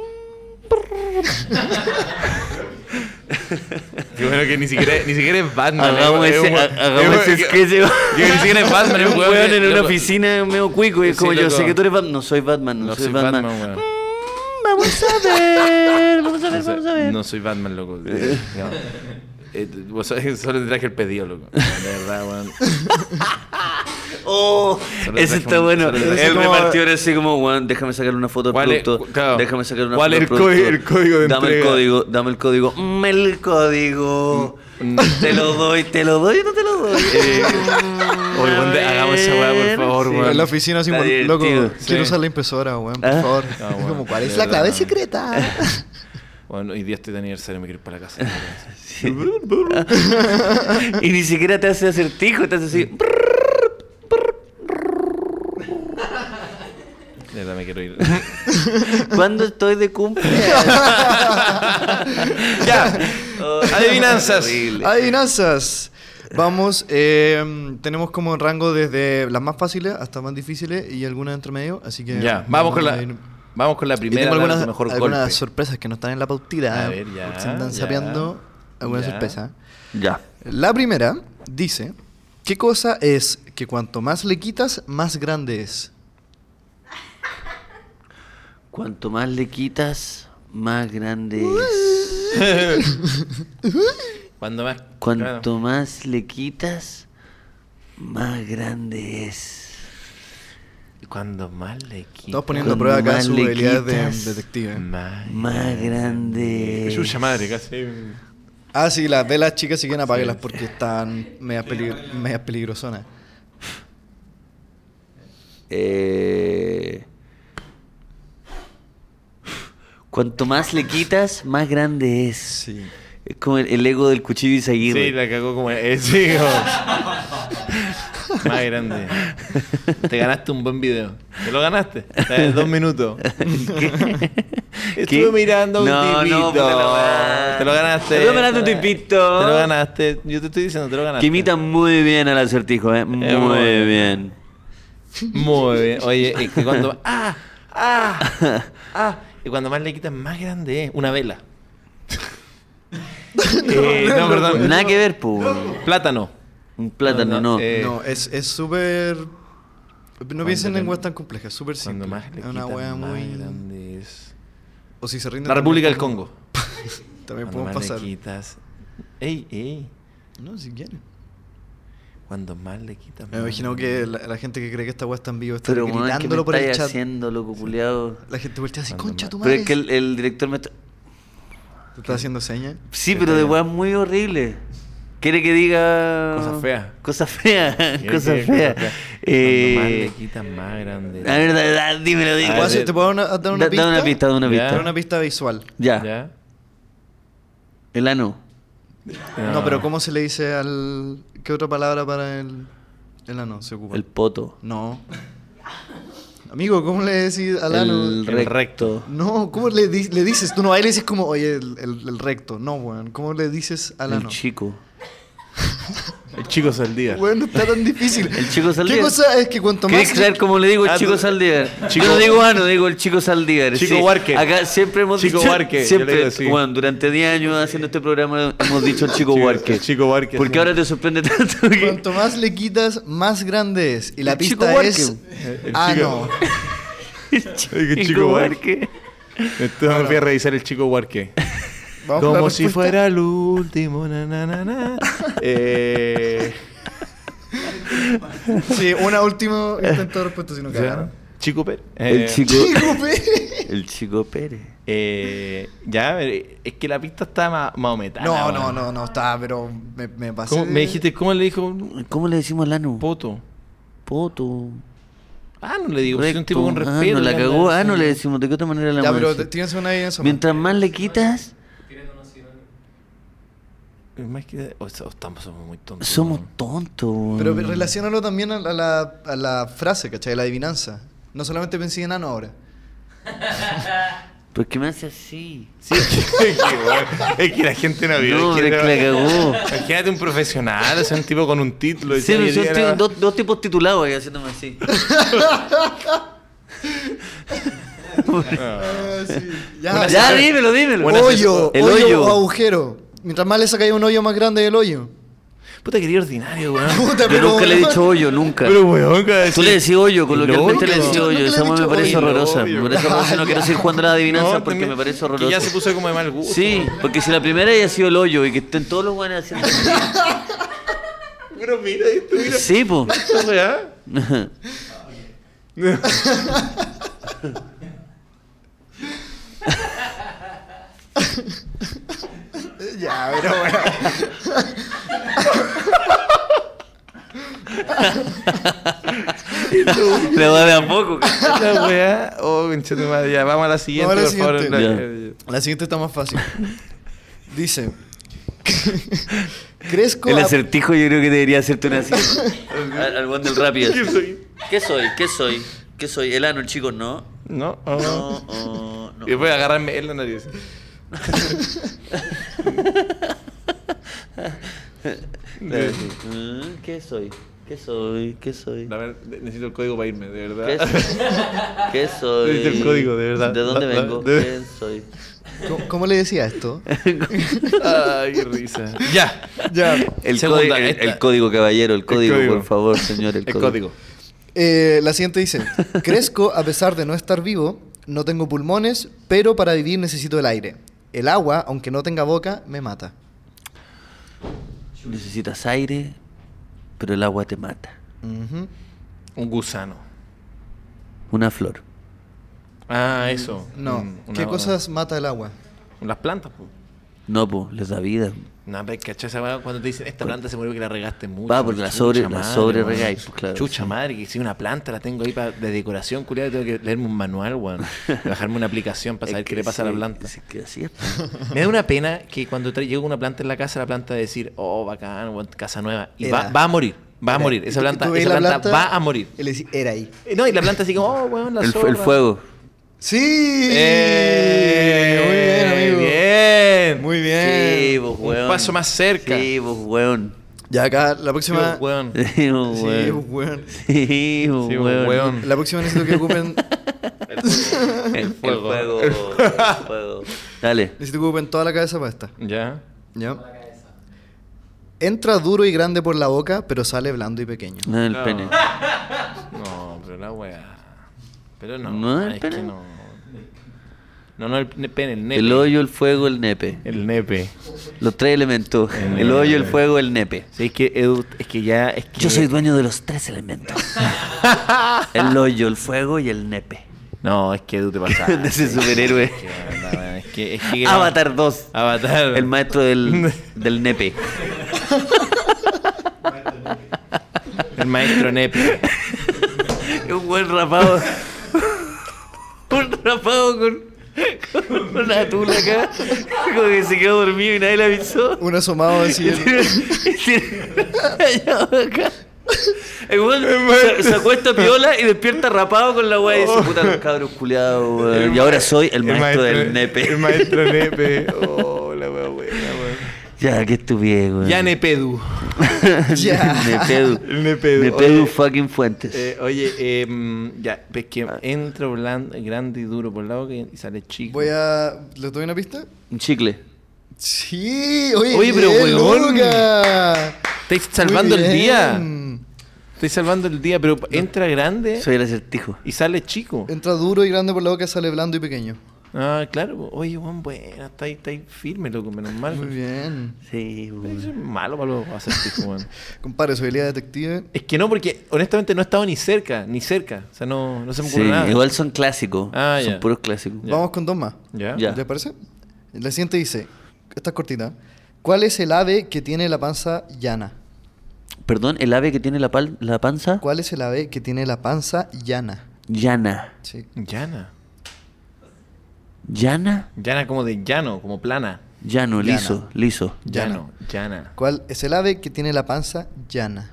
[SPEAKER 5] brr.
[SPEAKER 4] Qué bueno que ni siquiera, ni siquiera es Batman. ¿eh?
[SPEAKER 5] Hagamos
[SPEAKER 4] es un-
[SPEAKER 5] ese,
[SPEAKER 4] es un-
[SPEAKER 5] ha- hagamos
[SPEAKER 4] es un-
[SPEAKER 5] ese sketch, weón.
[SPEAKER 4] que ni siquiera es Batman, es un
[SPEAKER 5] Un
[SPEAKER 4] weón
[SPEAKER 5] weón
[SPEAKER 4] que-
[SPEAKER 5] en una
[SPEAKER 4] loco.
[SPEAKER 5] oficina medio cuico. Y es
[SPEAKER 4] Sí,
[SPEAKER 5] como, yo
[SPEAKER 4] loco.
[SPEAKER 5] sé que tú eres Batman. No soy Batman, no,
[SPEAKER 4] No
[SPEAKER 5] soy,
[SPEAKER 4] soy
[SPEAKER 5] Batman.
[SPEAKER 4] Batman, weón.
[SPEAKER 5] Mm, vamos a ver, vamos a ver,
[SPEAKER 4] No soy-
[SPEAKER 5] vamos a ver.
[SPEAKER 4] No soy Batman, loco. No. Eh, vos sabés, solo te traje el pedido, loco. De verdad, weón.
[SPEAKER 5] Oh,
[SPEAKER 4] Solo
[SPEAKER 5] ese
[SPEAKER 4] traje
[SPEAKER 5] está
[SPEAKER 4] un-
[SPEAKER 5] bueno.
[SPEAKER 4] solo traje
[SPEAKER 5] El
[SPEAKER 4] un-
[SPEAKER 5] repartidor así como, weón, déjame sacar una foto al
[SPEAKER 4] ¿Cuál es-
[SPEAKER 5] producto.
[SPEAKER 4] cu- claro.
[SPEAKER 5] Déjame sacar una
[SPEAKER 4] ¿Cuál
[SPEAKER 5] foto al
[SPEAKER 4] es el
[SPEAKER 5] producto.
[SPEAKER 4] código- el código de
[SPEAKER 5] Dame el
[SPEAKER 4] entrega?
[SPEAKER 5] código, dame el código. Mm, el código.
[SPEAKER 4] Mm.
[SPEAKER 5] te lo doy, te lo doy o no te lo doy. Eh,
[SPEAKER 4] Oye, weón, de- hagamos esa weá, por favor,
[SPEAKER 5] Sí.
[SPEAKER 4] weón.
[SPEAKER 3] En la oficina, así,
[SPEAKER 5] Está
[SPEAKER 3] como, loco,
[SPEAKER 5] divertido.
[SPEAKER 4] Sí.
[SPEAKER 3] quiero usar la impresora, weón, por
[SPEAKER 5] Ah.
[SPEAKER 3] favor.
[SPEAKER 4] Ah, weón,
[SPEAKER 3] Como, ¿cuál
[SPEAKER 4] de
[SPEAKER 3] es la
[SPEAKER 4] verdad,
[SPEAKER 3] clave
[SPEAKER 4] no.
[SPEAKER 3] secreta?
[SPEAKER 4] Bueno, hoy día estoy de aniversario, me quiero ir para la casa.
[SPEAKER 5] Y ni siquiera te hace acertijo, te hace así.
[SPEAKER 4] De verdad, me quiero ir.
[SPEAKER 5] ¿Cuándo estoy de cumpleaños?
[SPEAKER 4] ya.
[SPEAKER 5] Oh,
[SPEAKER 4] Adivinanzas.
[SPEAKER 5] horrible.
[SPEAKER 3] Adivinanzas. Vamos, eh, tenemos como rango desde las más fáciles hasta más difíciles y algunas entre medio, así que...
[SPEAKER 4] Ya, vamos con la,
[SPEAKER 3] Y
[SPEAKER 4] vamos con la primera.
[SPEAKER 3] tengo
[SPEAKER 4] la de
[SPEAKER 3] algunas,
[SPEAKER 4] tu mejor
[SPEAKER 3] algunas
[SPEAKER 4] golpe.
[SPEAKER 3] sorpresas que no están en la pautita.
[SPEAKER 4] A ver, ya,
[SPEAKER 3] porque se andan
[SPEAKER 4] ya,
[SPEAKER 3] sapeando alguna
[SPEAKER 4] ya.
[SPEAKER 3] sorpresa.
[SPEAKER 5] Ya.
[SPEAKER 3] La primera dice, ¿qué cosa es que cuanto más le quitas, más grande es?
[SPEAKER 5] Cuanto más le quitas, más grande es.
[SPEAKER 4] Cuando más.
[SPEAKER 5] Cuanto más le quitas, más grande es.
[SPEAKER 4] Cuando más le quito.
[SPEAKER 3] Estamos poniendo a
[SPEAKER 5] Cuando
[SPEAKER 3] prueba acá
[SPEAKER 5] más
[SPEAKER 3] su
[SPEAKER 5] le
[SPEAKER 3] habilidad de
[SPEAKER 5] quitas,
[SPEAKER 4] Mm.
[SPEAKER 3] detective.
[SPEAKER 5] Más grande
[SPEAKER 4] Es
[SPEAKER 5] es.
[SPEAKER 4] suya madre, casi.
[SPEAKER 3] Ah, sí, las velas chicas, si quieren apáguelas porque están medias peligro- medias peligrosonas.
[SPEAKER 5] Eh, Cuanto más le quitas, más grande es.
[SPEAKER 3] Sí.
[SPEAKER 5] Es como el, el ego del cuchillo y
[SPEAKER 4] Sí,
[SPEAKER 5] seguir.
[SPEAKER 4] la cagó como. Eh, sí, como- Más grande. Te ganaste un buen video. Te lo ganaste. Eh, Dos minutos. Estuve mirando un
[SPEAKER 5] no,
[SPEAKER 4] tipito.
[SPEAKER 5] No, puta la weá.
[SPEAKER 4] te lo ganaste.
[SPEAKER 5] Te lo ganaste un tipito.
[SPEAKER 4] Te lo ganaste. Yo te estoy diciendo, te lo ganaste.
[SPEAKER 5] Que imita muy bien al acertijo, ¿eh? Muy,
[SPEAKER 4] bueno.
[SPEAKER 5] bien.
[SPEAKER 4] Muy bien. Oye, es que cuando. ¡Ah! ¡Ah! ¡Ah! Y cuando más le quitas, más grande es. Una vela. Eh, no, perdón.
[SPEAKER 5] Nada que ver, pues.
[SPEAKER 4] Plátano.
[SPEAKER 5] Un plátano, no.
[SPEAKER 4] No, no, eh,
[SPEAKER 3] No, es es súper. no piensen en cosas tan complejas, súper
[SPEAKER 4] Cuando
[SPEAKER 3] simple.
[SPEAKER 4] más le
[SPEAKER 3] pues, Es
[SPEAKER 4] quitas,
[SPEAKER 3] una wea
[SPEAKER 4] más
[SPEAKER 3] muy.
[SPEAKER 4] grande es.
[SPEAKER 3] O si se rinden.
[SPEAKER 4] La
[SPEAKER 3] también
[SPEAKER 4] República del
[SPEAKER 3] como-
[SPEAKER 4] Congo.
[SPEAKER 3] También
[SPEAKER 4] Cuando
[SPEAKER 3] podemos
[SPEAKER 4] más
[SPEAKER 3] pasar.
[SPEAKER 4] le quitas. Ey, ey.
[SPEAKER 3] No, si quieren.
[SPEAKER 4] Cuando más le quitas.
[SPEAKER 3] Me
[SPEAKER 4] más
[SPEAKER 3] imagino
[SPEAKER 4] le
[SPEAKER 3] que
[SPEAKER 4] quitas.
[SPEAKER 3] la, la gente que cree que esta weá está en vivo está
[SPEAKER 5] Pero weón, ¿qué me
[SPEAKER 3] gritándolo por el
[SPEAKER 5] estáis
[SPEAKER 3] chat.
[SPEAKER 5] haciendo, loco culiado?
[SPEAKER 3] La gente voltea así,
[SPEAKER 4] Cuando
[SPEAKER 3] concha
[SPEAKER 4] más-
[SPEAKER 3] tu
[SPEAKER 5] Pero
[SPEAKER 3] madre.
[SPEAKER 5] es que el, el director me está...
[SPEAKER 3] Te está haciendo señas.
[SPEAKER 5] Sí, pero de weas muy horrible. Quiere que diga...
[SPEAKER 4] Cosas feas.
[SPEAKER 5] Cosas feas,
[SPEAKER 4] Quiere
[SPEAKER 5] cosas
[SPEAKER 4] que- cosas
[SPEAKER 5] feas.
[SPEAKER 4] feas. Cuando más le
[SPEAKER 5] Eh,
[SPEAKER 4] quitas, más grande.
[SPEAKER 5] a ver, da- da- dímelo, dímelo.
[SPEAKER 4] A ver,
[SPEAKER 3] Guaso, ¿te puedo una- dar una
[SPEAKER 5] Da-
[SPEAKER 3] pista?
[SPEAKER 5] da una pista, da una
[SPEAKER 4] Ya.
[SPEAKER 5] pista.
[SPEAKER 3] Dar una pista visual.
[SPEAKER 5] Ya.
[SPEAKER 4] ¿Ya?
[SPEAKER 5] El ano. Ah.
[SPEAKER 3] No. pero ¿cómo se le dice al. ¿Qué otra palabra para el. El ano se ocupa?
[SPEAKER 5] El poto.
[SPEAKER 3] No. Amigo, ¿cómo le decís al ano?
[SPEAKER 5] El
[SPEAKER 4] El
[SPEAKER 5] recto.
[SPEAKER 3] No, ¿cómo le, di- le dices? Tú no, ahí le dices como, oye, el, el- el recto. No, weón. ¿Cómo le dices al
[SPEAKER 5] El
[SPEAKER 3] ano?
[SPEAKER 5] chico.
[SPEAKER 4] El chico saldía.
[SPEAKER 3] Weón, no está tan difícil.
[SPEAKER 5] El chico
[SPEAKER 3] ¿Qué
[SPEAKER 5] Saldívar.
[SPEAKER 3] cosa es que cuanto más...
[SPEAKER 5] ¿Quieres saber cómo le digo el
[SPEAKER 4] Ah,
[SPEAKER 5] chico
[SPEAKER 4] tú-
[SPEAKER 5] Saldívar?
[SPEAKER 4] Chico-
[SPEAKER 5] Yo no digo ano, digo el chico Saldívar.
[SPEAKER 4] Chico
[SPEAKER 5] sí.
[SPEAKER 4] Huarque.
[SPEAKER 5] Acá siempre hemos
[SPEAKER 4] Chico
[SPEAKER 5] dicho.
[SPEAKER 4] Huarque, yo le digo
[SPEAKER 5] Siempre,
[SPEAKER 4] así.
[SPEAKER 5] Juan, durante 10 años haciendo este programa hemos dicho el chico
[SPEAKER 4] Chico-
[SPEAKER 5] Huarque.
[SPEAKER 4] el Chico Huarque,
[SPEAKER 5] Porque
[SPEAKER 4] sí.
[SPEAKER 5] ahora te sorprende tanto que.
[SPEAKER 3] Cuanto más le quitas, más grande es. Y la
[SPEAKER 5] El chico
[SPEAKER 3] pista
[SPEAKER 5] Huarque.
[SPEAKER 3] es...
[SPEAKER 4] El- el
[SPEAKER 3] Ah,
[SPEAKER 4] chico-
[SPEAKER 3] no.
[SPEAKER 4] El Chico Huarque. Entonces me fui a revisar el chico Huarque.
[SPEAKER 3] Vamos con la
[SPEAKER 4] Como si
[SPEAKER 3] respuesta.
[SPEAKER 4] fuera el último. Na, na, na, na. Eh,
[SPEAKER 3] Sí, una última intento de respuesta, si no
[SPEAKER 4] ya.
[SPEAKER 3] cagaron.
[SPEAKER 4] Chico Pérez.
[SPEAKER 5] El
[SPEAKER 4] Eh,
[SPEAKER 5] chico.
[SPEAKER 3] Chico, pe.
[SPEAKER 5] El chico Pérez.
[SPEAKER 4] eh, ya, eh, es que la pista está ma- maometana.
[SPEAKER 3] No,
[SPEAKER 5] Ah,
[SPEAKER 4] weón.
[SPEAKER 3] no, no, no, está, pero me, me pasé...
[SPEAKER 4] ¿Cómo-
[SPEAKER 3] de-
[SPEAKER 4] me dijiste, ¿cómo le dijo?
[SPEAKER 5] ¿Cómo le decimos al ano?
[SPEAKER 4] Poto.
[SPEAKER 5] Poto.
[SPEAKER 4] Ah, no le digo, soy
[SPEAKER 5] Recto.
[SPEAKER 4] un tipo con
[SPEAKER 5] Ah,
[SPEAKER 4] respeto.
[SPEAKER 5] no la
[SPEAKER 4] ya,
[SPEAKER 5] cagó. Ah, no
[SPEAKER 4] sí.
[SPEAKER 5] le decimos. ¿De qué otra manera la
[SPEAKER 3] Ya,
[SPEAKER 5] vamos a
[SPEAKER 3] pero
[SPEAKER 5] decir?
[SPEAKER 3] tienes una idea en eso.
[SPEAKER 5] Mientras más le quitas,
[SPEAKER 4] Es más que- o sea, estamos, somos muy tontos.
[SPEAKER 5] somos
[SPEAKER 4] weón.
[SPEAKER 5] tontos. weón.
[SPEAKER 3] Pero relacionalo también a la, a la- a la frase, ¿cachai? La adivinanza. No solamente pensé en ano ahora.
[SPEAKER 5] ¿Por qué me hace así?
[SPEAKER 4] Sí, es que, es que, weón, es que la gente no vio.
[SPEAKER 5] No,
[SPEAKER 4] es
[SPEAKER 5] pero
[SPEAKER 4] que
[SPEAKER 5] es que la cagó.
[SPEAKER 4] Imagínate un profesional, o sea, un tipo con un título. y
[SPEAKER 5] Sí,
[SPEAKER 4] tal,
[SPEAKER 5] pero
[SPEAKER 4] y
[SPEAKER 5] son
[SPEAKER 4] era-
[SPEAKER 5] ti- dos, dos tipos titulados ahí haciéndome así.
[SPEAKER 3] Ah, sí.
[SPEAKER 5] ya,
[SPEAKER 3] Ya,
[SPEAKER 5] dímelo, dímelo.
[SPEAKER 3] hoyo,
[SPEAKER 5] El
[SPEAKER 3] hoyo,
[SPEAKER 5] hoyo.
[SPEAKER 3] o agujero. Mientras más le sacáis un hoyo más grande del hoyo.
[SPEAKER 4] Puta, quería ordinario, weón.
[SPEAKER 3] Puta,
[SPEAKER 5] Yo nunca le he
[SPEAKER 3] weón.
[SPEAKER 5] dicho hoyo, nunca.
[SPEAKER 4] Pero, weón, cada
[SPEAKER 5] Tú le decís hoyo, coloquialmente
[SPEAKER 4] El
[SPEAKER 5] le decís
[SPEAKER 3] hoyo.
[SPEAKER 5] hoyo. Esa
[SPEAKER 3] Nunca le he
[SPEAKER 5] weá me
[SPEAKER 3] dicho
[SPEAKER 5] parece
[SPEAKER 3] hoyo.
[SPEAKER 5] horrorosa. Por eso por eso
[SPEAKER 3] Ah,
[SPEAKER 5] no quiero
[SPEAKER 3] ya.
[SPEAKER 5] seguir jugando la adivinanza
[SPEAKER 4] No,
[SPEAKER 5] porque
[SPEAKER 4] también-
[SPEAKER 5] me parece
[SPEAKER 4] Que ya se
[SPEAKER 5] horrorosa.
[SPEAKER 4] puso como de mal gusto.
[SPEAKER 5] Sí, porque si la primera haya sido el hoyo y que estén todos los buenos haciendo.
[SPEAKER 4] Pero mira esto, mira.
[SPEAKER 5] Sí, po.
[SPEAKER 4] esta weá.
[SPEAKER 3] Ya, pero bueno.
[SPEAKER 5] Le va de a poco. ca-
[SPEAKER 4] La weá. Oh, concha tu madre. Ya, vamos a la siguiente,
[SPEAKER 3] Vamos a la
[SPEAKER 4] por favor.
[SPEAKER 3] siguiente. La siguiente está más fácil. Dice. Crezco.
[SPEAKER 5] El
[SPEAKER 3] a-
[SPEAKER 5] acertijo yo creo que debería hacerte una así. Al al buen del rápido.
[SPEAKER 4] ¿Qué soy?
[SPEAKER 5] ¿Qué soy? ¿Qué soy? ¿Qué soy? El ano, chicos, no.
[SPEAKER 4] No, oh.
[SPEAKER 5] No, oh, no.
[SPEAKER 4] Y voy a agarrarme en la nariz. eh.
[SPEAKER 5] Mm, Eh, ¿Qué soy? ¿Qué soy? ¿Qué soy?
[SPEAKER 4] A ver, necesito el código para irme, de verdad.
[SPEAKER 5] ¿Qué soy? ¿Qué soy?
[SPEAKER 4] Necesito el código, de verdad.
[SPEAKER 5] ¿De dónde
[SPEAKER 4] La- la-
[SPEAKER 5] vengo?
[SPEAKER 4] de-
[SPEAKER 5] ¿Quién soy?
[SPEAKER 3] ¿Cómo, cómo le decía esto?
[SPEAKER 4] Ay, qué risa. Ya.
[SPEAKER 3] Ya.
[SPEAKER 5] El,
[SPEAKER 4] Segunda,
[SPEAKER 5] código, el,
[SPEAKER 4] esta.
[SPEAKER 5] el código, caballero, el código,
[SPEAKER 4] código.
[SPEAKER 5] por favor, señor, el
[SPEAKER 4] El
[SPEAKER 5] código.
[SPEAKER 4] código.
[SPEAKER 3] Eh, la siguiente dice: Crezco a pesar de no estar vivo, no tengo pulmones, pero para vivir necesito el aire. El agua, aunque no tenga boca, me mata.
[SPEAKER 5] Necesitas aire, pero el agua te mata.
[SPEAKER 3] Ujú.
[SPEAKER 4] Un gusano.
[SPEAKER 5] Una flor.
[SPEAKER 4] Ah, eso.
[SPEAKER 3] No.
[SPEAKER 4] Mm, una-
[SPEAKER 3] ¿Qué cosas mata el agua?
[SPEAKER 4] Las plantas, pues.
[SPEAKER 5] No, pues, les da vida.
[SPEAKER 4] No, pero cachai esa weá cuando te dicen esta planta se murió que la regaste mucho.
[SPEAKER 5] Va, porque la
[SPEAKER 4] Chucha
[SPEAKER 5] sobre- la
[SPEAKER 4] madre,
[SPEAKER 5] sobre
[SPEAKER 4] weón.
[SPEAKER 5] regáis, pues, claro.
[SPEAKER 4] Chucha madre, que si una planta la tengo ahí pa- de decoración, culiado, tengo que leerme un manual, weón. Bajarme una aplicación para
[SPEAKER 5] Es
[SPEAKER 4] saber
[SPEAKER 5] que
[SPEAKER 4] qué le pasa a la
[SPEAKER 5] sí,
[SPEAKER 4] planta.
[SPEAKER 5] sí, que así es.
[SPEAKER 4] Me da una pena que cuando tra- llega una planta en la casa, la planta de decir, oh, bacán, weón, casa nueva. Y va,
[SPEAKER 3] Era.
[SPEAKER 4] va a morir, va a morir.
[SPEAKER 3] Y
[SPEAKER 4] Esa
[SPEAKER 3] tú-
[SPEAKER 4] planta,
[SPEAKER 3] tú veis
[SPEAKER 4] esa
[SPEAKER 3] la
[SPEAKER 4] planta va a morir.
[SPEAKER 3] y le decís, era ahí.
[SPEAKER 4] Eh, No, y la planta así como, oh, weón, la
[SPEAKER 5] El,
[SPEAKER 4] zorra.
[SPEAKER 5] el fuego.
[SPEAKER 3] ¡Sí!
[SPEAKER 4] Eh,
[SPEAKER 3] Muy bien, amigo.
[SPEAKER 4] Bien.
[SPEAKER 3] Muy bien.
[SPEAKER 5] Sí, vos,
[SPEAKER 4] Eh, Un
[SPEAKER 5] weón.
[SPEAKER 4] paso más cerca.
[SPEAKER 5] Sí, vos, weón.
[SPEAKER 3] Ya acá, la
[SPEAKER 4] Sí,
[SPEAKER 3] próxima.
[SPEAKER 4] weón.
[SPEAKER 5] Sí, vos,
[SPEAKER 3] Sí, pues,
[SPEAKER 5] weón.
[SPEAKER 3] weón.
[SPEAKER 5] Sí, vos,
[SPEAKER 4] Sí,
[SPEAKER 5] weón.
[SPEAKER 4] weón.
[SPEAKER 3] La próxima necesito que ocupen.
[SPEAKER 5] El, el
[SPEAKER 4] fuego.
[SPEAKER 5] fuego. El fuego. Dale.
[SPEAKER 3] necesito que ocupen toda la cabeza para esta.
[SPEAKER 4] Ya.
[SPEAKER 3] ¿Ya? Entra duro y grande por la boca, pero sale blando y pequeño.
[SPEAKER 5] No el
[SPEAKER 4] No.
[SPEAKER 5] pene.
[SPEAKER 4] No, pero la weá. Pero no.
[SPEAKER 5] No,
[SPEAKER 4] es
[SPEAKER 5] espera.
[SPEAKER 4] que no. No, no, el ne- pene, el nepe.
[SPEAKER 5] El hoyo, el fuego, el nepe.
[SPEAKER 4] El nepe.
[SPEAKER 5] Los tres elementos.
[SPEAKER 4] El
[SPEAKER 5] El hoyo, el
[SPEAKER 4] nepe.
[SPEAKER 5] fuego, el nepe.
[SPEAKER 4] Sí, es que Edu, es que ya. Es que...
[SPEAKER 5] Yo soy dueño de los tres elementos. El hoyo, el fuego y el nepe.
[SPEAKER 4] No, es que Edu te pasa.
[SPEAKER 5] De ese superhéroe.
[SPEAKER 4] Es que, es que-
[SPEAKER 5] Avatar 2.
[SPEAKER 4] Avatar.
[SPEAKER 5] El maestro del, del nepe.
[SPEAKER 4] El maestro nepe.
[SPEAKER 5] Un buen rapado. Un rapado con, con una tula acá. Como que se quedó dormido y nadie le avisó.
[SPEAKER 3] Un asomado así. el-
[SPEAKER 5] Y tiene- allá acá. El weón se, se acuesta piola y despierta rapado con la weá y dice, puta los cabros culiados, weón. Y ahora soy el maestro, del nepe.
[SPEAKER 4] El maestro nepe. Oh, la wea buena, weón.
[SPEAKER 5] Ya, que estupidez, weón.
[SPEAKER 4] Ya nepedu.
[SPEAKER 3] Ya.
[SPEAKER 5] Nepedu.
[SPEAKER 4] El nepedu.
[SPEAKER 5] Nepedu
[SPEAKER 4] Oye,
[SPEAKER 5] fucking Fuentes.
[SPEAKER 4] Eh, oye, eh,
[SPEAKER 3] em,
[SPEAKER 4] mm, ya, ves que
[SPEAKER 5] Ah.
[SPEAKER 4] entra blan- grande y duro por la boca y y sale chico.
[SPEAKER 3] Voy a. ¿Le doy una pista?
[SPEAKER 5] Un chicle.
[SPEAKER 3] Sí, oye.
[SPEAKER 4] Oye, pero
[SPEAKER 3] bien,
[SPEAKER 4] huevón.
[SPEAKER 3] Luca.
[SPEAKER 4] Estáis salvando
[SPEAKER 3] Muy
[SPEAKER 4] el día.
[SPEAKER 3] bien.
[SPEAKER 4] Estáis salvando el día, pero entra grande
[SPEAKER 5] Soy el acertijo.
[SPEAKER 4] y sale chico.
[SPEAKER 3] Entra duro y grande por la boca, sale blando y pequeño.
[SPEAKER 4] Ah, claro. po. Oye, Juan, buena, está ahí, está ahí firme, loco, menos mal.
[SPEAKER 3] Muy bien.
[SPEAKER 5] Sí, weón.
[SPEAKER 4] Eso es malo para los acertijos, weón.
[SPEAKER 3] Compadre, soy habilidad detective.
[SPEAKER 4] Es que no, porque honestamente no he estado ni cerca, ni cerca. O sea, no, no se me
[SPEAKER 5] Sí,
[SPEAKER 4] ocurre nada.
[SPEAKER 5] igual son clásicos.
[SPEAKER 4] Ah,
[SPEAKER 5] son
[SPEAKER 4] ya.
[SPEAKER 5] puros clásicos.
[SPEAKER 4] Ya.
[SPEAKER 3] Vamos con dos más.
[SPEAKER 4] ¿Ya?
[SPEAKER 5] Ya.
[SPEAKER 3] ¿Te parece? La siguiente dice: Esta es cortita. ¿Cuál es el ave que tiene la panza llana?
[SPEAKER 5] Perdón, el ave que tiene la, pal- la panza
[SPEAKER 3] ¿Cuál es el ave que tiene la panza llana?
[SPEAKER 5] llana.
[SPEAKER 3] Sí.
[SPEAKER 4] Llana.
[SPEAKER 5] ¿Llana?
[SPEAKER 4] Llana como de llano, como plana.
[SPEAKER 5] Llano,
[SPEAKER 3] Llana.
[SPEAKER 5] liso, liso.
[SPEAKER 4] Llano, llana.
[SPEAKER 3] ¿Cuál es el ave que tiene la panza llana?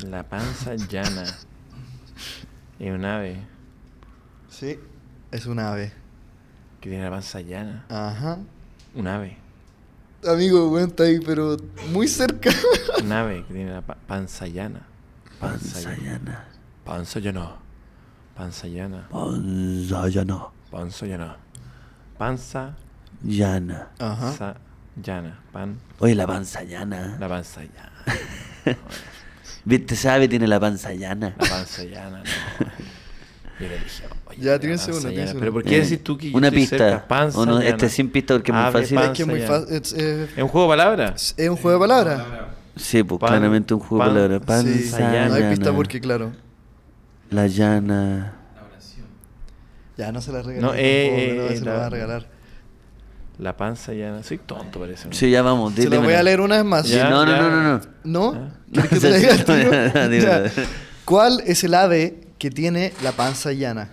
[SPEAKER 4] La panza llana. Es un ave
[SPEAKER 3] Sí. Es un ave.
[SPEAKER 4] que tiene la panza llana.
[SPEAKER 3] Ajá.
[SPEAKER 4] Un ave.
[SPEAKER 3] Amigo, bueno, está ahí, pero muy cerca.
[SPEAKER 4] Un ave que tiene la pa- panza llana. Panza
[SPEAKER 5] Panza
[SPEAKER 4] llana.
[SPEAKER 5] llana.
[SPEAKER 4] Panza llana. Panza llana.
[SPEAKER 5] Panza llana.
[SPEAKER 4] Panza llana. Panza
[SPEAKER 5] Llana.
[SPEAKER 3] Ajá.
[SPEAKER 4] sa- llana. Pan.
[SPEAKER 5] Oye, la panza llana.
[SPEAKER 4] La panza llana.
[SPEAKER 5] ¿Viste? Esa ave tiene la panza llana.
[SPEAKER 4] La panza llana. No. Yo le dije, oye,
[SPEAKER 3] Ya,
[SPEAKER 4] la
[SPEAKER 3] tienes
[SPEAKER 4] panza
[SPEAKER 3] uno, tienes
[SPEAKER 4] llana.
[SPEAKER 3] uno.
[SPEAKER 4] Pero ¿por qué
[SPEAKER 5] Eh,
[SPEAKER 4] decís tú que yo
[SPEAKER 5] una
[SPEAKER 4] estoy
[SPEAKER 5] pista.
[SPEAKER 4] cerca? Panza
[SPEAKER 5] O no,
[SPEAKER 4] llana.
[SPEAKER 5] este sin pista porque es muy
[SPEAKER 4] Ave,
[SPEAKER 5] fácil.
[SPEAKER 4] panza
[SPEAKER 3] Es que es muy
[SPEAKER 4] llana.
[SPEAKER 3] fácil. Es, eh,
[SPEAKER 4] ¿Es un juego de palabras?
[SPEAKER 3] es un juego de palabras.
[SPEAKER 5] Sí, pues
[SPEAKER 4] Pan-
[SPEAKER 5] claramente un juego de palabras.
[SPEAKER 4] pan-
[SPEAKER 5] Panza
[SPEAKER 3] Sí.
[SPEAKER 5] llana.
[SPEAKER 3] No hay pista porque, claro.
[SPEAKER 5] La llana.
[SPEAKER 3] Ya, no se la regalé.
[SPEAKER 4] No,
[SPEAKER 3] tampoco,
[SPEAKER 4] eh,
[SPEAKER 3] pero
[SPEAKER 4] eh,
[SPEAKER 3] se la,
[SPEAKER 4] la-
[SPEAKER 3] va a regalar.
[SPEAKER 4] La panza llana. Soy tonto, parece. ¿no?
[SPEAKER 5] Sí, ya vamos.
[SPEAKER 3] Se la voy
[SPEAKER 5] dítemela.
[SPEAKER 3] a leer una vez más.
[SPEAKER 5] Sí,
[SPEAKER 4] Ya,
[SPEAKER 5] no, no,
[SPEAKER 4] ya.
[SPEAKER 5] no, no, no.
[SPEAKER 3] ¿No? ¿Quieres
[SPEAKER 5] No,
[SPEAKER 3] que te la
[SPEAKER 5] sí,
[SPEAKER 3] diga al
[SPEAKER 5] sí,
[SPEAKER 3] tiro?
[SPEAKER 5] no,
[SPEAKER 3] Ya.
[SPEAKER 5] dímela.
[SPEAKER 3] ¿Cuál es el ave que tiene la panza llana?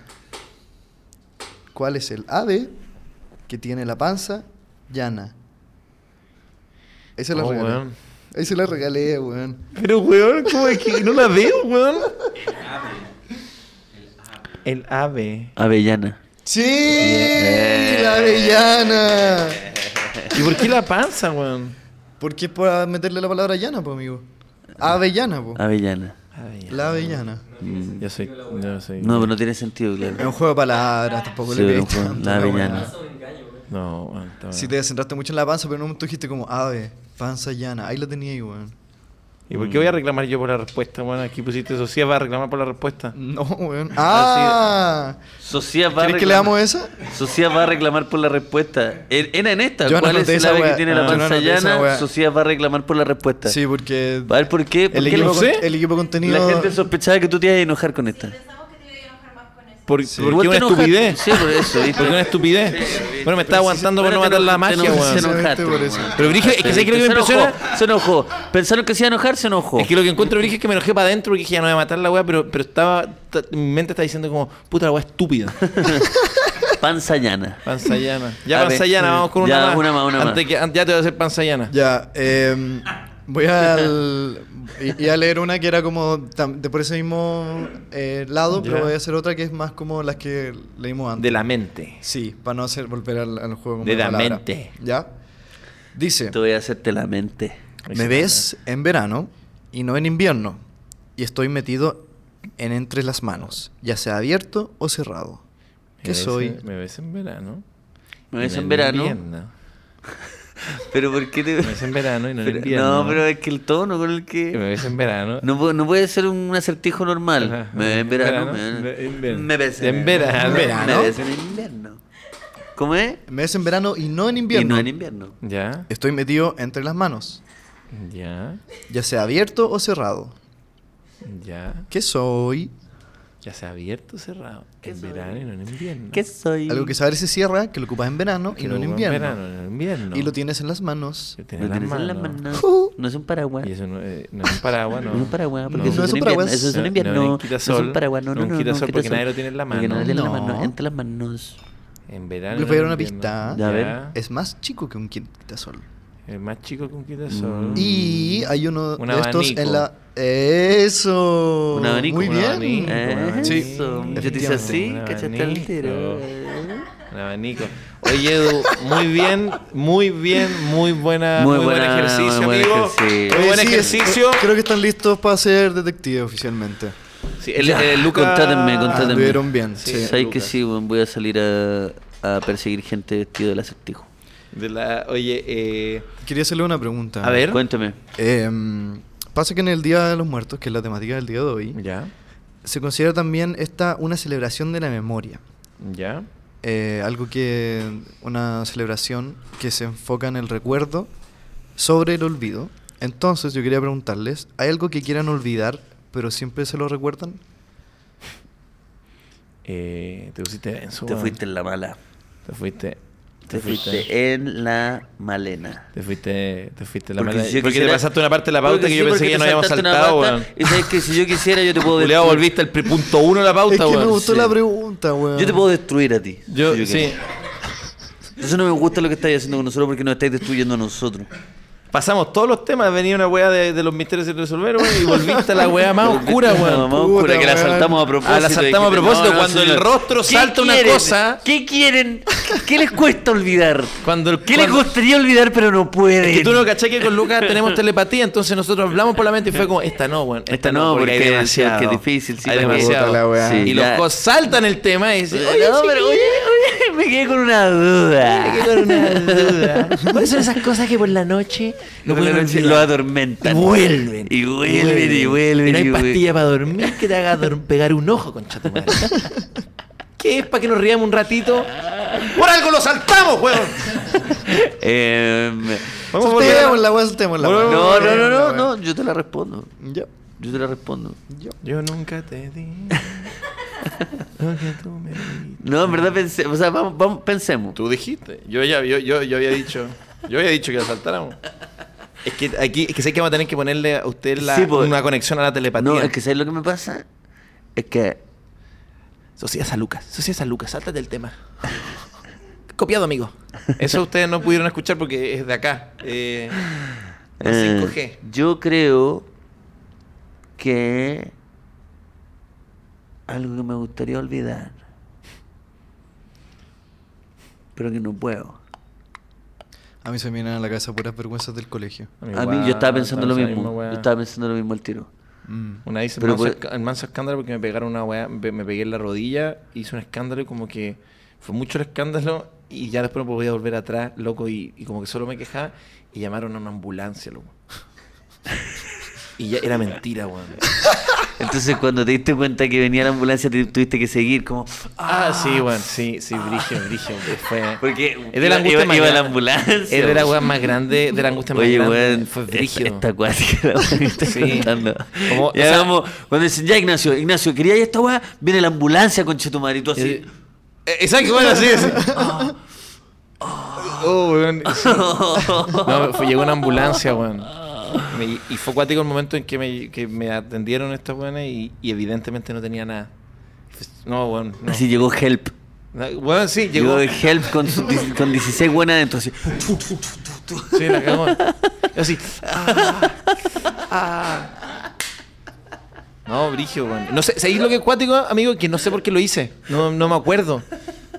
[SPEAKER 3] ¿Cuál es el ave que tiene la panza llana? Ese la
[SPEAKER 4] Oh,
[SPEAKER 3] regalé.
[SPEAKER 4] weón.
[SPEAKER 3] Ese la regalé, weón.
[SPEAKER 4] Pero, weón, ¿cómo es que no la veo, weón? El ave.
[SPEAKER 5] Avellana.
[SPEAKER 3] ¡Sí! ¡La avellana!
[SPEAKER 4] ¿Y por qué la panza, weón?
[SPEAKER 3] ¿Por qué es por meterle la palabra llana, po, amigo?
[SPEAKER 5] Ah.
[SPEAKER 3] Avellana, po.
[SPEAKER 5] Avellana.
[SPEAKER 4] Ave, ya.
[SPEAKER 3] La avellana.
[SPEAKER 4] Yo soy. Yo soy.
[SPEAKER 5] No, pero no tiene sentido,
[SPEAKER 3] Es
[SPEAKER 5] claro.
[SPEAKER 3] un juego de palabras, tampoco
[SPEAKER 5] Sí,
[SPEAKER 3] le
[SPEAKER 5] pero
[SPEAKER 3] pedí
[SPEAKER 5] fue
[SPEAKER 3] tanto,
[SPEAKER 5] la
[SPEAKER 3] la weá.
[SPEAKER 5] avellana.
[SPEAKER 4] No, weón. está
[SPEAKER 3] Si
[SPEAKER 4] bien.
[SPEAKER 3] te centraste mucho en la panza, pero en un momento dijiste como ave, panza llana. Ahí la tenía ahí, weón.
[SPEAKER 4] ¿Y por qué voy a reclamar yo por la respuesta, weón? Aquí pusiste Sofía, va a reclamar por la respuesta.
[SPEAKER 5] Mm,
[SPEAKER 3] No, weón. ¡Ah!
[SPEAKER 5] Socia va a
[SPEAKER 3] ¿Quieres que le
[SPEAKER 5] reclamar-
[SPEAKER 3] damos esa?
[SPEAKER 5] Socias va a reclamar por la respuesta. Er- Era en esta.
[SPEAKER 3] Yo
[SPEAKER 5] ¿Cuál
[SPEAKER 3] anoté
[SPEAKER 5] es el
[SPEAKER 3] esa
[SPEAKER 5] ave que
[SPEAKER 3] wea.
[SPEAKER 5] tiene
[SPEAKER 3] Ah.
[SPEAKER 5] la
[SPEAKER 3] Yo
[SPEAKER 5] panza
[SPEAKER 3] anoté esa
[SPEAKER 5] llana?
[SPEAKER 3] wea.
[SPEAKER 5] Socias va a reclamar por la respuesta.
[SPEAKER 3] Sí, porque
[SPEAKER 5] A ver, ¿por qué? ¿Por
[SPEAKER 3] el,
[SPEAKER 5] qué
[SPEAKER 3] equipo,
[SPEAKER 5] la-
[SPEAKER 4] no sé?
[SPEAKER 3] el equipo contenido...
[SPEAKER 5] la gente sospechaba que tú te ibas a enojar con esta?
[SPEAKER 4] ¿Por,
[SPEAKER 3] Sí.
[SPEAKER 4] ¿por
[SPEAKER 5] Vos
[SPEAKER 4] qué
[SPEAKER 5] te
[SPEAKER 4] una
[SPEAKER 5] enojaste.
[SPEAKER 4] estupidez?
[SPEAKER 5] Sí, por eso. ¿viste?
[SPEAKER 4] ¿Por qué una estupidez? Bueno, me estaba aguantando por no matar la magia,
[SPEAKER 5] Te enojaste,
[SPEAKER 4] weón.
[SPEAKER 5] te enojaste,
[SPEAKER 3] Precisamente por eso.
[SPEAKER 5] weón.
[SPEAKER 4] Pero Brigio, es que sé que lo que me
[SPEAKER 5] Se enojó,
[SPEAKER 4] impresiona-
[SPEAKER 5] Se enojó. Pensaron que se iba a enojar, se enojó.
[SPEAKER 4] Es que lo que encuentro brillo es que me enojé para adentro porque dije, ya no voy a matar la weá, pero, pero estaba. ta- mi mente está diciendo como, puta la weá estúpida.
[SPEAKER 5] Panza llana.
[SPEAKER 4] Panzayana. Ya
[SPEAKER 5] A ver,
[SPEAKER 4] panzayana,
[SPEAKER 5] sí.
[SPEAKER 4] vamos con
[SPEAKER 5] Ya,
[SPEAKER 4] una más.
[SPEAKER 5] una más, una más.
[SPEAKER 4] Antes que- an- ya te voy a hacer panzayana.
[SPEAKER 3] Ya, eh, voy al, y, y a leer una que era como tam- de por ese mismo eh, lado,
[SPEAKER 4] Ya.
[SPEAKER 3] pero voy a hacer otra que es más como las que leímos antes.
[SPEAKER 4] De la mente.
[SPEAKER 3] Sí, para no hacer volver al, al juego como
[SPEAKER 4] De la
[SPEAKER 3] palabra.
[SPEAKER 4] mente.
[SPEAKER 3] ¿Ya? Dice,
[SPEAKER 5] Te voy a hacerte la mente.
[SPEAKER 3] me ves en verano y no en invierno, y estoy metido en entre las manos, ya sea abierto o cerrado.
[SPEAKER 4] Me
[SPEAKER 3] ¿Qué
[SPEAKER 4] ves en-
[SPEAKER 3] soy?
[SPEAKER 4] Me ves en verano.
[SPEAKER 5] Me ves en verano.
[SPEAKER 4] invierno.
[SPEAKER 5] Pero ¿por qué te.?
[SPEAKER 4] Me ves en verano y no en
[SPEAKER 5] Pero-
[SPEAKER 4] invierno.
[SPEAKER 5] No, pero es que el tono con el
[SPEAKER 4] Me
[SPEAKER 5] que.
[SPEAKER 4] ves en verano.
[SPEAKER 5] No, puede- no puede ser un acertijo normal.
[SPEAKER 4] Ajá.
[SPEAKER 5] Me ves en verano.
[SPEAKER 4] Verano,
[SPEAKER 5] me-
[SPEAKER 4] en verano.
[SPEAKER 5] Me ves
[SPEAKER 4] En verano.
[SPEAKER 5] Me
[SPEAKER 3] verano.
[SPEAKER 5] ves en invierno. ¿Cómo es?
[SPEAKER 3] Me ves en verano y no en invierno.
[SPEAKER 5] Y no en invierno.
[SPEAKER 4] Ya,
[SPEAKER 3] Estoy metido entre las manos,
[SPEAKER 4] ya,
[SPEAKER 3] ya sea abierto o cerrado.
[SPEAKER 4] ya.
[SPEAKER 3] ¿Qué soy?
[SPEAKER 4] Ya se ha abierto, cerrado. En verano y no en invierno.
[SPEAKER 5] ¿Qué soy?
[SPEAKER 3] Algo que saber se cierra, que lo ocupas en verano
[SPEAKER 4] Que
[SPEAKER 3] y no en
[SPEAKER 4] lo-
[SPEAKER 3] invierno.
[SPEAKER 4] verano, no en invierno.
[SPEAKER 3] Y lo tienes en las manos.
[SPEAKER 4] Que
[SPEAKER 5] No
[SPEAKER 4] tiene
[SPEAKER 5] tienes
[SPEAKER 4] las
[SPEAKER 5] en la
[SPEAKER 4] manos.
[SPEAKER 5] mano. No es un paraguas.
[SPEAKER 4] Uh. Y eso no, eh, no es un paraguas, no.
[SPEAKER 5] No es un paraguas, porque
[SPEAKER 4] No.
[SPEAKER 5] eso,
[SPEAKER 3] No
[SPEAKER 5] es un
[SPEAKER 3] es un
[SPEAKER 5] invierno.
[SPEAKER 3] paraguas.
[SPEAKER 5] Eso es un
[SPEAKER 4] No,
[SPEAKER 5] invierno.
[SPEAKER 4] no es un
[SPEAKER 5] No, es
[SPEAKER 4] quitasol.
[SPEAKER 5] un paraguas, no,
[SPEAKER 4] No
[SPEAKER 5] no,
[SPEAKER 4] es un
[SPEAKER 5] no, no,
[SPEAKER 4] quitasol, porque nadie
[SPEAKER 5] quitasol.
[SPEAKER 4] lo tiene en la
[SPEAKER 5] Porque nadie
[SPEAKER 4] mano.
[SPEAKER 5] tiene en la
[SPEAKER 3] No.
[SPEAKER 5] mano, entre las manos.
[SPEAKER 4] En verano.
[SPEAKER 3] Les voy a dar
[SPEAKER 4] no en
[SPEAKER 3] una
[SPEAKER 4] invierno.
[SPEAKER 3] pista.
[SPEAKER 5] Ya, a ver.
[SPEAKER 4] Ya.
[SPEAKER 3] Mm, Es más chico que un quitasol.
[SPEAKER 4] Es más chico que un
[SPEAKER 5] Mm.
[SPEAKER 4] quitasol.
[SPEAKER 3] Y hay uno
[SPEAKER 4] Mm. Un
[SPEAKER 3] de estos
[SPEAKER 4] abanico.
[SPEAKER 3] en la. ¡Eso!
[SPEAKER 5] Un abanico.
[SPEAKER 3] Muy
[SPEAKER 5] Un
[SPEAKER 3] bien.
[SPEAKER 4] abanico.
[SPEAKER 5] Eh,
[SPEAKER 3] Sí.
[SPEAKER 5] Eso. Yo te hice
[SPEAKER 3] Efectivamente.
[SPEAKER 5] así,
[SPEAKER 4] Un
[SPEAKER 5] cachaste
[SPEAKER 4] abanico.
[SPEAKER 5] al tiro.
[SPEAKER 4] Un abanico. Oye, Edu, muy bien, muy bien, muy buena, muy,
[SPEAKER 5] Muy
[SPEAKER 4] buen
[SPEAKER 5] buena-
[SPEAKER 4] ejercicio,
[SPEAKER 5] muy buen
[SPEAKER 4] amigo.
[SPEAKER 5] ejercicio.
[SPEAKER 4] Muy
[SPEAKER 3] Oye,
[SPEAKER 4] buen
[SPEAKER 3] sí, es-
[SPEAKER 4] ejercicio.
[SPEAKER 3] creo que están listos para ser detectives oficialmente.
[SPEAKER 4] Sí, el,
[SPEAKER 5] Ya,
[SPEAKER 4] el Luca-
[SPEAKER 5] contátenme, contátenme. Entonces,
[SPEAKER 3] Anduvieron bien,
[SPEAKER 4] sí,
[SPEAKER 3] sí.
[SPEAKER 5] ¿Sabes que
[SPEAKER 4] Lucas.
[SPEAKER 5] sí, weón? voy a salir a, a perseguir gente vestido del acertijo?
[SPEAKER 4] De la- oye, eh,
[SPEAKER 3] Quería hacerle una pregunta.
[SPEAKER 4] A ver.
[SPEAKER 5] Cuéntame.
[SPEAKER 3] Em, pasa que en el Día de los Muertos, que es la temática del día de hoy,
[SPEAKER 4] ya,
[SPEAKER 3] se considera también esta una celebración de la memoria.
[SPEAKER 4] ya,
[SPEAKER 3] Eh, algo que. Una celebración que se enfoca en el recuerdo sobre el olvido. Entonces, yo quería preguntarles: ¿hay algo que quieran olvidar, pero siempre se lo recuerdan?
[SPEAKER 4] eh, te pusiste denso,
[SPEAKER 5] Te
[SPEAKER 4] weón.
[SPEAKER 5] fuiste en la mala.
[SPEAKER 4] te fuiste,
[SPEAKER 5] Te fuiste eh. en la malena.
[SPEAKER 4] te fuiste, te fuiste la
[SPEAKER 5] Porque
[SPEAKER 4] mala,
[SPEAKER 5] si yo
[SPEAKER 4] porque te
[SPEAKER 5] quisiera-
[SPEAKER 4] pasaste una parte de la pauta
[SPEAKER 5] Porque
[SPEAKER 4] que
[SPEAKER 5] sí,
[SPEAKER 4] yo pensé
[SPEAKER 5] porque
[SPEAKER 4] que ya
[SPEAKER 5] te
[SPEAKER 4] no habíamos
[SPEAKER 5] saltaste una
[SPEAKER 4] saltado,
[SPEAKER 5] pauta,
[SPEAKER 4] weón.
[SPEAKER 5] Y sabes que si yo quisiera, yo te puedo
[SPEAKER 4] Culeado,
[SPEAKER 5] destruir.
[SPEAKER 4] volviste al pre- punto uno de la pauta,
[SPEAKER 3] es que me
[SPEAKER 4] weón.
[SPEAKER 3] gustó
[SPEAKER 5] sí.
[SPEAKER 3] la pregunta, weón.
[SPEAKER 5] Yo te puedo destruir a ti.
[SPEAKER 4] Yo,
[SPEAKER 5] si
[SPEAKER 4] sí.
[SPEAKER 5] quiero. Entonces no me gusta lo que estáis haciendo con nosotros porque nos estáis destruyendo a nosotros.
[SPEAKER 4] Pasamos todos los temas, venía una weá de, de los misterios sin resolver, weón, y volviste a la weá más oscura,
[SPEAKER 5] La
[SPEAKER 4] weón.
[SPEAKER 5] más oscura,
[SPEAKER 3] Puta,
[SPEAKER 5] que la
[SPEAKER 3] weón.
[SPEAKER 5] saltamos a propósito.
[SPEAKER 4] Ah, la saltamos a
[SPEAKER 5] dijiste,
[SPEAKER 4] propósito, cuando el rostro
[SPEAKER 5] ¿Qué
[SPEAKER 4] salta una
[SPEAKER 5] quieren?
[SPEAKER 4] cosa-
[SPEAKER 5] ¿Qué quieren? ¿Qué les cuesta olvidar?
[SPEAKER 4] Cuando el-
[SPEAKER 5] ¿Qué
[SPEAKER 4] cuando-
[SPEAKER 5] les gustaría olvidar pero no pueden?
[SPEAKER 4] Es que tú no caché que con Lucas tenemos telepatía, entonces nosotros hablamos por la mente y fue como, esta no, weón.
[SPEAKER 5] Esta no, porque
[SPEAKER 4] hay
[SPEAKER 5] sí,
[SPEAKER 4] demasiado.
[SPEAKER 5] porque es difícil, sí,
[SPEAKER 4] hay
[SPEAKER 5] porque-
[SPEAKER 4] demasiado.
[SPEAKER 3] Puta la weá.
[SPEAKER 5] Sí,
[SPEAKER 4] y
[SPEAKER 5] ya.
[SPEAKER 4] los cos saltan el tema y dicen, oye,
[SPEAKER 5] no, pero oye, oye, me quedé con una duda.
[SPEAKER 4] chiquillo, era una duda. ¿Cuáles son esas cosas que por la noche no
[SPEAKER 5] Lo,
[SPEAKER 4] pueden olvidar?
[SPEAKER 5] lo atormentan.
[SPEAKER 4] Y vuelven.
[SPEAKER 5] Y vuelven, y vuelven.
[SPEAKER 4] Y no
[SPEAKER 5] y
[SPEAKER 4] hay
[SPEAKER 5] vuelven.
[SPEAKER 4] pastilla para dormir que te haga dor- pegar un ojo, concha tu madre. ¿Qué es para que nos riamos un ratito? ¡Por algo lo saltamos, weón!
[SPEAKER 5] Em,
[SPEAKER 4] Vamos a volver a-
[SPEAKER 3] Soltémosla, weón, soltémosla,
[SPEAKER 5] no,
[SPEAKER 3] weón.
[SPEAKER 5] no, no, no,
[SPEAKER 3] Soltémosla,
[SPEAKER 5] no,
[SPEAKER 3] weón.
[SPEAKER 5] yo te la respondo.
[SPEAKER 3] Ya,
[SPEAKER 5] Yo te la respondo.
[SPEAKER 3] ya.
[SPEAKER 4] Yo nunca te di lo que tú me diste.
[SPEAKER 5] No, en verdad pensé, o sea, vamos, vamos, pensemos.
[SPEAKER 4] Tú dijiste. Yo ya yo, yo, yo había dicho. Yo había dicho que la saltáramos. Es que aquí, es que sé que vamos a tener que ponerle a usted la-
[SPEAKER 5] Sí, pues.
[SPEAKER 4] una conexión a la telepatía.
[SPEAKER 5] No, es que ¿sabes lo que me pasa? Es que
[SPEAKER 4] Sociedad San Lucas, Sociedad San Lucas, sáltate el tema. Copiado, amigo. Eso ustedes no pudieron escuchar porque es de acá. Eh, no es
[SPEAKER 5] eh,
[SPEAKER 4] 5G.
[SPEAKER 5] yo creo que algo que me gustaría olvidar, pero que no puedo.
[SPEAKER 3] A mí se me vienen a la cabeza puras vergüenzas del colegio.
[SPEAKER 5] A mí yo estaba pensando lo mismo. Yo estaba pensando lo mismo al tiro.
[SPEAKER 3] Mm.
[SPEAKER 4] Una vez hice el
[SPEAKER 5] Pero
[SPEAKER 4] manso,
[SPEAKER 5] pues-
[SPEAKER 4] esca- el manso escándalo porque me pegaron una weá, me, me pegué en la rodilla, hice un escándalo y como que fue mucho el escándalo y ya después no podía volver atrás, loco, y, y como que solo me quejaba y llamaron a una ambulancia, loco. y ya era mentira, weón.
[SPEAKER 5] Entonces cuando te diste cuenta que venía la ambulancia te tuviste que seguir como
[SPEAKER 4] Ah, sí, weón, sí, sí, brigio, brigio. Fue...
[SPEAKER 5] porque
[SPEAKER 4] Es de la angustia
[SPEAKER 5] iba,
[SPEAKER 4] más
[SPEAKER 5] iba la
[SPEAKER 4] grande.
[SPEAKER 5] ambulancia.
[SPEAKER 4] Es de la weá más grande, de la angustia más
[SPEAKER 5] Oye,
[SPEAKER 4] grande.
[SPEAKER 5] weón,
[SPEAKER 4] Fue
[SPEAKER 5] esta,
[SPEAKER 4] brígido.
[SPEAKER 5] esta cuática la weá que estás
[SPEAKER 4] Sí.
[SPEAKER 5] contando.
[SPEAKER 4] Como, o
[SPEAKER 5] y
[SPEAKER 4] sea-
[SPEAKER 5] hagamos, cuando dicen, ya Ignacio, Ignacio, quería ir a esta weá, viene la ambulancia con Chetumar y tú así.
[SPEAKER 4] Eh, eh, Exacto, bueno, así es. Oh, weón. sí. No, fue- llegó una ambulancia, weón. Me- y fue cuático el momento en que me, que me atendieron estos weones y, y evidentemente no tenía nada. No, weón. No.
[SPEAKER 5] Así llegó Help.
[SPEAKER 4] No, Weón, sí,
[SPEAKER 5] Llegó,
[SPEAKER 4] llegó.
[SPEAKER 5] Help con, su- con 16 buenas adentro. Así.
[SPEAKER 4] Sí, la cagó. Yo así. ah, ah. No, brigio, weón. No sé, ¿sabéis lo que es cuático, amigo? Que no sé por qué lo hice. No, no me acuerdo.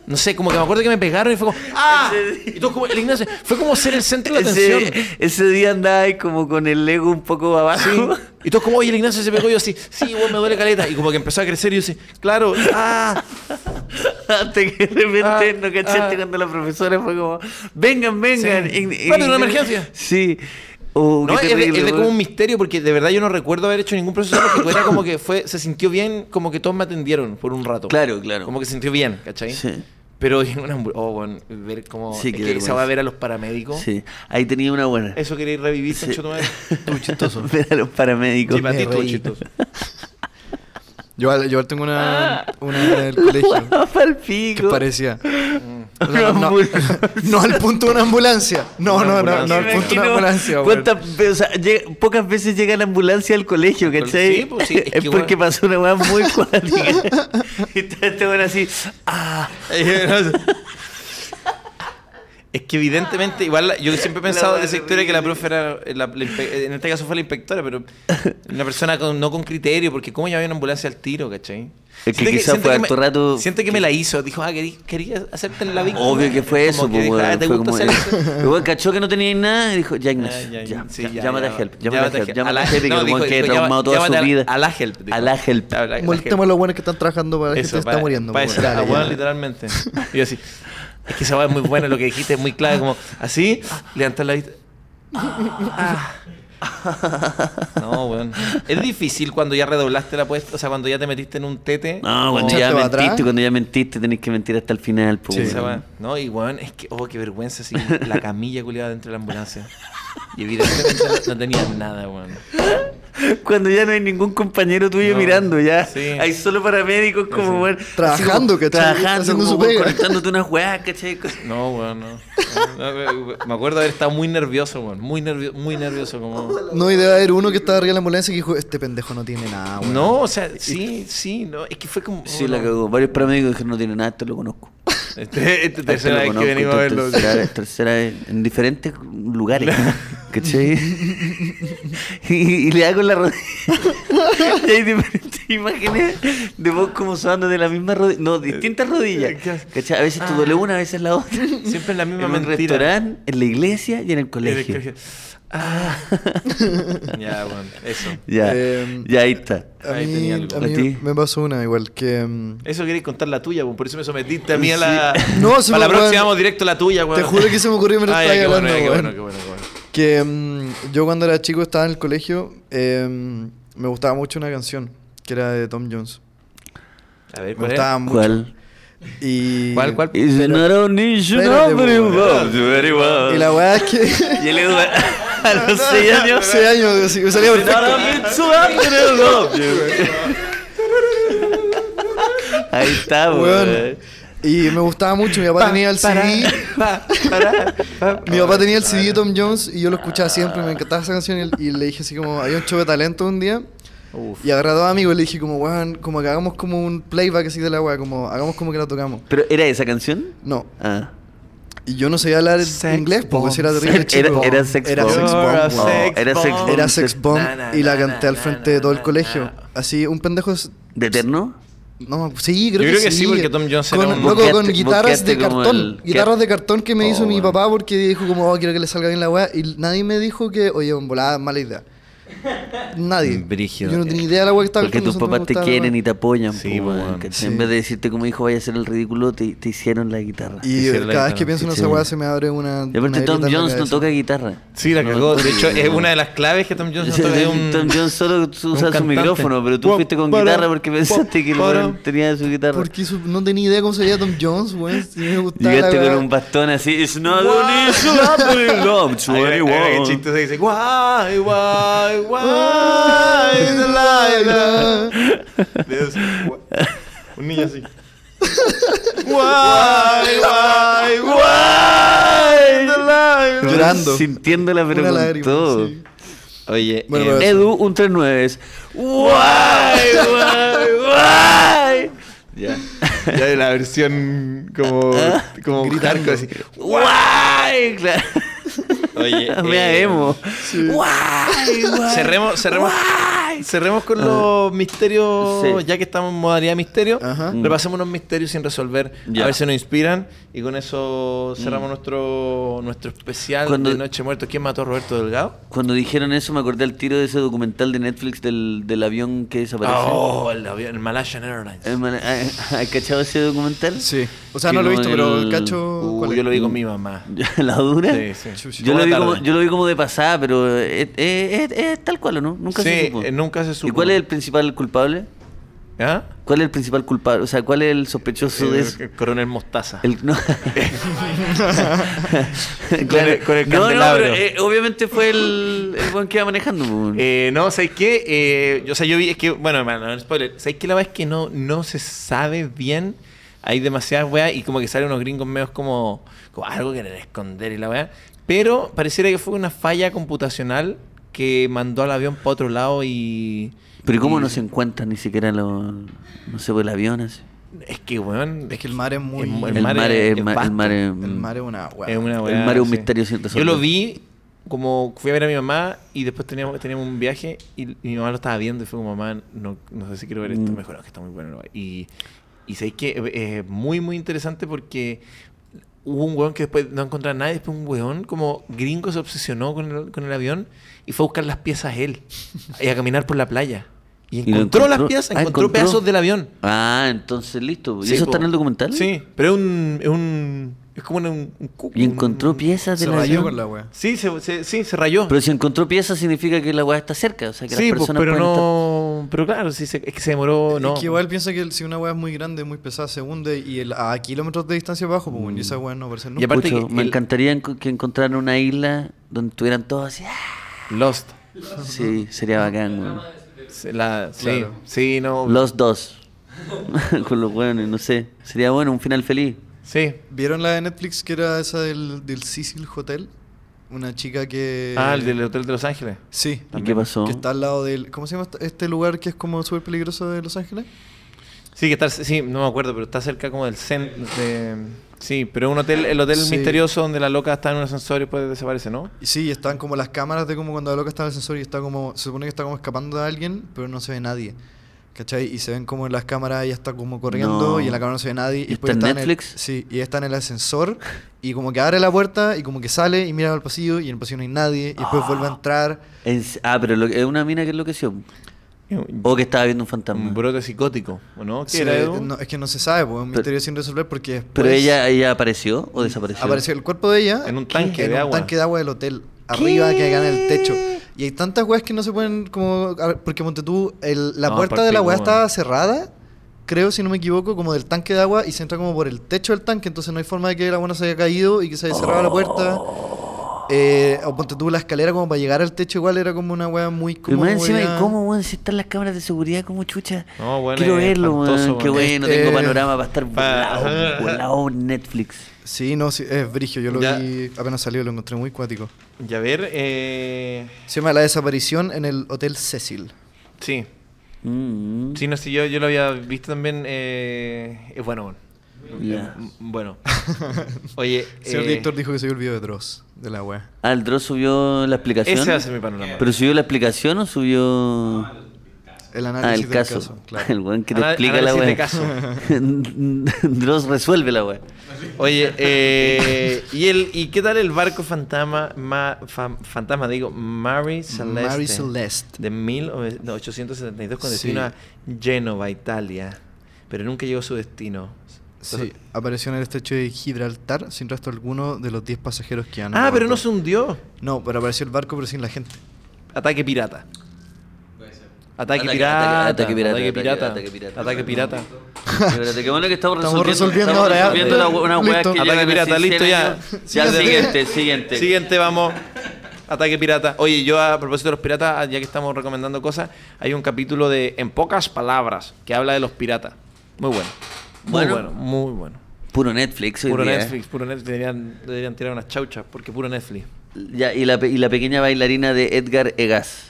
[SPEAKER 4] No sé, como que me acuerdo que me pegaron y fue como. ¡Ah! Y todo como. el Ignacio- fue como ser el centro de la atención.
[SPEAKER 5] Ese, ese día andaba ahí como con el ego un poco abajo.
[SPEAKER 4] Y todos como, oye, el Ignacio se pegó. Y yo así, sí, weón, me duele caleta. Y como que empezó a crecer y yo así, claro, ah,
[SPEAKER 5] Hasta que de repente
[SPEAKER 4] Ah,
[SPEAKER 5] no cachaste
[SPEAKER 4] ah.
[SPEAKER 5] cuando la profesora fue como, vengan, vengan.
[SPEAKER 4] Sí.
[SPEAKER 5] Y- y-
[SPEAKER 4] Párate, una emergencia.
[SPEAKER 5] Sí. Oh,
[SPEAKER 4] No,
[SPEAKER 5] qué
[SPEAKER 4] es de,
[SPEAKER 5] terrible,
[SPEAKER 4] es de como un
[SPEAKER 5] weón.
[SPEAKER 4] misterio porque de verdad yo no recuerdo haber hecho ningún proceso porque era como que fue, se sintió bien, como que todos me atendieron por un rato.
[SPEAKER 5] Claro, claro.
[SPEAKER 4] Como que se sintió bien, ¿cachai?
[SPEAKER 5] Sí.
[SPEAKER 4] Pero en una hamburguesa. Oh, weón, ver cómo.
[SPEAKER 5] Sí, qué
[SPEAKER 4] es que
[SPEAKER 5] vergüenza.
[SPEAKER 4] esa va a ver a los paramédicos.
[SPEAKER 5] Sí, ahí tenía una buena.
[SPEAKER 4] Eso queréis revivir,
[SPEAKER 5] Sí.
[SPEAKER 4] Sancho Tomás.
[SPEAKER 3] Estuvo chistoso.
[SPEAKER 5] Ver a los paramédicos.
[SPEAKER 4] Sí, para ti
[SPEAKER 3] me
[SPEAKER 4] estuvo
[SPEAKER 3] reí.
[SPEAKER 4] chistoso.
[SPEAKER 3] Yo, al- yo al tengo
[SPEAKER 4] Ah.
[SPEAKER 3] una, una del colegio
[SPEAKER 5] Ah, Pa'l
[SPEAKER 3] que
[SPEAKER 5] pico.
[SPEAKER 3] parecía. O sea,
[SPEAKER 5] Una
[SPEAKER 3] no,
[SPEAKER 5] ambulancia.
[SPEAKER 3] no al punto de una ambulancia. No,
[SPEAKER 4] Una
[SPEAKER 3] no, no, no
[SPEAKER 4] ambulancia.
[SPEAKER 3] al punto de una
[SPEAKER 5] Imagino
[SPEAKER 3] ambulancia. weón.
[SPEAKER 5] cuántas ve- o sea, llega- pocas veces llega la ambulancia al colegio, ¿cachai?
[SPEAKER 4] Sí, pues sí, es
[SPEAKER 5] es,
[SPEAKER 4] que,
[SPEAKER 5] porque
[SPEAKER 4] weón.
[SPEAKER 5] pasó una weá muy cuática. y está este weón así, ah,
[SPEAKER 4] Es que evidentemente, igual la- yo siempre he pensado
[SPEAKER 5] La
[SPEAKER 4] de esa
[SPEAKER 5] weá
[SPEAKER 4] historia que la
[SPEAKER 5] terrible.
[SPEAKER 4] profe era, la- la inspe- en este caso fue la inspectora, pero una persona con- no con criterio, porque cómo llevaba una ambulancia al tiro, ¿cachai?
[SPEAKER 5] Es que
[SPEAKER 4] Siento
[SPEAKER 5] quizás
[SPEAKER 4] siento
[SPEAKER 5] fue
[SPEAKER 4] que
[SPEAKER 5] harto
[SPEAKER 4] me-
[SPEAKER 5] rato- Ah,
[SPEAKER 4] Siento que me la hizo, dijo, ah, querí- quería, hacerte la víctima.
[SPEAKER 5] obvio que fue eso,
[SPEAKER 4] Como que
[SPEAKER 5] pues,
[SPEAKER 4] dijo, ah,
[SPEAKER 5] weón.
[SPEAKER 4] ¿te
[SPEAKER 5] Fue
[SPEAKER 4] gusta
[SPEAKER 5] como-
[SPEAKER 4] hacer eso? Ah,
[SPEAKER 5] El weón cachó que no tenía nada y dijo, ya, Ignacio,
[SPEAKER 4] Ya, ya,
[SPEAKER 5] ya,
[SPEAKER 4] sí,
[SPEAKER 5] ya,
[SPEAKER 4] ya,
[SPEAKER 5] llámate
[SPEAKER 4] ya,
[SPEAKER 5] a Help, llámate a Help, llámate a
[SPEAKER 4] la-
[SPEAKER 5] Help, y que
[SPEAKER 4] no,
[SPEAKER 5] el weón
[SPEAKER 4] dijo-
[SPEAKER 5] quede
[SPEAKER 4] dijo,
[SPEAKER 5] traumado toda su
[SPEAKER 4] llámate a la-
[SPEAKER 5] vida.
[SPEAKER 4] A la Help. dijo.
[SPEAKER 5] A la Help.
[SPEAKER 4] A la- a la
[SPEAKER 3] Moltemos a
[SPEAKER 4] Help.
[SPEAKER 3] los buenos que están trabajando para la gente
[SPEAKER 4] Eso,
[SPEAKER 3] que está
[SPEAKER 4] para-
[SPEAKER 3] muriendo.
[SPEAKER 4] para
[SPEAKER 3] weón.
[SPEAKER 4] eso,
[SPEAKER 3] Dale,
[SPEAKER 4] ah,
[SPEAKER 3] ya.
[SPEAKER 4] weón, literalmente. Y yo así, es que esa weá es muy buena, lo que dijiste es muy clave, como así, levantar la vista. Ah. No, weón. Es difícil cuando ya redoblaste la apuesta, o sea, cuando ya te metiste en un tete. Oh,
[SPEAKER 5] No,
[SPEAKER 4] como-
[SPEAKER 5] cuando
[SPEAKER 3] Echarte
[SPEAKER 5] ya
[SPEAKER 3] para
[SPEAKER 5] mentiste,
[SPEAKER 3] atrás.
[SPEAKER 5] cuando ya mentiste tenés que mentir hasta el final, pues.
[SPEAKER 4] Sí,
[SPEAKER 5] weón.
[SPEAKER 4] esa weá. No, y weón, es que, oh, qué vergüenza, así, la camilla culiada dentro de la ambulancia. Y evidentemente no, no tenía nada, weón.
[SPEAKER 5] Cuando ya no hay ningún compañero tuyo
[SPEAKER 4] No,
[SPEAKER 5] mirando, ya
[SPEAKER 4] sí.
[SPEAKER 5] hay solo paramédicos como, weón, así
[SPEAKER 3] Trabajando,
[SPEAKER 5] como-
[SPEAKER 3] ¿cachai?
[SPEAKER 5] Trabajando,
[SPEAKER 3] Haciendo
[SPEAKER 5] como,
[SPEAKER 3] su
[SPEAKER 5] weón,
[SPEAKER 3] pega.
[SPEAKER 5] conectándote unas weas, ¿cachai?
[SPEAKER 4] No, weón, no. No, Me acuerdo haber estado muy nervioso, weón. Muy, nervioso, muy nervioso, como.
[SPEAKER 3] No, y debe haber uno que estaba arriba de la ambulancia que dijo, este pendejo no tiene nada, weón.
[SPEAKER 4] No, o sea, sí, sí, no, es que fue como...
[SPEAKER 5] Sí, la cagó. Varios paramédicos dijeron, no tiene nada, esto lo conozco.
[SPEAKER 4] Este, este
[SPEAKER 5] Esto lo
[SPEAKER 4] tercera vez que
[SPEAKER 5] conozco,
[SPEAKER 4] venimos a
[SPEAKER 5] esto
[SPEAKER 4] verlo.
[SPEAKER 5] Tercera, vez, tercera vez, en diferentes lugares, ¿cachai? y, y le hago la rodilla. y hay diferentes imágenes de vos como sonando de la misma rodilla. No,
[SPEAKER 4] Eh,
[SPEAKER 5] distintas rodillas.
[SPEAKER 4] ¿Qué haces?
[SPEAKER 5] ¿Cachai? A veces te duele una, a veces la otra.
[SPEAKER 4] Ah. Siempre es la misma
[SPEAKER 5] en un
[SPEAKER 4] mentira.
[SPEAKER 5] restaurante, en la iglesia y en el
[SPEAKER 4] Y
[SPEAKER 5] colegio.
[SPEAKER 4] dije, Ah. ya, bueno, eso.
[SPEAKER 5] Ya,
[SPEAKER 3] Eh,
[SPEAKER 5] ya ahí está.
[SPEAKER 3] A
[SPEAKER 4] Ahí
[SPEAKER 3] mí,
[SPEAKER 4] tenía
[SPEAKER 3] a
[SPEAKER 4] algo.
[SPEAKER 5] ¿A
[SPEAKER 3] mí
[SPEAKER 5] ti?
[SPEAKER 3] me pasó una igual que... mm,
[SPEAKER 4] Eso queréis contar la tuya, weón, por eso me sometiste a mí a la...
[SPEAKER 3] No, se
[SPEAKER 4] Para
[SPEAKER 3] me-
[SPEAKER 4] la próxima
[SPEAKER 3] weón,
[SPEAKER 4] vamos directo a la tuya, weón.
[SPEAKER 3] te juro que se me ocurrió mientras
[SPEAKER 4] Ay,
[SPEAKER 3] estaba
[SPEAKER 4] qué bueno,
[SPEAKER 3] hablando,
[SPEAKER 4] ya, qué
[SPEAKER 3] weón.
[SPEAKER 4] bueno, qué bueno, qué bueno.
[SPEAKER 3] Que mm, yo cuando era chico estaba en el colegio, eh, me gustaba mucho una canción que era de Tom Jones.
[SPEAKER 4] A ver,
[SPEAKER 3] Me
[SPEAKER 4] ¿cuál es?
[SPEAKER 3] gustaba mucho.
[SPEAKER 5] ¿Cuál?
[SPEAKER 3] Y,
[SPEAKER 4] ¿Cuál, cuál?
[SPEAKER 5] Is it not an issue,
[SPEAKER 3] Espérate,
[SPEAKER 5] nobody
[SPEAKER 3] weón.
[SPEAKER 5] loves you very well.
[SPEAKER 3] Y la weá es que...
[SPEAKER 5] Y el Edu a los 6 años.
[SPEAKER 3] 12 años, así que salía
[SPEAKER 5] Is it not a
[SPEAKER 3] perfecto.
[SPEAKER 5] mitzvah, nobody loves you. Ahí está,
[SPEAKER 3] Weón.
[SPEAKER 5] weón.
[SPEAKER 3] Y me gustaba mucho, mi papá tenía el CD.
[SPEAKER 4] Pa, para, pa.
[SPEAKER 3] Mi papá tenía el CD de Tom Jones y yo lo escuchaba siempre, me encantaba esa canción y- y, le dije así como, había un show de talento un día
[SPEAKER 4] Uf.
[SPEAKER 3] y agarré a dos amigos y le dije como, weón, como que hagamos como un playback así de la weá, como hagamos como que la tocamos.
[SPEAKER 5] ¿Pero era esa canción?
[SPEAKER 3] No,
[SPEAKER 5] Ah.
[SPEAKER 3] y yo no sabía hablar
[SPEAKER 4] Sex
[SPEAKER 3] inglés porque
[SPEAKER 4] bomb.
[SPEAKER 3] si era terrible
[SPEAKER 5] Era,
[SPEAKER 3] chico.
[SPEAKER 5] era sex
[SPEAKER 3] Era
[SPEAKER 5] bomb.
[SPEAKER 3] sex
[SPEAKER 4] You're
[SPEAKER 3] bomb,
[SPEAKER 4] a
[SPEAKER 3] weón.
[SPEAKER 4] sex
[SPEAKER 5] Era sex
[SPEAKER 4] bomb.
[SPEAKER 5] bomb.
[SPEAKER 3] Era sex bomb
[SPEAKER 4] Na, na,
[SPEAKER 3] y la
[SPEAKER 4] na,
[SPEAKER 3] canté
[SPEAKER 4] na,
[SPEAKER 3] al
[SPEAKER 4] na,
[SPEAKER 3] frente
[SPEAKER 4] na,
[SPEAKER 3] de todo el
[SPEAKER 4] na,
[SPEAKER 3] colegio.
[SPEAKER 4] na.
[SPEAKER 3] Así, un pendejo... s-
[SPEAKER 5] ¿De eterno?
[SPEAKER 3] No, sí, creo
[SPEAKER 4] Yo creo que sí,
[SPEAKER 3] sí,
[SPEAKER 4] porque Tom Jones era
[SPEAKER 3] con,
[SPEAKER 4] un-
[SPEAKER 3] loco, con
[SPEAKER 5] Buscaste-
[SPEAKER 3] guitarras de
[SPEAKER 5] buscaste como
[SPEAKER 3] cartón.
[SPEAKER 5] el-
[SPEAKER 3] Guitarras de cartón que me hizo
[SPEAKER 5] Oh,
[SPEAKER 3] mi
[SPEAKER 5] bueno.
[SPEAKER 3] papá porque dijo como, oh, quiero que le salga bien la weá. Y nadie me dijo que, oye, en volada, mala idea. Nadie.
[SPEAKER 4] Brígido.
[SPEAKER 3] Yo no tenía idea de la weá que estaba
[SPEAKER 5] Porque tus
[SPEAKER 3] cantando,
[SPEAKER 5] papás te
[SPEAKER 3] entonces no me
[SPEAKER 5] quieren y
[SPEAKER 3] gustaba
[SPEAKER 5] te apoyan.
[SPEAKER 4] Sí,
[SPEAKER 5] po,
[SPEAKER 4] weón.
[SPEAKER 5] weón, ¿cachai?
[SPEAKER 3] Sí.
[SPEAKER 5] En vez de decirte como hijo vaya a ser el ridículo, te, te hicieron la guitarra.
[SPEAKER 3] la weá. Y
[SPEAKER 4] Sí, la
[SPEAKER 3] eh, cada vez
[SPEAKER 4] guitarra.
[SPEAKER 3] que pienso en
[SPEAKER 5] Sí,
[SPEAKER 3] esa
[SPEAKER 5] sí.
[SPEAKER 3] weá se me abre una.
[SPEAKER 5] Y aparte Tom
[SPEAKER 3] una grieta en la
[SPEAKER 5] Jones no
[SPEAKER 3] cabeza.
[SPEAKER 5] toca guitarra.
[SPEAKER 4] Sí, la
[SPEAKER 5] No
[SPEAKER 4] cagó. De
[SPEAKER 5] toca
[SPEAKER 4] hecho, es
[SPEAKER 5] guitarra.
[SPEAKER 4] una de las claves que Tom Jones no
[SPEAKER 5] Sí,
[SPEAKER 4] toca, es un-
[SPEAKER 5] Tom Jones solo usa
[SPEAKER 4] un
[SPEAKER 5] su
[SPEAKER 4] cantante.
[SPEAKER 5] micrófono, pero tú
[SPEAKER 4] Pua,
[SPEAKER 5] fuiste con
[SPEAKER 4] para,
[SPEAKER 5] guitarra porque
[SPEAKER 4] pua,
[SPEAKER 5] pensaste que el
[SPEAKER 4] para.
[SPEAKER 5] weón tenía su guitarra.
[SPEAKER 3] Porque eso- no tenía idea cómo se veía Tom Jones, weón. Si me gustaba.
[SPEAKER 5] Llegaste
[SPEAKER 3] la weá.
[SPEAKER 5] con un bastón así, it's not an issue, happening, no, it's
[SPEAKER 4] Ahí
[SPEAKER 5] what
[SPEAKER 4] era-
[SPEAKER 5] you
[SPEAKER 4] ahí era que
[SPEAKER 5] want".
[SPEAKER 4] chistoso que dice, "Why, why, why is the light up?" Dios, gua- Un niño así. Why, why, why is the light up?
[SPEAKER 3] Llorando.
[SPEAKER 5] Sintiéndola pero
[SPEAKER 3] Una
[SPEAKER 5] con
[SPEAKER 3] lágrima,
[SPEAKER 5] todo.
[SPEAKER 3] sí.
[SPEAKER 5] Oye,
[SPEAKER 3] Bueno,
[SPEAKER 5] eh,
[SPEAKER 3] pero eso.
[SPEAKER 5] Edu, un 39 es Guay, guay, guay. Ya.
[SPEAKER 4] Ya de la versión como, como
[SPEAKER 3] Gritando.
[SPEAKER 4] hardcore, así.
[SPEAKER 5] Guay, claro.
[SPEAKER 4] Oye,
[SPEAKER 5] Me
[SPEAKER 4] eh,
[SPEAKER 5] emo. Guay, guay.
[SPEAKER 4] Cerremos, cerremos, cerremos con los misterios,
[SPEAKER 5] Sí.
[SPEAKER 4] ya que estamos en modalidad misterio.
[SPEAKER 3] Ajá.
[SPEAKER 4] Repasemos unos misterios sin resolver,
[SPEAKER 5] Ya.
[SPEAKER 4] a ver si nos inspiran. Y con eso cerramos nuestro, nuestro especial
[SPEAKER 5] Cuando-
[SPEAKER 4] de Noche Muerto. ¿Quién mató a Roberto Delgado?
[SPEAKER 5] Cuando dijeron eso me acordé al tiro de ese documental de Netflix del, del avión que desapareció.
[SPEAKER 4] Oh, el, avión, el Malaysian Airlines.
[SPEAKER 5] Eh, man, ¿Has has cachado ese documental?
[SPEAKER 3] Sí. O sea, no
[SPEAKER 5] Que
[SPEAKER 3] lo he
[SPEAKER 5] como
[SPEAKER 3] visto, pero
[SPEAKER 5] el-
[SPEAKER 3] cacho.
[SPEAKER 4] Uh,
[SPEAKER 3] ¿cuál es?
[SPEAKER 4] yo lo vi con mi mamá.
[SPEAKER 5] ¿La dura?
[SPEAKER 4] Sí, sí.
[SPEAKER 3] Chucha.
[SPEAKER 5] Yo lo,
[SPEAKER 4] Una
[SPEAKER 5] vi como,
[SPEAKER 4] tarde.
[SPEAKER 5] yo lo vi como de pasada, pero eh, es, es- es- es tal cual, ¿o no? Nunca
[SPEAKER 4] Sí,
[SPEAKER 5] se supo.
[SPEAKER 4] eh, nunca se
[SPEAKER 5] ¿Y
[SPEAKER 4] supo.
[SPEAKER 5] cuál es el principal culpable?
[SPEAKER 4] ¿Ah? Eh,
[SPEAKER 5] ¿Cuál es el principal culpable? O sea, ¿cuál es el sospechoso de
[SPEAKER 4] El-
[SPEAKER 5] eso?
[SPEAKER 4] el coronel Mostaza.
[SPEAKER 5] El, no.
[SPEAKER 4] el- con el
[SPEAKER 5] no, no,
[SPEAKER 4] candelabro.
[SPEAKER 5] pero eh, obviamente fue el, el buen que iba manejando. po.
[SPEAKER 4] Eh, no, ¿sabes qué? Eh, yo, o sea, yo vi, es que, bueno, hermano, no es spoiler. ¿Sabes qué? La verdad es que no, no se sabe bien. Hay demasiadas weas y como que salen unos gringos medios como, como algo que quieren esconder y la wea. Pero pareciera que fue una falla computacional que mandó al avión para otro lado y.
[SPEAKER 5] pero ¿y ¿cómo
[SPEAKER 4] y-
[SPEAKER 5] no se encuentran ni siquiera los. No sé, pues, el avión así?
[SPEAKER 4] Es que, weón.
[SPEAKER 3] Es que el mar es muy-
[SPEAKER 5] El,
[SPEAKER 3] El
[SPEAKER 5] mar, es, el, mar, el mar es- mm,
[SPEAKER 3] El mar es una weá.
[SPEAKER 4] Es una
[SPEAKER 5] El
[SPEAKER 4] weá,
[SPEAKER 5] mar es un misterio sin
[SPEAKER 4] Yo
[SPEAKER 5] resolver.
[SPEAKER 4] lo vi, como fui a ver a mi mamá y después teníamos, teníamos un viaje y mi mamá lo estaba viendo y fue como, mamá, no, no sé si quiero ver esto.
[SPEAKER 5] Mm.
[SPEAKER 4] Me dijo, no, que está muy bueno. lo voy a-". Y, y sabéis que eh, es muy, muy interesante porque hubo un weón que después no encontraba nadie. Después un weón como gringo se obsesionó con el, con el avión y fue a buscar las piezas él y a caminar por la playa. Y
[SPEAKER 5] lo
[SPEAKER 4] encontró, las
[SPEAKER 5] encontró?
[SPEAKER 4] piezas,
[SPEAKER 5] Ah,
[SPEAKER 4] encontró,
[SPEAKER 5] encontró.
[SPEAKER 4] pedazos del avión.
[SPEAKER 5] Ah, entonces listo. po. ¿Y
[SPEAKER 4] Sí,
[SPEAKER 5] eso
[SPEAKER 4] po.
[SPEAKER 5] está en el documental?
[SPEAKER 4] Sí, pero es un. Es, un, es como un, un cuco,
[SPEAKER 5] Y encontró
[SPEAKER 4] un-
[SPEAKER 5] piezas
[SPEAKER 3] Se
[SPEAKER 5] del
[SPEAKER 3] rayó
[SPEAKER 5] avión.
[SPEAKER 3] con la weá.
[SPEAKER 4] Sí, se, se- sí, se rayó.
[SPEAKER 5] Pero si encontró piezas significa que la weá está cerca. O sea, que
[SPEAKER 4] sí,
[SPEAKER 5] las
[SPEAKER 4] pues,
[SPEAKER 5] personas
[SPEAKER 4] pero
[SPEAKER 5] pueden estar-
[SPEAKER 4] no. Pero claro, sí, se- es que se demoró. No.
[SPEAKER 3] Es que igual piensa que si una weá es muy grande, muy pesada, se hunde y el, a kilómetros de distancia abajo, pues bueno, y esa weá no aparece
[SPEAKER 4] Y
[SPEAKER 3] nunca.
[SPEAKER 4] aparte
[SPEAKER 5] Pucho,
[SPEAKER 4] que
[SPEAKER 5] me
[SPEAKER 4] el-
[SPEAKER 5] encantaría enco- que encontraran una isla donde estuvieran todos así. ¡ah!
[SPEAKER 4] Lost.
[SPEAKER 5] Sí, sería bacán, weón.
[SPEAKER 4] Se- La, sí,
[SPEAKER 3] Claro.
[SPEAKER 4] sí, no.
[SPEAKER 5] Los dos. Con los hueones, no sé. Sería bueno, un final feliz.
[SPEAKER 4] Sí.
[SPEAKER 3] ¿Vieron la de Netflix que era esa del, del Cecil Hotel? Una chica que.
[SPEAKER 4] ah, el del Hotel de Los Ángeles.
[SPEAKER 3] Sí.
[SPEAKER 5] ¿Y qué pasó?
[SPEAKER 3] Que está al lado del. ¿Cómo se llama esta- este lugar que es como súper peligroso de Los Ángeles?
[SPEAKER 4] Sí, que está. Sí, no me acuerdo, pero está cerca como del centro. sí, pero un hotel, el hotel
[SPEAKER 3] Sí.
[SPEAKER 4] misterioso donde la loca está en un ascensor y después desaparece, ¿no?
[SPEAKER 3] Y sí, están como las cámaras de como cuando la loca está en el sensor y está como. Se supone que está como escapando de alguien, pero no se ve nadie. ¿Cachai? Y se ven como en las cámaras ella está como corriendo
[SPEAKER 5] No.
[SPEAKER 3] y en la cámara no se ve nadie.
[SPEAKER 5] ¿Y
[SPEAKER 3] Y después
[SPEAKER 5] está en
[SPEAKER 3] el-
[SPEAKER 5] Netflix?
[SPEAKER 3] sí, y ella está en el ascensor y como que abre la puerta y como que sale y mira al pasillo y en el pasillo no hay nadie. Y después vuelve a
[SPEAKER 5] Ah.
[SPEAKER 3] entrar.
[SPEAKER 5] Es- ah, pero lo- es una mina que enloqueció. O que estaba viendo un fantasma.
[SPEAKER 4] Un brote psicótico, ¿o no? ¿Qué
[SPEAKER 3] Sí, eh,
[SPEAKER 4] era, Edu?
[SPEAKER 3] no, es que no se sabe, pues es un
[SPEAKER 5] Pero-
[SPEAKER 3] misterio sin resolver porque después
[SPEAKER 5] pero
[SPEAKER 4] pues-
[SPEAKER 5] ella, ella apareció o desapareció.
[SPEAKER 3] apareció el cuerpo de ella
[SPEAKER 4] En un tanque
[SPEAKER 3] en
[SPEAKER 4] de
[SPEAKER 3] un
[SPEAKER 4] agua.
[SPEAKER 3] tanque de agua del hotel, arriba que gana el techo. Y hay tantas weas que no se pueden como a ver, porque monte tú el- la
[SPEAKER 4] No,
[SPEAKER 3] puerta de la
[SPEAKER 4] aparte,
[SPEAKER 3] wea
[SPEAKER 4] como-
[SPEAKER 3] estaba cerrada. Creo, si no me equivoco, como del tanque de agua y se entra como por el techo del tanque, entonces no hay forma de que la buena se haya caído y que se haya cerrado la puerta.
[SPEAKER 5] Oh.
[SPEAKER 3] Eh, o ponte tú la escalera como para llegar al techo, igual era como una wea muy
[SPEAKER 5] Pero
[SPEAKER 3] como.
[SPEAKER 5] más encima,
[SPEAKER 3] wea-
[SPEAKER 5] ¿y ¿cómo, weón? Si están las cámaras de seguridad, como chucha.
[SPEAKER 4] No, bueno,
[SPEAKER 5] Quiero
[SPEAKER 4] es
[SPEAKER 5] verlo, weón.
[SPEAKER 4] espantoso,
[SPEAKER 5] Qué
[SPEAKER 4] weón.
[SPEAKER 5] bueno,
[SPEAKER 3] Este-
[SPEAKER 5] tengo panorama para estar
[SPEAKER 4] Pa-
[SPEAKER 5] volado, volado en Netflix.
[SPEAKER 3] Sí, no, sí, es brigio. Yo lo
[SPEAKER 4] Ya.
[SPEAKER 3] vi apenas salió, lo encontré muy cuático.
[SPEAKER 4] Y a ver, eh,
[SPEAKER 3] Se llama La desaparición en el Hotel Cecil.
[SPEAKER 4] sí.
[SPEAKER 5] Mm,
[SPEAKER 4] Sí, no sé, yo, yo lo había visto también. eh, es bueno, bueno.
[SPEAKER 5] ya.
[SPEAKER 4] M- Mm, Bueno. Oye,
[SPEAKER 3] El señor
[SPEAKER 4] eh,
[SPEAKER 3] director dijo que se olvidó de Dross, de la wea.
[SPEAKER 5] Ah, el Dross subió la explicación.
[SPEAKER 4] ese hace mi panorama.
[SPEAKER 5] ¿Pero subió la explicación o subió...?
[SPEAKER 3] El
[SPEAKER 5] Ah,
[SPEAKER 3] análisis
[SPEAKER 5] el
[SPEAKER 3] del
[SPEAKER 5] caso.
[SPEAKER 3] claro.
[SPEAKER 5] El weón que te
[SPEAKER 4] Ana-
[SPEAKER 5] explica la
[SPEAKER 4] análisis de
[SPEAKER 5] weá. Dross resuelve la weá.
[SPEAKER 4] Oye, eh, ¿y, el, ¿y qué tal el barco fantasma, ma- fam- fantasma, digo, Mary Celeste?
[SPEAKER 3] Mary Celeste.
[SPEAKER 4] De 1872 con
[SPEAKER 3] Sí.
[SPEAKER 4] destino a Génova, Italia. Pero nunca llegó a su destino.
[SPEAKER 3] Sí, apareció en el estrecho de Gibraltar sin rastro alguno de los 10 pasajeros que han.
[SPEAKER 4] ah, pero no
[SPEAKER 3] abortado.
[SPEAKER 4] se hundió.
[SPEAKER 3] No, pero apareció el barco, pero sin la gente.
[SPEAKER 4] Ataque pirata. Ataque,
[SPEAKER 5] Ataque-
[SPEAKER 4] pirata,
[SPEAKER 5] ataque- ataque pirata,
[SPEAKER 4] Ataque
[SPEAKER 5] ataque-
[SPEAKER 4] pirata.
[SPEAKER 5] ataque pirata.
[SPEAKER 4] Ataque pirata.
[SPEAKER 5] Espérate, qué bueno que estamos
[SPEAKER 3] Estamos
[SPEAKER 5] resolviendo.
[SPEAKER 3] resolviendo ahora, ya.
[SPEAKER 5] resolviendo la we- una weá
[SPEAKER 3] Listo.
[SPEAKER 5] que
[SPEAKER 4] Ataque
[SPEAKER 5] llegan
[SPEAKER 4] pirata,
[SPEAKER 5] hace
[SPEAKER 4] listo,
[SPEAKER 5] 100
[SPEAKER 4] ya.
[SPEAKER 5] años. Ya,
[SPEAKER 3] Siguiente.
[SPEAKER 5] siguiente, siguiente.
[SPEAKER 4] Siguiente, vamos. Ataque pirata. Oye, yo a propósito de los piratas, ya que estamos recomendando cosas, hay un capítulo de En pocas palabras que habla de los piratas. Muy bueno. Muy
[SPEAKER 5] Bueno.
[SPEAKER 4] bueno, muy bueno.
[SPEAKER 5] Puro Netflix hoy
[SPEAKER 4] Puro
[SPEAKER 5] día, eh.
[SPEAKER 4] Netflix, puro Netflix. Deberían, deberían tirar unas chauchas porque puro Netflix.
[SPEAKER 5] Ya, y la, pe- y la pequeña bailarina de Edgar Egas.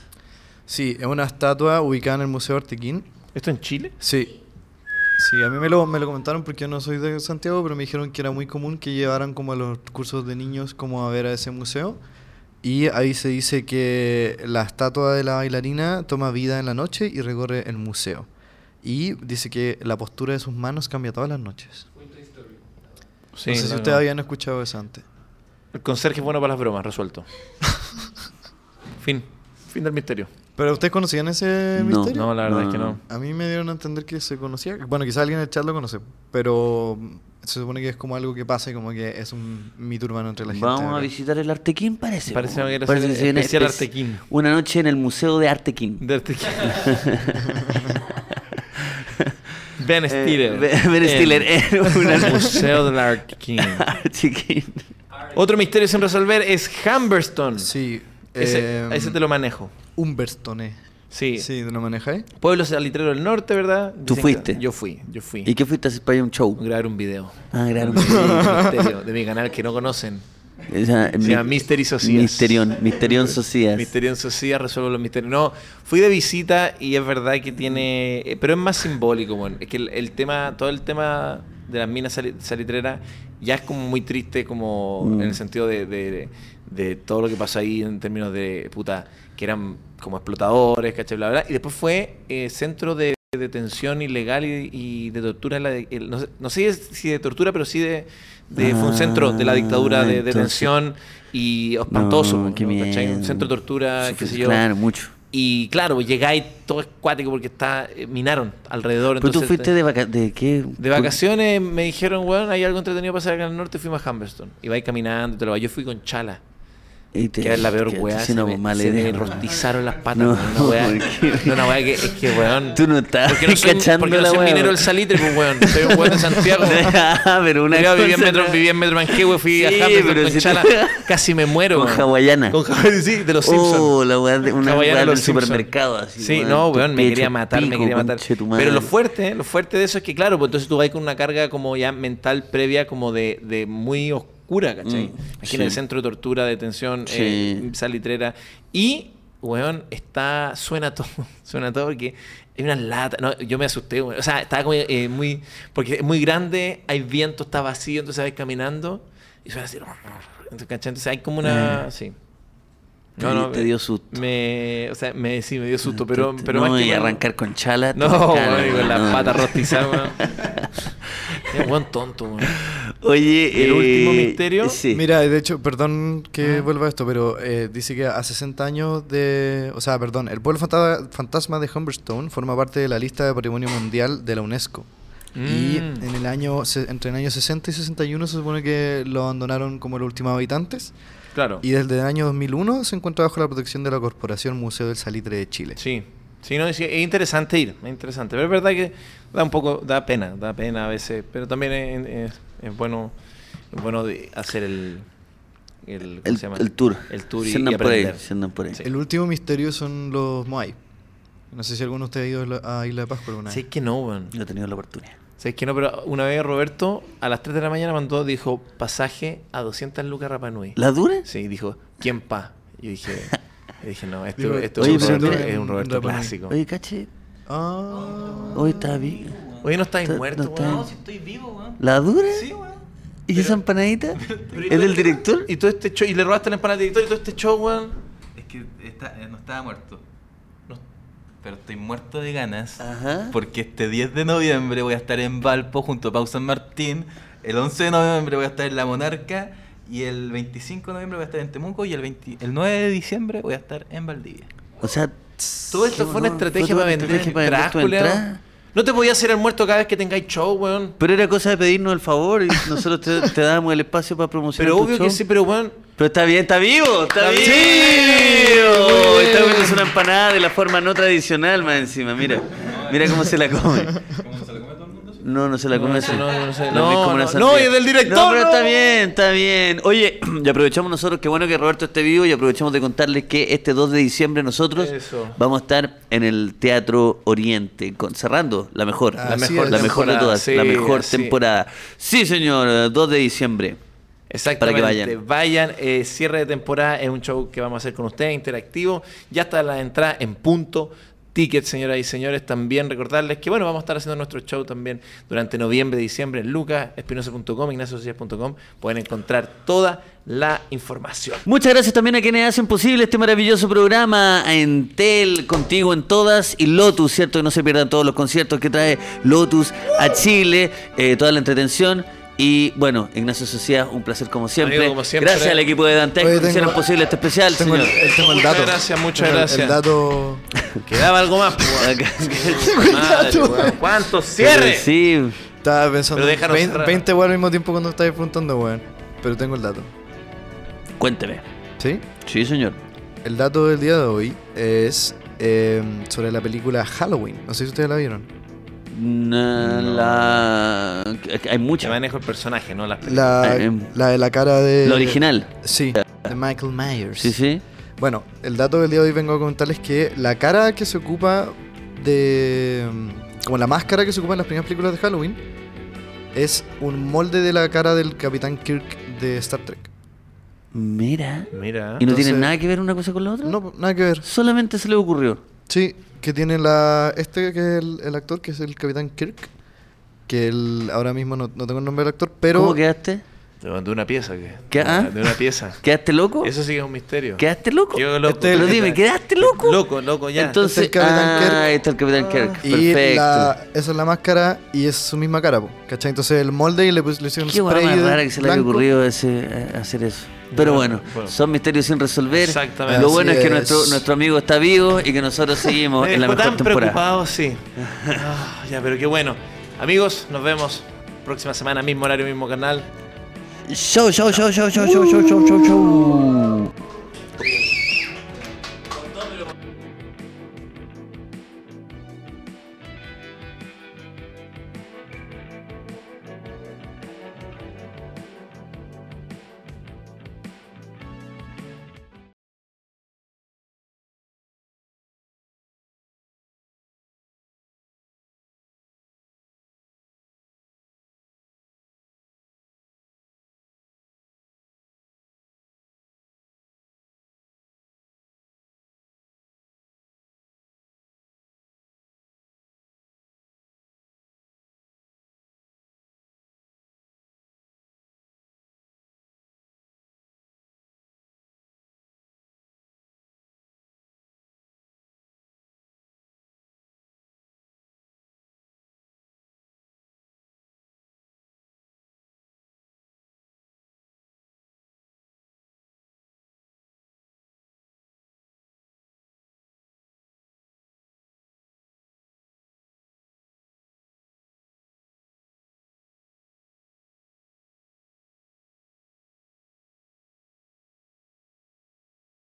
[SPEAKER 3] Sí, es una estatua ubicada en el Museo Artequín.
[SPEAKER 4] ¿Esto en Chile?
[SPEAKER 3] Sí. Sí, a mí me lo, me lo comentaron porque yo no soy de Santiago, pero me dijeron que era muy común que llevaran como a los cursos de niños como a ver a ese museo. Y ahí se dice que la estatua de la bailarina toma vida en la noche y recorre el museo. Y dice que la postura de sus manos cambia todas las noches.
[SPEAKER 4] Sí.
[SPEAKER 3] no sé si
[SPEAKER 4] no,
[SPEAKER 3] ustedes
[SPEAKER 4] no.
[SPEAKER 3] habían escuchado eso antes.
[SPEAKER 4] El conserje es bueno para las bromas, resuelto. fin. Fin del misterio.
[SPEAKER 3] ¿Pero ustedes conocían ese
[SPEAKER 5] No,
[SPEAKER 3] misterio?
[SPEAKER 4] No, la verdad
[SPEAKER 5] No,
[SPEAKER 4] es que
[SPEAKER 5] no,
[SPEAKER 4] no.
[SPEAKER 5] no.
[SPEAKER 3] A mí me dieron a entender que se conocía. Bueno, quizá alguien en el chat lo conoce, pero mm, se supone que es como algo que pasa y como que es un mito urbano entre la gente.
[SPEAKER 5] Vamos
[SPEAKER 3] acá.
[SPEAKER 5] a visitar el Artequín, parece.
[SPEAKER 4] Parece
[SPEAKER 5] po.
[SPEAKER 4] que era
[SPEAKER 5] Parece
[SPEAKER 4] el
[SPEAKER 5] que se viene
[SPEAKER 4] especial
[SPEAKER 5] espe-
[SPEAKER 4] Artequín.
[SPEAKER 5] Una noche en el Museo de Artequín.
[SPEAKER 4] Del tequila. Ben Stiller.
[SPEAKER 5] Ben- Ben Stiller en un-
[SPEAKER 4] el Museo del Art King.
[SPEAKER 5] Chiquín.
[SPEAKER 4] Otro misterio sin resolver es Humberstone.
[SPEAKER 3] Sí.
[SPEAKER 4] Ese,
[SPEAKER 3] em,
[SPEAKER 4] ese te lo manejo.
[SPEAKER 3] Humberstone.
[SPEAKER 4] Sí.
[SPEAKER 3] Sí, ¿te lo manejáis?
[SPEAKER 4] Pueblo Salitrero del Norte, ¿verdad?
[SPEAKER 5] Tú
[SPEAKER 4] que-
[SPEAKER 5] fuiste.
[SPEAKER 4] Yo fui, yo fui.
[SPEAKER 5] ¿Y qué fuiste a hacer para ir a un show?
[SPEAKER 4] Grabar un video.
[SPEAKER 5] Ah, grabar un
[SPEAKER 4] Sí,
[SPEAKER 5] video.
[SPEAKER 4] misterio, de mi canal que no conocen.
[SPEAKER 5] O sea,
[SPEAKER 4] Se llama Mystery Socias.
[SPEAKER 5] Misterión, Misterión Socias.
[SPEAKER 4] Misterio en Sociedad resuelvo los misterios. No, fui de visita y es verdad que tiene. eh, Pero es más simbólico, bueno. Es que el, el tema, todo el tema de las minas sali- salitreras ya es como muy triste, como
[SPEAKER 5] Mm.
[SPEAKER 4] en el sentido de, de- de todo lo que pasó ahí en términos de puta, que eran como explotadores, ¿cachai? Bla, bla, bla. Y después fue eh, centro de detención ilegal y, y de tortura. la de- el- no, sé, no sé si de tortura, pero sí de. de- fue un centro de la dictadura de
[SPEAKER 5] Ah, entonces-
[SPEAKER 4] detención y espantoso.
[SPEAKER 5] No,
[SPEAKER 4] po,
[SPEAKER 5] qué
[SPEAKER 4] ¿no? ¿Cachai? Un
[SPEAKER 5] miedo.
[SPEAKER 4] centro de tortura,
[SPEAKER 5] Sí, pues,
[SPEAKER 4] qué sé yo.
[SPEAKER 5] Claro, mucho.
[SPEAKER 4] Y claro, pues, llegáis todo escuático porque está, eh, minaron alrededor.
[SPEAKER 5] Pero tú
[SPEAKER 4] entonces- eh,
[SPEAKER 5] fuiste de, vaca de qué?
[SPEAKER 4] de vacaciones, me dijeron, weón, hay algo entretenido para hacer acá en el norte, fuimos a Humberstone. Y vais caminando, y te lo vas. Yo fui con chala,
[SPEAKER 5] Y
[SPEAKER 4] que era la peor
[SPEAKER 5] que-
[SPEAKER 4] weá.
[SPEAKER 5] sí,
[SPEAKER 4] Se,
[SPEAKER 5] no,
[SPEAKER 4] me,
[SPEAKER 5] mala
[SPEAKER 4] se me
[SPEAKER 5] idea.
[SPEAKER 4] rostizaron las patas.
[SPEAKER 5] No,
[SPEAKER 4] weón, una weá,
[SPEAKER 5] ¿por qué?
[SPEAKER 4] no, una weá que es que, weón.
[SPEAKER 5] Tú no estás
[SPEAKER 4] porque no soy,
[SPEAKER 5] cachando
[SPEAKER 4] porque no
[SPEAKER 5] la
[SPEAKER 4] soy
[SPEAKER 5] weá,
[SPEAKER 4] minero
[SPEAKER 5] weón.
[SPEAKER 4] del salitre, pues, weón. Soy un weón de Santiago.
[SPEAKER 5] Ah, pero una
[SPEAKER 4] Yo vivía en
[SPEAKER 5] cosa
[SPEAKER 4] Metro,
[SPEAKER 5] no-
[SPEAKER 4] vivía en Metro Manquehue, fui a
[SPEAKER 5] Sí,
[SPEAKER 4] Humberstone
[SPEAKER 5] pero
[SPEAKER 4] con
[SPEAKER 5] si-
[SPEAKER 4] chala. Casi me muero,
[SPEAKER 5] Con
[SPEAKER 4] weón.
[SPEAKER 5] hawaiana.
[SPEAKER 4] Con Hawaiiana, sí, de los Simpsons.
[SPEAKER 5] Oh, la weá de una
[SPEAKER 4] Hawaiana
[SPEAKER 5] weá
[SPEAKER 4] de
[SPEAKER 5] del
[SPEAKER 4] los Simpsons.
[SPEAKER 5] supermercado. Así,
[SPEAKER 4] Sí,
[SPEAKER 5] weón,
[SPEAKER 4] no,
[SPEAKER 5] tu
[SPEAKER 4] weón, me
[SPEAKER 5] pecho,
[SPEAKER 4] quería matar, me
[SPEAKER 5] pico,
[SPEAKER 4] quería matar.
[SPEAKER 5] conche tu madre.
[SPEAKER 4] Pero lo fuerte, lo fuerte de eso es que, claro, pues entonces tú vas con una carga como ya mental previa, como de, de muy oscura, ¿cachai?
[SPEAKER 5] Mm,
[SPEAKER 4] Imagínate
[SPEAKER 5] sí.
[SPEAKER 4] el centro de tortura, detención,
[SPEAKER 5] Sí.
[SPEAKER 4] eh, salitrera. Y, weón, está, suena todo, suena todo porque hay unas latas. No, yo me asusté, weón. O sea, estaba como eh, muy, porque es muy grande, hay viento, está vacío, entonces vas caminando y suena así. Entonces, ¿cachai? Entonces hay como
[SPEAKER 5] Eh.
[SPEAKER 4] una, sí.
[SPEAKER 5] Te- te dio susto.
[SPEAKER 4] Me, o sea, me, sí, me dio susto, pero, pero
[SPEAKER 5] no,
[SPEAKER 4] más que
[SPEAKER 5] y
[SPEAKER 4] nada-
[SPEAKER 5] arrancar con chala.
[SPEAKER 4] No,
[SPEAKER 5] todo
[SPEAKER 4] weón,
[SPEAKER 5] caro,
[SPEAKER 4] y con
[SPEAKER 5] weón,
[SPEAKER 4] las
[SPEAKER 5] no.
[SPEAKER 4] patas rostizadas, weón. Es buen tonto, weón.
[SPEAKER 5] Oye,
[SPEAKER 4] ¿El último
[SPEAKER 5] eh,
[SPEAKER 4] misterio?
[SPEAKER 5] Sí.
[SPEAKER 3] Mira, de hecho, perdón
[SPEAKER 4] Ah.
[SPEAKER 3] que vuelva a esto, pero eh, dice que a 60 años de... O sea, perdón, el pueblo fanta- fantasma de Humberstone forma parte de la lista de patrimonio mundial de la UNESCO. Y
[SPEAKER 4] Mm.
[SPEAKER 3] en el año, se- entre el año 60 y 61 se supone que lo abandonaron como los últimos habitantes.
[SPEAKER 4] Claro.
[SPEAKER 3] Y desde el año 2001 se encuentra bajo la protección de la Corporación Museo del Salitre de Chile.
[SPEAKER 4] Sí. Sí, no, sí, es interesante ir, es interesante. Pero es verdad que da un poco, da pena, da pena a veces. Pero también es, es- es bueno, es bueno de hacer el, el, ¿cómo
[SPEAKER 5] El,
[SPEAKER 4] se llama?
[SPEAKER 5] el tour.
[SPEAKER 4] El tour y,
[SPEAKER 5] Se
[SPEAKER 4] y
[SPEAKER 5] andan por ahí,
[SPEAKER 4] aprender.
[SPEAKER 5] se andan por ahí.
[SPEAKER 4] Sí.
[SPEAKER 3] El último misterio son los Moai. No sé si alguno de ustedes ha ido a la- a Isla de Pascua alguna vez.
[SPEAKER 4] Sí, que no, weón.
[SPEAKER 5] No he tenido la oportunidad.
[SPEAKER 4] ¿Sabes que no? Pero una vez Roberto a las 3 de la mañana mandó, dijo, pasaje a 200 lucas Rapa Nui.
[SPEAKER 5] ¿La dura?
[SPEAKER 4] Sí, dijo, ¿quién pa? Yo dije, yo dije no, esto,
[SPEAKER 3] Digo,
[SPEAKER 4] esto
[SPEAKER 5] oye,
[SPEAKER 4] es, un
[SPEAKER 5] pero
[SPEAKER 4] Roberto,
[SPEAKER 5] no-
[SPEAKER 4] es un Roberto
[SPEAKER 3] Rapa Nui.
[SPEAKER 4] clásico. Oye,
[SPEAKER 5] Oye, caché,
[SPEAKER 3] Ah.
[SPEAKER 5] hoy está vivo.
[SPEAKER 4] no estáis
[SPEAKER 5] Está-
[SPEAKER 4] muerto,
[SPEAKER 5] no está-
[SPEAKER 4] weón.
[SPEAKER 5] No, si
[SPEAKER 2] estoy vivo, weón.
[SPEAKER 5] ¿La dura?
[SPEAKER 2] weón.
[SPEAKER 5] ¿Y esa empanadita?
[SPEAKER 4] Pero ¿y
[SPEAKER 5] ¿Es
[SPEAKER 4] todo
[SPEAKER 5] del
[SPEAKER 4] este-
[SPEAKER 5] director?
[SPEAKER 4] Y todo este show, y le robaste la empanada al director y todo este show, weón.
[SPEAKER 2] Es que está- eh, no estaba muerto.
[SPEAKER 4] No.
[SPEAKER 2] Pero estoy muerto de ganas.
[SPEAKER 5] Ajá.
[SPEAKER 2] Porque este 10 de noviembre voy a estar en Valpo junto a Pau San Martín. El 11 de noviembre voy a estar en La Monarca. Y el 25 de noviembre voy a estar en Temuco. Y el, 20 el 9 de diciembre voy a estar en Valdivia.
[SPEAKER 5] O sea,
[SPEAKER 4] Todo esto
[SPEAKER 5] qué
[SPEAKER 4] fue una
[SPEAKER 5] horror,
[SPEAKER 4] estrategia
[SPEAKER 5] toda
[SPEAKER 4] para
[SPEAKER 5] una
[SPEAKER 4] vender.
[SPEAKER 5] estrategia para vender tu
[SPEAKER 4] entradas, culiao.
[SPEAKER 5] entrada.
[SPEAKER 4] No te podías hacer el muerto cada vez que tengáis show, weón.
[SPEAKER 5] Pero era cosa de pedirnos el favor y nosotros te, te dábamos el espacio para promocionar
[SPEAKER 4] Pero
[SPEAKER 5] tu pues,
[SPEAKER 4] obvio
[SPEAKER 5] show.
[SPEAKER 4] que sí, pero weón.
[SPEAKER 5] Pero está bien, está vivo, está,
[SPEAKER 4] Está
[SPEAKER 5] vivo.
[SPEAKER 4] vivo.
[SPEAKER 5] Está comiendo una empanada de la forma no tradicional más encima, mira. Mira cómo se la come. No, no se la
[SPEAKER 4] No,
[SPEAKER 5] come
[SPEAKER 4] no
[SPEAKER 5] así.
[SPEAKER 4] sé, no, no sé.
[SPEAKER 5] La come
[SPEAKER 4] No,
[SPEAKER 5] como una
[SPEAKER 4] no,
[SPEAKER 5] sandía.
[SPEAKER 4] no, y es del director,
[SPEAKER 5] No, pero
[SPEAKER 4] no.
[SPEAKER 5] está bien, está bien. Oye, y aprovechamos nosotros, qué bueno que Roberto esté vivo y aprovechamos de contarles que este 2 de diciembre nosotros
[SPEAKER 4] Eso.
[SPEAKER 5] vamos a estar en el Teatro Oriente, con- cerrando la mejor,
[SPEAKER 3] Ah,
[SPEAKER 5] la
[SPEAKER 3] así
[SPEAKER 5] mejor,
[SPEAKER 3] es.
[SPEAKER 5] la mejor de
[SPEAKER 4] Temporada,
[SPEAKER 5] todas,
[SPEAKER 4] sí,
[SPEAKER 5] la mejor
[SPEAKER 4] así.
[SPEAKER 5] temporada. Sí, señor, eh, 2 de diciembre.
[SPEAKER 4] Exactamente.
[SPEAKER 5] Para que vayan.
[SPEAKER 4] eh, cierre de temporada es un show que vamos a hacer con ustedes, interactivo. Ya está la entrada en punto. Tickets, señoras y señores, también recordarles que bueno, vamos a estar haciendo nuestro show también durante noviembre, diciembre en lucaspinosa.com, ignaciosocias.com. Pueden encontrar toda la información.
[SPEAKER 5] Muchas gracias también a quienes hacen posible este maravilloso programa, a Entel, contigo en todas, y Lotus, ¿cierto? Que no se pierdan todos los conciertos que trae Lotus a Chile, eh, toda la entretención. Y bueno, Ignacio Sociedad, un placer como siempre.
[SPEAKER 4] Amigo, como siempre.
[SPEAKER 5] Gracias al equipo de Dante
[SPEAKER 3] Oye,
[SPEAKER 5] que hicieron
[SPEAKER 3] tengo-
[SPEAKER 5] posible este especial,
[SPEAKER 3] Tengo
[SPEAKER 5] señor.
[SPEAKER 3] el, el- tengo el
[SPEAKER 4] Muchas
[SPEAKER 3] dato.
[SPEAKER 4] gracias, muchas
[SPEAKER 3] Tengo el-
[SPEAKER 4] gracias.
[SPEAKER 3] El dato.
[SPEAKER 4] Quedaba algo más. pues, weón. Madre, weón. ¿Cuántos
[SPEAKER 5] Pero
[SPEAKER 4] cierres?
[SPEAKER 5] Sí,
[SPEAKER 3] Estaba pensando.
[SPEAKER 4] Pero déjanos
[SPEAKER 3] 20,
[SPEAKER 4] cerrar.
[SPEAKER 3] 20 weón al mismo tiempo cuando estáis preguntando, weón. Pero tengo el dato.
[SPEAKER 5] cuénteme.
[SPEAKER 3] ¿Sí?
[SPEAKER 5] Sí, señor.
[SPEAKER 3] El dato em, del día de hoy es eh, sobre la película Halloween. No sé si ustedes la vieron.
[SPEAKER 5] Na- la- Hay
[SPEAKER 4] Te
[SPEAKER 5] muchas.
[SPEAKER 4] manejo el personaje, no las películas.
[SPEAKER 3] La,
[SPEAKER 5] Eh,
[SPEAKER 3] la de la cara de...
[SPEAKER 5] La original.
[SPEAKER 3] Sí, de Michael Myers.
[SPEAKER 5] Sí, sí.
[SPEAKER 3] Bueno, el dato del día de hoy vengo a comentarles que la cara que se ocupa de... Como la máscara que se ocupa en las primeras películas de Halloween es un molde de la cara del Capitán Kirk de Star Trek.
[SPEAKER 5] Mira.
[SPEAKER 4] Mira.
[SPEAKER 5] ¿Y no
[SPEAKER 3] Entonces-
[SPEAKER 5] tiene nada que ver una cosa con la otra?
[SPEAKER 3] No, nada que ver.
[SPEAKER 5] Solamente se le ocurrió.
[SPEAKER 3] Sí, que tiene la... Este que es el, el actor, que es el Capitán Kirk. Que él, ahora mismo no, no tengo el nombre del actor, pero...
[SPEAKER 5] ¿Cómo quedaste?
[SPEAKER 4] Te mandó una pieza. ¿qué?
[SPEAKER 5] ¿Qué? ¿Ah?
[SPEAKER 4] De una pieza.
[SPEAKER 5] ¿Quedaste loco?
[SPEAKER 4] Eso sí que es un misterio.
[SPEAKER 5] ¿Quedaste loco?
[SPEAKER 4] Yo loco.
[SPEAKER 3] Este-
[SPEAKER 5] Pero dime, ¿quedaste loco?
[SPEAKER 4] Loco, loco, ya.
[SPEAKER 5] Entonces,
[SPEAKER 3] Está el Capitán Kirk.
[SPEAKER 5] ah, ahí está el Capitán Kirk.
[SPEAKER 3] Y
[SPEAKER 5] Perfecto.
[SPEAKER 3] la- esa es la máscara y es su misma cara, po, ¿cachai? Entonces el molde y le, pus- le hicieron
[SPEAKER 5] Qué guay
[SPEAKER 3] spray
[SPEAKER 5] más
[SPEAKER 3] de
[SPEAKER 5] rara que se le haya
[SPEAKER 3] blanco.
[SPEAKER 5] ocurrido ese- eh, hacer eso. Pero bueno,
[SPEAKER 4] bueno.
[SPEAKER 5] son misterios sin resolver.
[SPEAKER 4] Exactamente.
[SPEAKER 5] Lo bueno
[SPEAKER 3] Así
[SPEAKER 5] es que
[SPEAKER 3] es.
[SPEAKER 5] nuestro, nuestro amigo está vivo y que nosotros seguimos
[SPEAKER 4] Me
[SPEAKER 5] en la
[SPEAKER 4] dejó
[SPEAKER 5] mejor
[SPEAKER 4] tan
[SPEAKER 5] temporada.
[SPEAKER 4] preocupado, sí. Ah, ya, pero qué bueno. Amigos, nos vemos próxima semana, mismo horario, mismo canal.
[SPEAKER 5] Show, show, show, show, show, show, show, show, show, show.